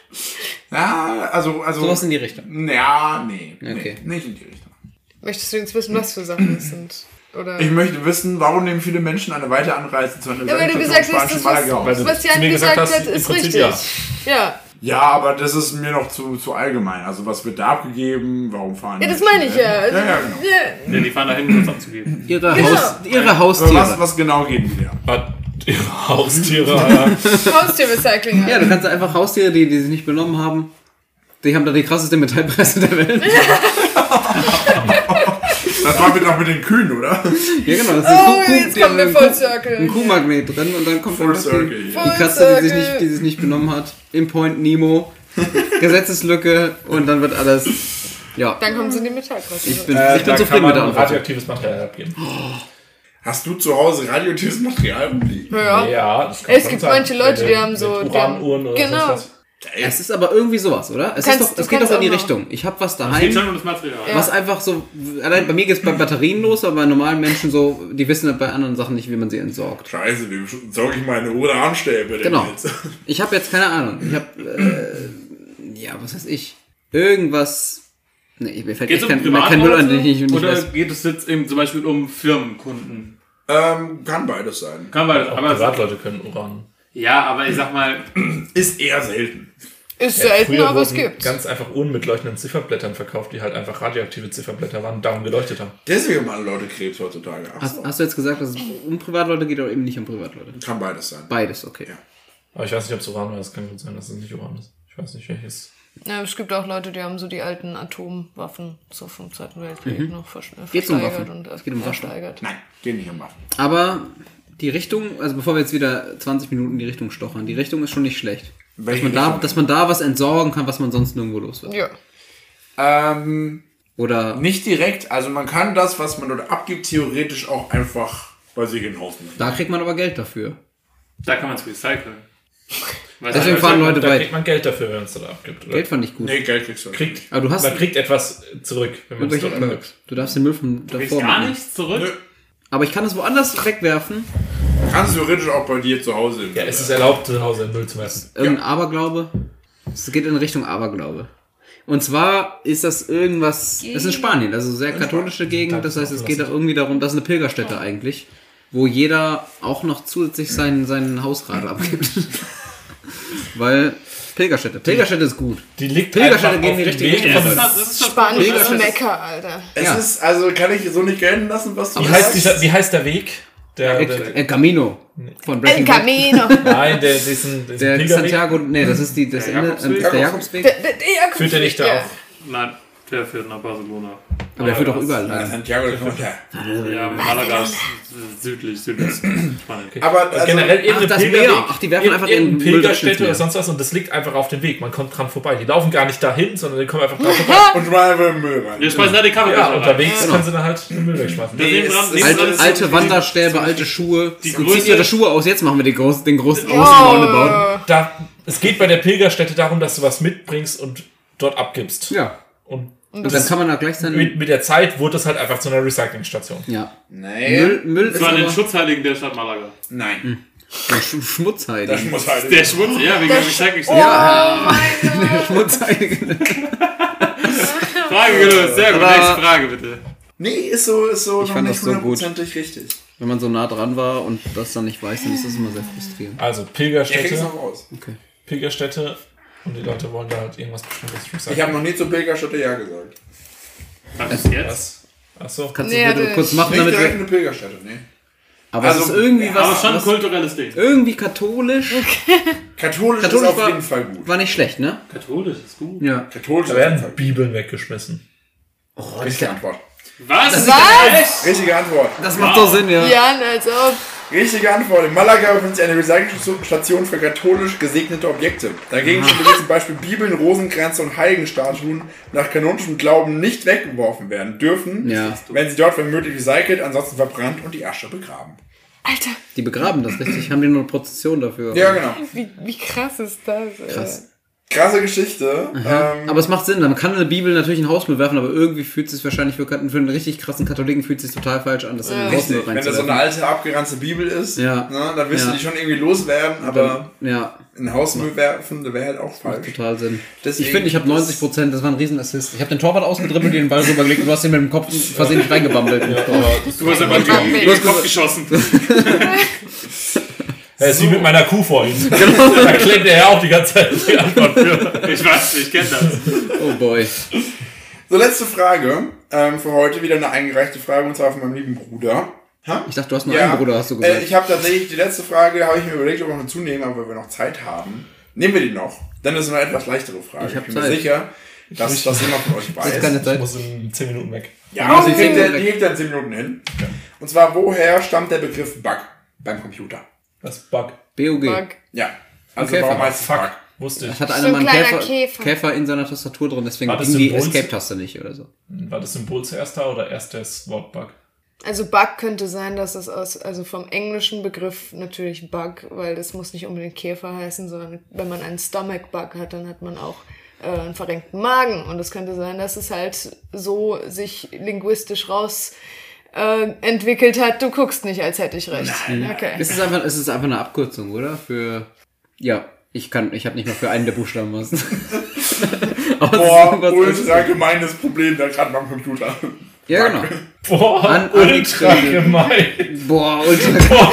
[SPEAKER 2] Ja, also, also.
[SPEAKER 1] Sowas in die Richtung.
[SPEAKER 2] Ja, nee.
[SPEAKER 1] Okay.
[SPEAKER 2] nee nicht in die Richtung.
[SPEAKER 4] Möchtest du jetzt wissen, was für Sachen es sind? Oder?
[SPEAKER 2] Ich möchte wissen, warum nehmen viele Menschen eine weite Anreise zu einer
[SPEAKER 4] Ja, weil du gesagt hast, das, was,
[SPEAKER 2] auf
[SPEAKER 6] Weil
[SPEAKER 2] sich?
[SPEAKER 6] du
[SPEAKER 4] was
[SPEAKER 6] zu
[SPEAKER 4] Jan
[SPEAKER 6] mir gesagt
[SPEAKER 4] gesagt
[SPEAKER 6] hast,
[SPEAKER 4] hat,
[SPEAKER 6] im
[SPEAKER 4] ist
[SPEAKER 6] Prinzip
[SPEAKER 4] richtig. Ja.
[SPEAKER 2] Ja, aber das ist mir noch zu, zu allgemein. Also, was wird da abgegeben? Warum fahren
[SPEAKER 4] Ja, das
[SPEAKER 2] Menschen
[SPEAKER 4] meine ich ja.
[SPEAKER 2] dahin?
[SPEAKER 4] Also,
[SPEAKER 2] Ja, ja, genau.
[SPEAKER 4] ja.
[SPEAKER 5] Denn die fahren da hin, um uns abzugeben.
[SPEAKER 1] Ihre,
[SPEAKER 4] Genau. Haus-
[SPEAKER 1] ihre
[SPEAKER 2] Aber
[SPEAKER 1] Haustiere.
[SPEAKER 2] was, was genau geben die da?
[SPEAKER 6] Hat ihre Haustiere. Alter.
[SPEAKER 4] Haustierrecycling. halt.
[SPEAKER 1] Ja, du kannst einfach Haustiere, die, die sich nicht benommen haben, die haben da die krasseste Metallpresse der Welt.
[SPEAKER 2] Das war mit, auch mit den Kühen, oder?
[SPEAKER 1] Ja, genau. Das ist
[SPEAKER 4] Oh,
[SPEAKER 1] ein Kuh-
[SPEAKER 4] jetzt
[SPEAKER 1] die
[SPEAKER 4] kommen
[SPEAKER 1] haben
[SPEAKER 4] wir
[SPEAKER 1] einen
[SPEAKER 4] full
[SPEAKER 1] Kuh-
[SPEAKER 4] circle.
[SPEAKER 1] Ein Kuhmagnet drin und dann kommt
[SPEAKER 2] Full
[SPEAKER 1] einfach
[SPEAKER 2] Circle.
[SPEAKER 1] die,
[SPEAKER 2] ja.
[SPEAKER 1] die Katze, die sich,
[SPEAKER 4] circle.
[SPEAKER 1] nicht, die sich nicht benommen hat, im Point Nemo, Gesetzeslücke und dann wird alles. Ja,
[SPEAKER 4] Dann kommen sie in die Metallpresse.
[SPEAKER 1] ich bin,
[SPEAKER 6] Äh,
[SPEAKER 1] ich bin
[SPEAKER 6] da kann
[SPEAKER 1] zufrieden mit der
[SPEAKER 6] man
[SPEAKER 1] Antwort.
[SPEAKER 6] radioaktives Material abgeben.
[SPEAKER 2] Hast du zu Hause radioaktives Material rumliegen?
[SPEAKER 4] ja.
[SPEAKER 6] Ja, das kann
[SPEAKER 4] Es
[SPEAKER 6] schon
[SPEAKER 4] gibt
[SPEAKER 6] sein.
[SPEAKER 4] manche Leute,
[SPEAKER 6] Mit-
[SPEAKER 4] die haben
[SPEAKER 6] mit
[SPEAKER 4] so. die haben-
[SPEAKER 6] Uranuhren oder
[SPEAKER 4] Genau.
[SPEAKER 6] sonst was.
[SPEAKER 1] Es ist aber irgendwie sowas, oder? Es, ist
[SPEAKER 4] Kannst-
[SPEAKER 1] doch,
[SPEAKER 4] du
[SPEAKER 1] es geht
[SPEAKER 4] kannst
[SPEAKER 1] doch in die
[SPEAKER 4] auch mal.
[SPEAKER 1] Richtung. Ich hab was
[SPEAKER 5] Geht
[SPEAKER 1] daheim.
[SPEAKER 5] schon um das Material.
[SPEAKER 4] Ja.
[SPEAKER 1] Was einfach so, allein bei mir geht es bei Batterien los, aber bei normalen Menschen so, die wissen halt bei anderen Sachen nicht, wie man sie entsorgt.
[SPEAKER 2] Scheiße, wie sorge ich meine Uhr anstelle?
[SPEAKER 1] Genau. Ich habe jetzt keine Ahnung. Ich habe, äh, ja, was weiß ich. Irgendwas. Nee, mir fällt
[SPEAKER 5] Geht's
[SPEAKER 1] echt
[SPEAKER 5] um
[SPEAKER 1] kein, kein Müll an, den ich nicht
[SPEAKER 5] Privatleute oder
[SPEAKER 1] weiß.
[SPEAKER 5] geht es jetzt eben zum Beispiel um Firmenkunden?
[SPEAKER 2] Ähm, kann beides sein.
[SPEAKER 5] Kann man,
[SPEAKER 6] Auch
[SPEAKER 5] aber,
[SPEAKER 6] Privatleute können Uran.
[SPEAKER 5] ja, aber ich sag mal,
[SPEAKER 2] Ist eher selten.
[SPEAKER 4] Ist selten,
[SPEAKER 6] Früher
[SPEAKER 4] aber es
[SPEAKER 6] wurden
[SPEAKER 4] gibt.
[SPEAKER 6] ganz einfach Uhren mit leuchtenden Zifferblättern verkauft, die halt einfach radioaktive Zifferblätter waren und darum geleuchtet haben.
[SPEAKER 2] Deswegen machen Leute Krebs heutzutage. Ach
[SPEAKER 1] Hast,
[SPEAKER 2] so.
[SPEAKER 1] hast du jetzt gesagt, dass es um Privatleute geht oder eben nicht um Privatleute?
[SPEAKER 2] Kann beides sein.
[SPEAKER 1] Beides, okay.
[SPEAKER 6] Aber ich weiß nicht, ob es Uran war. Es kann gut sein, dass es nicht Uran ist. Ich weiß nicht, welches.
[SPEAKER 4] Ja, es gibt auch Leute, die haben so die alten Atomwaffen so vom Zweiten Weltkrieg noch vers
[SPEAKER 1] Geht's um
[SPEAKER 4] versteigert
[SPEAKER 1] Waffen?
[SPEAKER 4] und äh,
[SPEAKER 1] Es Mhm. geht um Waffen.
[SPEAKER 4] versteigert.
[SPEAKER 2] Nein, geht nicht am Waffen.
[SPEAKER 1] Aber die Richtung, also bevor wir jetzt wieder 20 Minuten in die Richtung stochern, die Richtung ist schon nicht schlecht. Dass
[SPEAKER 2] Welche
[SPEAKER 1] man, da,
[SPEAKER 2] Richtung?
[SPEAKER 1] dass man da was entsorgen kann, was man sonst nirgendwo los wird.
[SPEAKER 4] Ja.
[SPEAKER 2] Ähm,
[SPEAKER 1] Oder
[SPEAKER 2] nicht direkt. Also man kann das, was man dort abgibt, theoretisch auch einfach bei sich in den Haus nehmen.
[SPEAKER 1] da kriegt man aber Geld dafür.
[SPEAKER 5] da kann man es recyceln. Weil
[SPEAKER 1] Deswegen
[SPEAKER 5] da-
[SPEAKER 1] fahren Leute
[SPEAKER 6] da kriegt
[SPEAKER 1] weit.
[SPEAKER 6] man Geld dafür, wenn man es dort abgibt. Oder?
[SPEAKER 1] Geld fand ich gut.
[SPEAKER 2] Nee, Geld kriegst du nicht.
[SPEAKER 6] Kriegt,
[SPEAKER 1] Aber du hast-
[SPEAKER 6] man kriegt etwas zurück, wenn man es dort
[SPEAKER 1] Aber
[SPEAKER 6] abgibt.
[SPEAKER 1] Du darfst den Müll von
[SPEAKER 5] kriegst
[SPEAKER 1] davor
[SPEAKER 5] gar
[SPEAKER 1] machen.
[SPEAKER 5] nichts zurück.
[SPEAKER 2] Nö.
[SPEAKER 1] Aber ich kann es woanders wegwerfen.
[SPEAKER 2] Kannst du theoretisch auch bei dir zu Hause.
[SPEAKER 6] Ja, es ist erlaubt, zu Hause Müll zu messen.
[SPEAKER 1] Irgendein Aberglaube. Es geht in Richtung Aberglaube. Und zwar ist das irgendwas, das ist in Spanien, also sehr katholische Gegend, das heißt, es geht da irgendwie darum, das ist eine Pilgerstätte eigentlich, wo jeder auch noch zusätzlich seinen, seinen Hausrat abgibt. weil Pilgerstätte. Pilgerstätte ist gut.
[SPEAKER 3] Die liegt
[SPEAKER 1] Pilgerstätte
[SPEAKER 3] einfach
[SPEAKER 1] gehen
[SPEAKER 3] auf
[SPEAKER 1] die
[SPEAKER 3] dem
[SPEAKER 1] richtige
[SPEAKER 3] Weg
[SPEAKER 1] Richtung.
[SPEAKER 3] von-
[SPEAKER 5] das,
[SPEAKER 6] Also,
[SPEAKER 5] das ist das
[SPEAKER 1] Mega
[SPEAKER 4] Spanisches
[SPEAKER 1] schön.
[SPEAKER 4] Mecker, Alter.
[SPEAKER 2] Es
[SPEAKER 1] Ja.
[SPEAKER 2] ist, also kann ich so nicht gelten lassen, was du
[SPEAKER 3] Wie heißt, dieser, wie heißt der Weg? Der,
[SPEAKER 1] El,
[SPEAKER 3] der,
[SPEAKER 1] El Camino von
[SPEAKER 4] El
[SPEAKER 1] Breaking Bad.
[SPEAKER 4] Camino.
[SPEAKER 3] nein, der, diesen, diesen
[SPEAKER 1] Der
[SPEAKER 3] Pilgerweg
[SPEAKER 1] Santiago, nee, das ist die, das
[SPEAKER 5] Der
[SPEAKER 1] Ende,
[SPEAKER 5] Jakobsweg.
[SPEAKER 1] äh, ist der
[SPEAKER 4] Der-
[SPEAKER 1] Jakobsweg.
[SPEAKER 4] der- der Jakobsweg,
[SPEAKER 3] führt er nicht da
[SPEAKER 4] ja.
[SPEAKER 3] auch.
[SPEAKER 5] Nein, der führt nach Barcelona.
[SPEAKER 1] Aber der führt auch
[SPEAKER 5] Malagas.
[SPEAKER 1] überall lang.
[SPEAKER 2] Äh, Santiago de Compostela.
[SPEAKER 5] Ja, Malaga ist südlich, südlich. Spanien.
[SPEAKER 2] Aber also,
[SPEAKER 3] Generell irgendein
[SPEAKER 1] das
[SPEAKER 3] Pilgerweg.
[SPEAKER 1] Meer. Ach, die werfen
[SPEAKER 3] Ir-
[SPEAKER 1] einfach ihren
[SPEAKER 3] irgendeine
[SPEAKER 1] Müll da ins
[SPEAKER 3] Pilgerstätte
[SPEAKER 1] Meer.
[SPEAKER 3] oder sonst was und das liegt einfach auf dem Weg. Man kommt dran vorbei. Die laufen gar nicht dahin, sondern die kommen einfach dran vorbei.
[SPEAKER 2] also, und mal einfach im Müll rein.
[SPEAKER 5] Wir schmeißen da die Kaffeekasse
[SPEAKER 3] Ja,
[SPEAKER 5] rein.
[SPEAKER 3] unterwegs
[SPEAKER 1] Genau.
[SPEAKER 3] können sie dann halt den Müll wegschmeißen.
[SPEAKER 5] Da neben dran-
[SPEAKER 2] es-
[SPEAKER 5] neben
[SPEAKER 2] es-
[SPEAKER 5] dran
[SPEAKER 1] Alte,
[SPEAKER 5] ist so
[SPEAKER 1] alte
[SPEAKER 5] die-
[SPEAKER 1] Wanderstäbe, alte Schuhe. Die
[SPEAKER 5] Größe-
[SPEAKER 1] zieht ihre Schuhe aus. Jetzt machen wir den großen, den großen Außenroundabout.
[SPEAKER 4] Oh.
[SPEAKER 3] Da, es geht bei der Pilgerstätte darum, dass du was mitbringst und dort abgibst.
[SPEAKER 1] Ja.
[SPEAKER 3] Und
[SPEAKER 1] Und dann kann man da gleich
[SPEAKER 3] mit,
[SPEAKER 1] sein.
[SPEAKER 3] mit der Zeit wurde es halt einfach zu einer Recyclingstation.
[SPEAKER 1] Ja.
[SPEAKER 2] Nee.
[SPEAKER 1] Müll, Müll ist
[SPEAKER 5] Das war den
[SPEAKER 1] aber
[SPEAKER 5] Schutzheiligen der Stadt Malaga.
[SPEAKER 2] Nein.
[SPEAKER 1] der Sch Schmutzheiliger.
[SPEAKER 2] Das muss halt.
[SPEAKER 5] Der Schmutz, ja, wegen der Oh. Recycling.
[SPEAKER 1] Schmutzheiliger.
[SPEAKER 5] Frage gelöst, sehr gut.
[SPEAKER 1] Aber-
[SPEAKER 5] Nächste Frage bitte.
[SPEAKER 2] Nee, ist so, ist so noch
[SPEAKER 1] fand
[SPEAKER 2] nicht
[SPEAKER 1] das so gut.
[SPEAKER 2] hundertprozentig richtig.
[SPEAKER 1] Wenn man so nah dran war und das dann nicht weiß, dann ist das immer sehr frustrierend.
[SPEAKER 3] Also
[SPEAKER 2] Ich krieg's
[SPEAKER 3] Pilgerstätte,
[SPEAKER 2] noch raus.
[SPEAKER 3] Pilgerstätte und die Leute wollen da halt irgendwas bestimmtes
[SPEAKER 2] Ich
[SPEAKER 3] recyceln.
[SPEAKER 2] habe noch nie zu Pilgerstätte Ja gesagt.
[SPEAKER 5] Was ist jetzt?
[SPEAKER 3] Was? Achso.
[SPEAKER 1] Kannst
[SPEAKER 4] Nee,
[SPEAKER 1] du bitte
[SPEAKER 4] hatte
[SPEAKER 1] kurz
[SPEAKER 4] ich.
[SPEAKER 1] machen,
[SPEAKER 2] Nicht
[SPEAKER 1] damit
[SPEAKER 2] direkt
[SPEAKER 1] wir,
[SPEAKER 2] eine Pilgerstätte, nee.
[SPEAKER 1] Aber es
[SPEAKER 2] Also,
[SPEAKER 1] ist irgendwie
[SPEAKER 2] ja,
[SPEAKER 5] Aber
[SPEAKER 1] was,
[SPEAKER 5] schon ein
[SPEAKER 1] was
[SPEAKER 5] kulturelles Ding.
[SPEAKER 1] irgendwie katholisch.
[SPEAKER 2] Katholisch,
[SPEAKER 1] Katholisch
[SPEAKER 2] ist auf
[SPEAKER 1] war-
[SPEAKER 2] jeden Fall gut.
[SPEAKER 1] War nicht schlecht, ne?
[SPEAKER 5] Katholisch ist gut.
[SPEAKER 1] Ja.
[SPEAKER 2] Katholisch
[SPEAKER 3] Da
[SPEAKER 2] ist auf jeden Fall
[SPEAKER 3] werden
[SPEAKER 2] gut.
[SPEAKER 3] Bibeln weggeschmissen.
[SPEAKER 2] Richtige Antwort.
[SPEAKER 5] Was?
[SPEAKER 4] Was?
[SPEAKER 2] Richtige Antwort.
[SPEAKER 1] Das macht doch Sinn, ja.
[SPEAKER 4] Ja, na, als ob.
[SPEAKER 2] Richtige Antwort. In Malaga befindet sich eine Recyclingstation für katholisch gesegnete Objekte. Dagegen sind zum Beispiel Bibeln, Rosenkränze und Heiligenstatuen nach kanonischem Glauben nicht weggeworfen werden dürfen,
[SPEAKER 1] Ja.
[SPEAKER 2] wenn sie dort wenn möglich recycelt, ansonsten verbrannt und die Asche begraben.
[SPEAKER 4] Alter,
[SPEAKER 1] Die begraben das richtig, haben die nur eine Prozession dafür.
[SPEAKER 2] Ja, genau.
[SPEAKER 4] wie, wie krass ist das? äh, Alter?
[SPEAKER 1] Krass.
[SPEAKER 2] Krasse Geschichte. Ähm,
[SPEAKER 1] Aber es macht Sinn, man kann eine Bibel natürlich in den Hausmüll werfen, aber irgendwie fühlt es sich wahrscheinlich für, für einen richtig krassen Katholiken fühlt es sich total falsch an, das in den Hausmüll
[SPEAKER 2] richtig. Wenn das so eine
[SPEAKER 1] reinzuwerfen.
[SPEAKER 2] alte, abgeranzte Bibel ist,
[SPEAKER 1] Ja.
[SPEAKER 2] ne, dann willst
[SPEAKER 1] Ja.
[SPEAKER 2] du die schon irgendwie loswerden, aber
[SPEAKER 1] Ja,
[SPEAKER 2] in den Hausmüll werfen, das wäre halt auch falsch.
[SPEAKER 1] total Sinn.
[SPEAKER 2] Deswegen
[SPEAKER 1] ich finde, ich habe
[SPEAKER 2] das-
[SPEAKER 1] 90 Prozent, das war ein Riesenassist. Ich habe den Torwart ausgedribbelt, den Ball rübergelegt und du hast ihn mit dem Kopf versehentlich reingebammelt.
[SPEAKER 5] Du hast einfach
[SPEAKER 4] Mann.
[SPEAKER 5] gegen den Kopf geschossen.
[SPEAKER 3] Er ist wie mit meiner Kuh vorhin. da klemmt er ja auch die ganze Zeit die Antwort für.
[SPEAKER 5] Ich weiß, ich kenne das.
[SPEAKER 1] Oh boy.
[SPEAKER 2] So, letzte Frage ähm, für heute. Wieder eine eingereichte Frage und zwar von meinem lieben Bruder. Ha?
[SPEAKER 1] Ich dachte, du hast nur einen Bruder, hast du
[SPEAKER 2] Äh,
[SPEAKER 1] gesagt.
[SPEAKER 2] ich habe tatsächlich die letzte Frage, habe ich mir überlegt, ob wir noch zunehmen, aber wenn wir noch Zeit haben, nehmen wir die noch. Dann ist es eine etwas leichtere Frage.
[SPEAKER 1] Ich hab
[SPEAKER 2] bin
[SPEAKER 1] Zeit.
[SPEAKER 2] mir sicher, dass das jemand von euch
[SPEAKER 1] Das
[SPEAKER 2] weiß.
[SPEAKER 1] ist keine
[SPEAKER 3] Ich
[SPEAKER 1] Zeit.
[SPEAKER 3] muss in 10 Minuten weg.
[SPEAKER 2] ja, die
[SPEAKER 1] in zehn
[SPEAKER 2] kriegt er-
[SPEAKER 1] Minuten
[SPEAKER 2] die kriegt er in 10 Minuten hin. Und zwar, woher stammt der Begriff Bug beim Computer?
[SPEAKER 3] Das Bug.
[SPEAKER 1] BOG.
[SPEAKER 4] Fuck.
[SPEAKER 2] Ja. Also
[SPEAKER 1] Käfer.
[SPEAKER 2] warum heißt es Bug?
[SPEAKER 3] Wusste
[SPEAKER 1] Das
[SPEAKER 3] ich.
[SPEAKER 1] hat einer
[SPEAKER 4] So ein
[SPEAKER 1] mal einen
[SPEAKER 4] kleiner
[SPEAKER 1] Käfer, Käfer.
[SPEAKER 4] Käfer.
[SPEAKER 1] in seiner Tastatur drin, deswegen
[SPEAKER 3] War das
[SPEAKER 1] ging die
[SPEAKER 3] Symbol-
[SPEAKER 1] Escape-Taste nicht oder so.
[SPEAKER 3] War das Symbol zuerst da oder erst das Wort Bug?
[SPEAKER 4] Also Bug könnte sein, dass das aus, also vom englischen Begriff natürlich Bug, weil das muss nicht unbedingt Käfer heißen, sondern wenn man einen Stomach Bug hat, dann hat man auch äh, einen verrenkten Magen. Und es könnte sein, dass es halt so sich linguistisch raus äh, entwickelt hat, du guckst nicht, als hätte ich recht. okay.
[SPEAKER 1] Es ist einfach, es ist einfach eine Abkürzung, oder? Für. Ja, ich kann, ich habe nicht mal für einen der Buchstaben was. Aber es ist
[SPEAKER 2] Boah,
[SPEAKER 1] irgendwas
[SPEAKER 2] ultra gemeines Problem da gerade beim Computer.
[SPEAKER 1] Ja, genau.
[SPEAKER 3] Boah,
[SPEAKER 1] An-
[SPEAKER 3] ultra
[SPEAKER 1] Antriebe.
[SPEAKER 3] gemein.
[SPEAKER 1] Boah, ultra.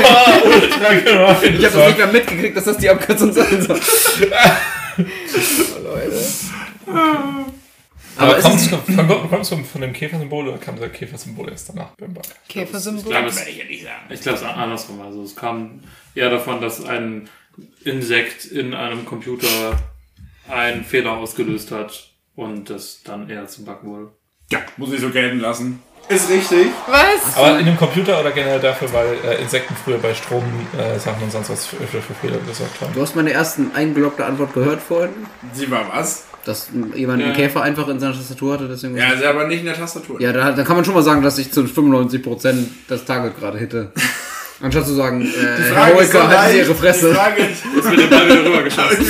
[SPEAKER 3] Ultra gemein.
[SPEAKER 1] Ich habe das nicht mehr mitgekriegt, dass das die Abkürzung sein soll.
[SPEAKER 3] Aber
[SPEAKER 1] Aber es
[SPEAKER 3] kommst du kommst du von dem Käfersymbol oder kam das Käfersymbol erst danach beim Bug?
[SPEAKER 5] Ich glaube,
[SPEAKER 4] Käfersymbol.
[SPEAKER 5] es, ich glaube, es ist andersrum. Also es kam eher davon, dass ein Insekt in einem Computer einen Fehler ausgelöst hat und das dann eher zum Bug wurde.
[SPEAKER 2] Ja, muss ich so gelten lassen. Ist richtig.
[SPEAKER 4] Was?
[SPEAKER 3] Aber in dem Computer oder generell dafür, weil äh, Insekten früher bei Stromsachen äh, Sachen und sonst was für, für, für Fehler gesorgt haben.
[SPEAKER 1] Du hast meine ersten eingeloggte Antwort gehört vorhin,
[SPEAKER 2] Sie war was?
[SPEAKER 1] dass jemand einen
[SPEAKER 5] Ja.
[SPEAKER 1] Käfer einfach in seiner Tastatur hatte, deswegen.
[SPEAKER 2] Ja, sie aber nicht in der Tastatur.
[SPEAKER 1] Ja, da, da kann man schon mal sagen, dass ich zu 95% das Target gerade hitte. Anstatt zu sagen, äh,
[SPEAKER 2] Frage ist so
[SPEAKER 1] Heroica, halten
[SPEAKER 2] leicht.
[SPEAKER 1] Sie Ihre
[SPEAKER 2] Die
[SPEAKER 1] Fresse.
[SPEAKER 2] Frage
[SPEAKER 5] Jetzt wird der Ball wieder rübergeschossen.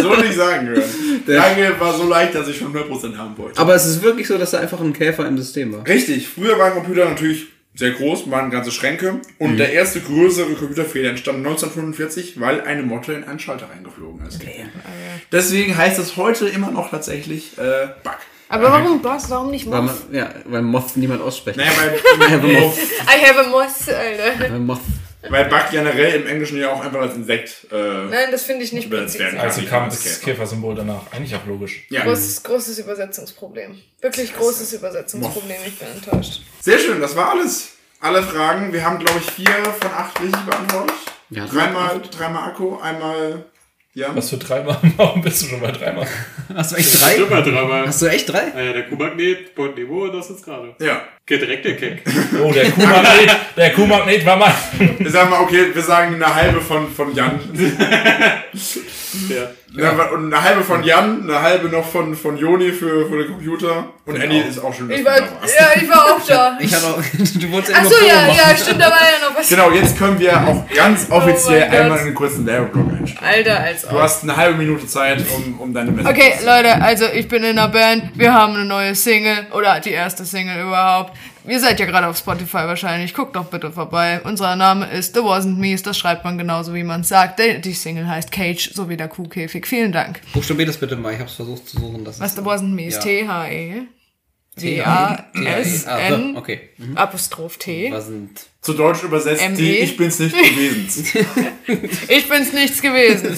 [SPEAKER 2] so nicht sagen können. Die Frage war so leicht, dass ich schon 100% haben wollte.
[SPEAKER 1] Aber es ist wirklich so, dass da einfach ein Käfer im System war.
[SPEAKER 2] Richtig, früher waren Computer natürlich sehr groß, waren ganze Schränke.
[SPEAKER 1] Mhm.
[SPEAKER 2] Und der erste größere Computerfehler entstand 1945, weil eine Motte in einen Schalter reingeflogen ist. Deswegen heißt es heute immer noch tatsächlich äh, Bug.
[SPEAKER 4] Aber warum Boss? Warum nicht
[SPEAKER 1] Weil
[SPEAKER 4] Moss?
[SPEAKER 1] man, ja, weil Moth niemand aussprechen
[SPEAKER 2] Naja,
[SPEAKER 1] kann.
[SPEAKER 2] weil
[SPEAKER 1] Weil Moth.
[SPEAKER 4] I have a Moss, Alter.
[SPEAKER 1] Weil Moth.
[SPEAKER 2] Weil Bug generell im Englischen ja auch einfach als Insekt äh,
[SPEAKER 4] Nein, das finde ich nicht
[SPEAKER 2] übersetzt werden
[SPEAKER 4] präzise.
[SPEAKER 2] kann.
[SPEAKER 3] Also
[SPEAKER 2] Ich
[SPEAKER 3] kam
[SPEAKER 2] weiß,
[SPEAKER 3] das
[SPEAKER 2] okay.
[SPEAKER 3] Käfersymbol danach. Eigentlich auch logisch.
[SPEAKER 2] Ja.
[SPEAKER 4] Großes, großes Übersetzungsproblem. Wirklich großes Übersetzungsproblem. Ich bin enttäuscht.
[SPEAKER 2] Sehr schön, das war alles. Alle Fragen. Wir haben, glaube ich, vier von acht richtig beantwortet.
[SPEAKER 1] Ja,
[SPEAKER 2] dreimal, dreimal Akku, einmal. Ja.
[SPEAKER 3] Was für dreimal? Warum bist du schon bei dreimal?
[SPEAKER 1] Hast du echt drei?
[SPEAKER 5] Super dreimal.
[SPEAKER 1] Hast du echt drei?
[SPEAKER 5] Ah ja, der Kuhmagnet, Bon Niveau, das ist gerade.
[SPEAKER 2] Ja.
[SPEAKER 5] Geht direkt der Keck.
[SPEAKER 3] Oh, der Kuhmagnet, der Kuhmagnet war mein.
[SPEAKER 2] Wir sagen mal, okay, wir sagen eine halbe von, von Jan.
[SPEAKER 5] Ja.
[SPEAKER 2] Ja. Und eine halbe von Jan, eine halbe noch von, von Joni für, für den Computer. Und Andy ist auch schon
[SPEAKER 4] Ich war, ja, ich war auch da.
[SPEAKER 1] Ich hatte auch, du wolltest ja
[SPEAKER 4] Achso,
[SPEAKER 1] nur Probe
[SPEAKER 4] ja,
[SPEAKER 1] machen.
[SPEAKER 4] ja, stimmt, da war ja noch was.
[SPEAKER 2] Genau, jetzt können wir auch ganz offiziell
[SPEAKER 4] Oh mein Gott.
[SPEAKER 2] einmal einen kurzen Werbeblock einstellen.
[SPEAKER 4] Alter, als
[SPEAKER 2] Du
[SPEAKER 4] auch.
[SPEAKER 2] hast eine halbe Minute Zeit, um, um deine Message
[SPEAKER 4] Okay, Leute, also ich bin in einer Band, wir haben eine neue Single oder die erste Single überhaupt. Ihr seid ja gerade auf Spotify wahrscheinlich, guckt doch bitte vorbei. Unser Name ist The Wasn't Me's, das schreibt man genauso wie man sagt. Die die Single heißt Cage, so wie der Kuhkäfig. Vielen Dank.
[SPEAKER 1] Buchstabier das bitte mal, ich hab's versucht zu suchen. Das
[SPEAKER 4] Was
[SPEAKER 1] ist
[SPEAKER 4] The Wasn't Me's?
[SPEAKER 1] Ja.
[SPEAKER 4] T-H-E.
[SPEAKER 1] Ah, so,
[SPEAKER 4] D-A-S-N.
[SPEAKER 1] okay.
[SPEAKER 4] Apostroph T.
[SPEAKER 1] Was sind.
[SPEAKER 2] Zu Deutsch übersetzt,
[SPEAKER 4] ME?
[SPEAKER 2] die Ich bin's nicht gewesen.
[SPEAKER 4] Ich bin's nichts gewesen.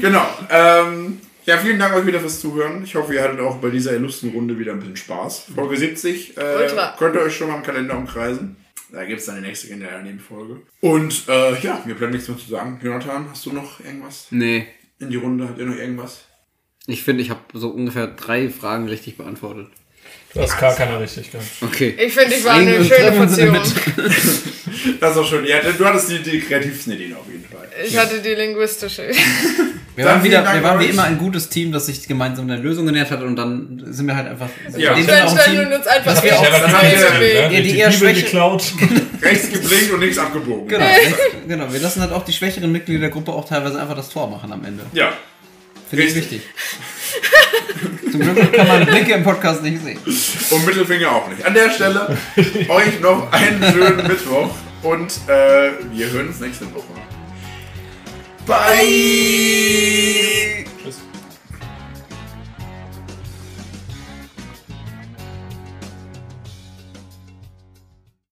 [SPEAKER 2] genau. Ähm, ja, vielen Dank euch wieder fürs Zuhören. Ich hoffe, ihr hattet auch bei dieser illustren Runde wieder ein bisschen Spaß. Folge 70 äh,
[SPEAKER 4] Ultra.
[SPEAKER 2] könnt ihr euch schon mal im Kalender umkreisen. Da gibt's dann die nächste in der Folge. Und äh, ja, mir bleibt nichts mehr zu sagen. Jonathan, hast du noch irgendwas
[SPEAKER 1] Nee.
[SPEAKER 2] in die Runde? Habt ihr noch irgendwas?
[SPEAKER 1] Ich finde, ich habe so ungefähr drei Fragen richtig beantwortet.
[SPEAKER 3] Du hast gar keine richtig gehabt.
[SPEAKER 1] Okay.
[SPEAKER 4] Ich finde, ich war eine
[SPEAKER 1] Einigen
[SPEAKER 4] schöne
[SPEAKER 1] treffen sie
[SPEAKER 4] Portion.
[SPEAKER 2] Das ist auch schön. Ja, du hattest die, die kreativsten Ideen auf jeden Fall.
[SPEAKER 4] Ich hatte die linguistische.
[SPEAKER 1] Wir
[SPEAKER 2] Dann
[SPEAKER 1] waren, wieder,
[SPEAKER 2] vielen Dank
[SPEAKER 1] wir waren wie
[SPEAKER 2] euch.
[SPEAKER 1] immer ein gutes Team, das sich gemeinsam der Lösung genähert hat und dann sind wir halt einfach.
[SPEAKER 2] Ja.
[SPEAKER 1] wir sind
[SPEAKER 4] Dann
[SPEAKER 1] auch ein
[SPEAKER 4] stellen wir
[SPEAKER 1] Team.
[SPEAKER 4] uns einfach
[SPEAKER 3] Ich
[SPEAKER 4] eh auf
[SPEAKER 2] selber
[SPEAKER 4] den
[SPEAKER 2] gesagt,
[SPEAKER 4] eigenen
[SPEAKER 2] ja.
[SPEAKER 4] Weg.
[SPEAKER 1] Ja,
[SPEAKER 3] Die,
[SPEAKER 1] die
[SPEAKER 3] die
[SPEAKER 1] eher
[SPEAKER 3] Bibel
[SPEAKER 1] Schwäche-
[SPEAKER 3] geklaut.
[SPEAKER 2] Rechts geblinkt und links abgebogen.
[SPEAKER 1] Genau, das, genau, wir lassen halt auch die schwächeren Mitglieder der Gruppe auch teilweise einfach das Tor machen am Ende.
[SPEAKER 2] Ja.
[SPEAKER 1] Finde ich
[SPEAKER 2] Richtig.
[SPEAKER 1] wichtig. Zum Glück kann man Blicke im Podcast nicht sehen.
[SPEAKER 2] Und Mittelfinger auch nicht. An der Stelle euch noch einen schönen Mittwoch und äh, wir hören uns nächste Woche. Bye!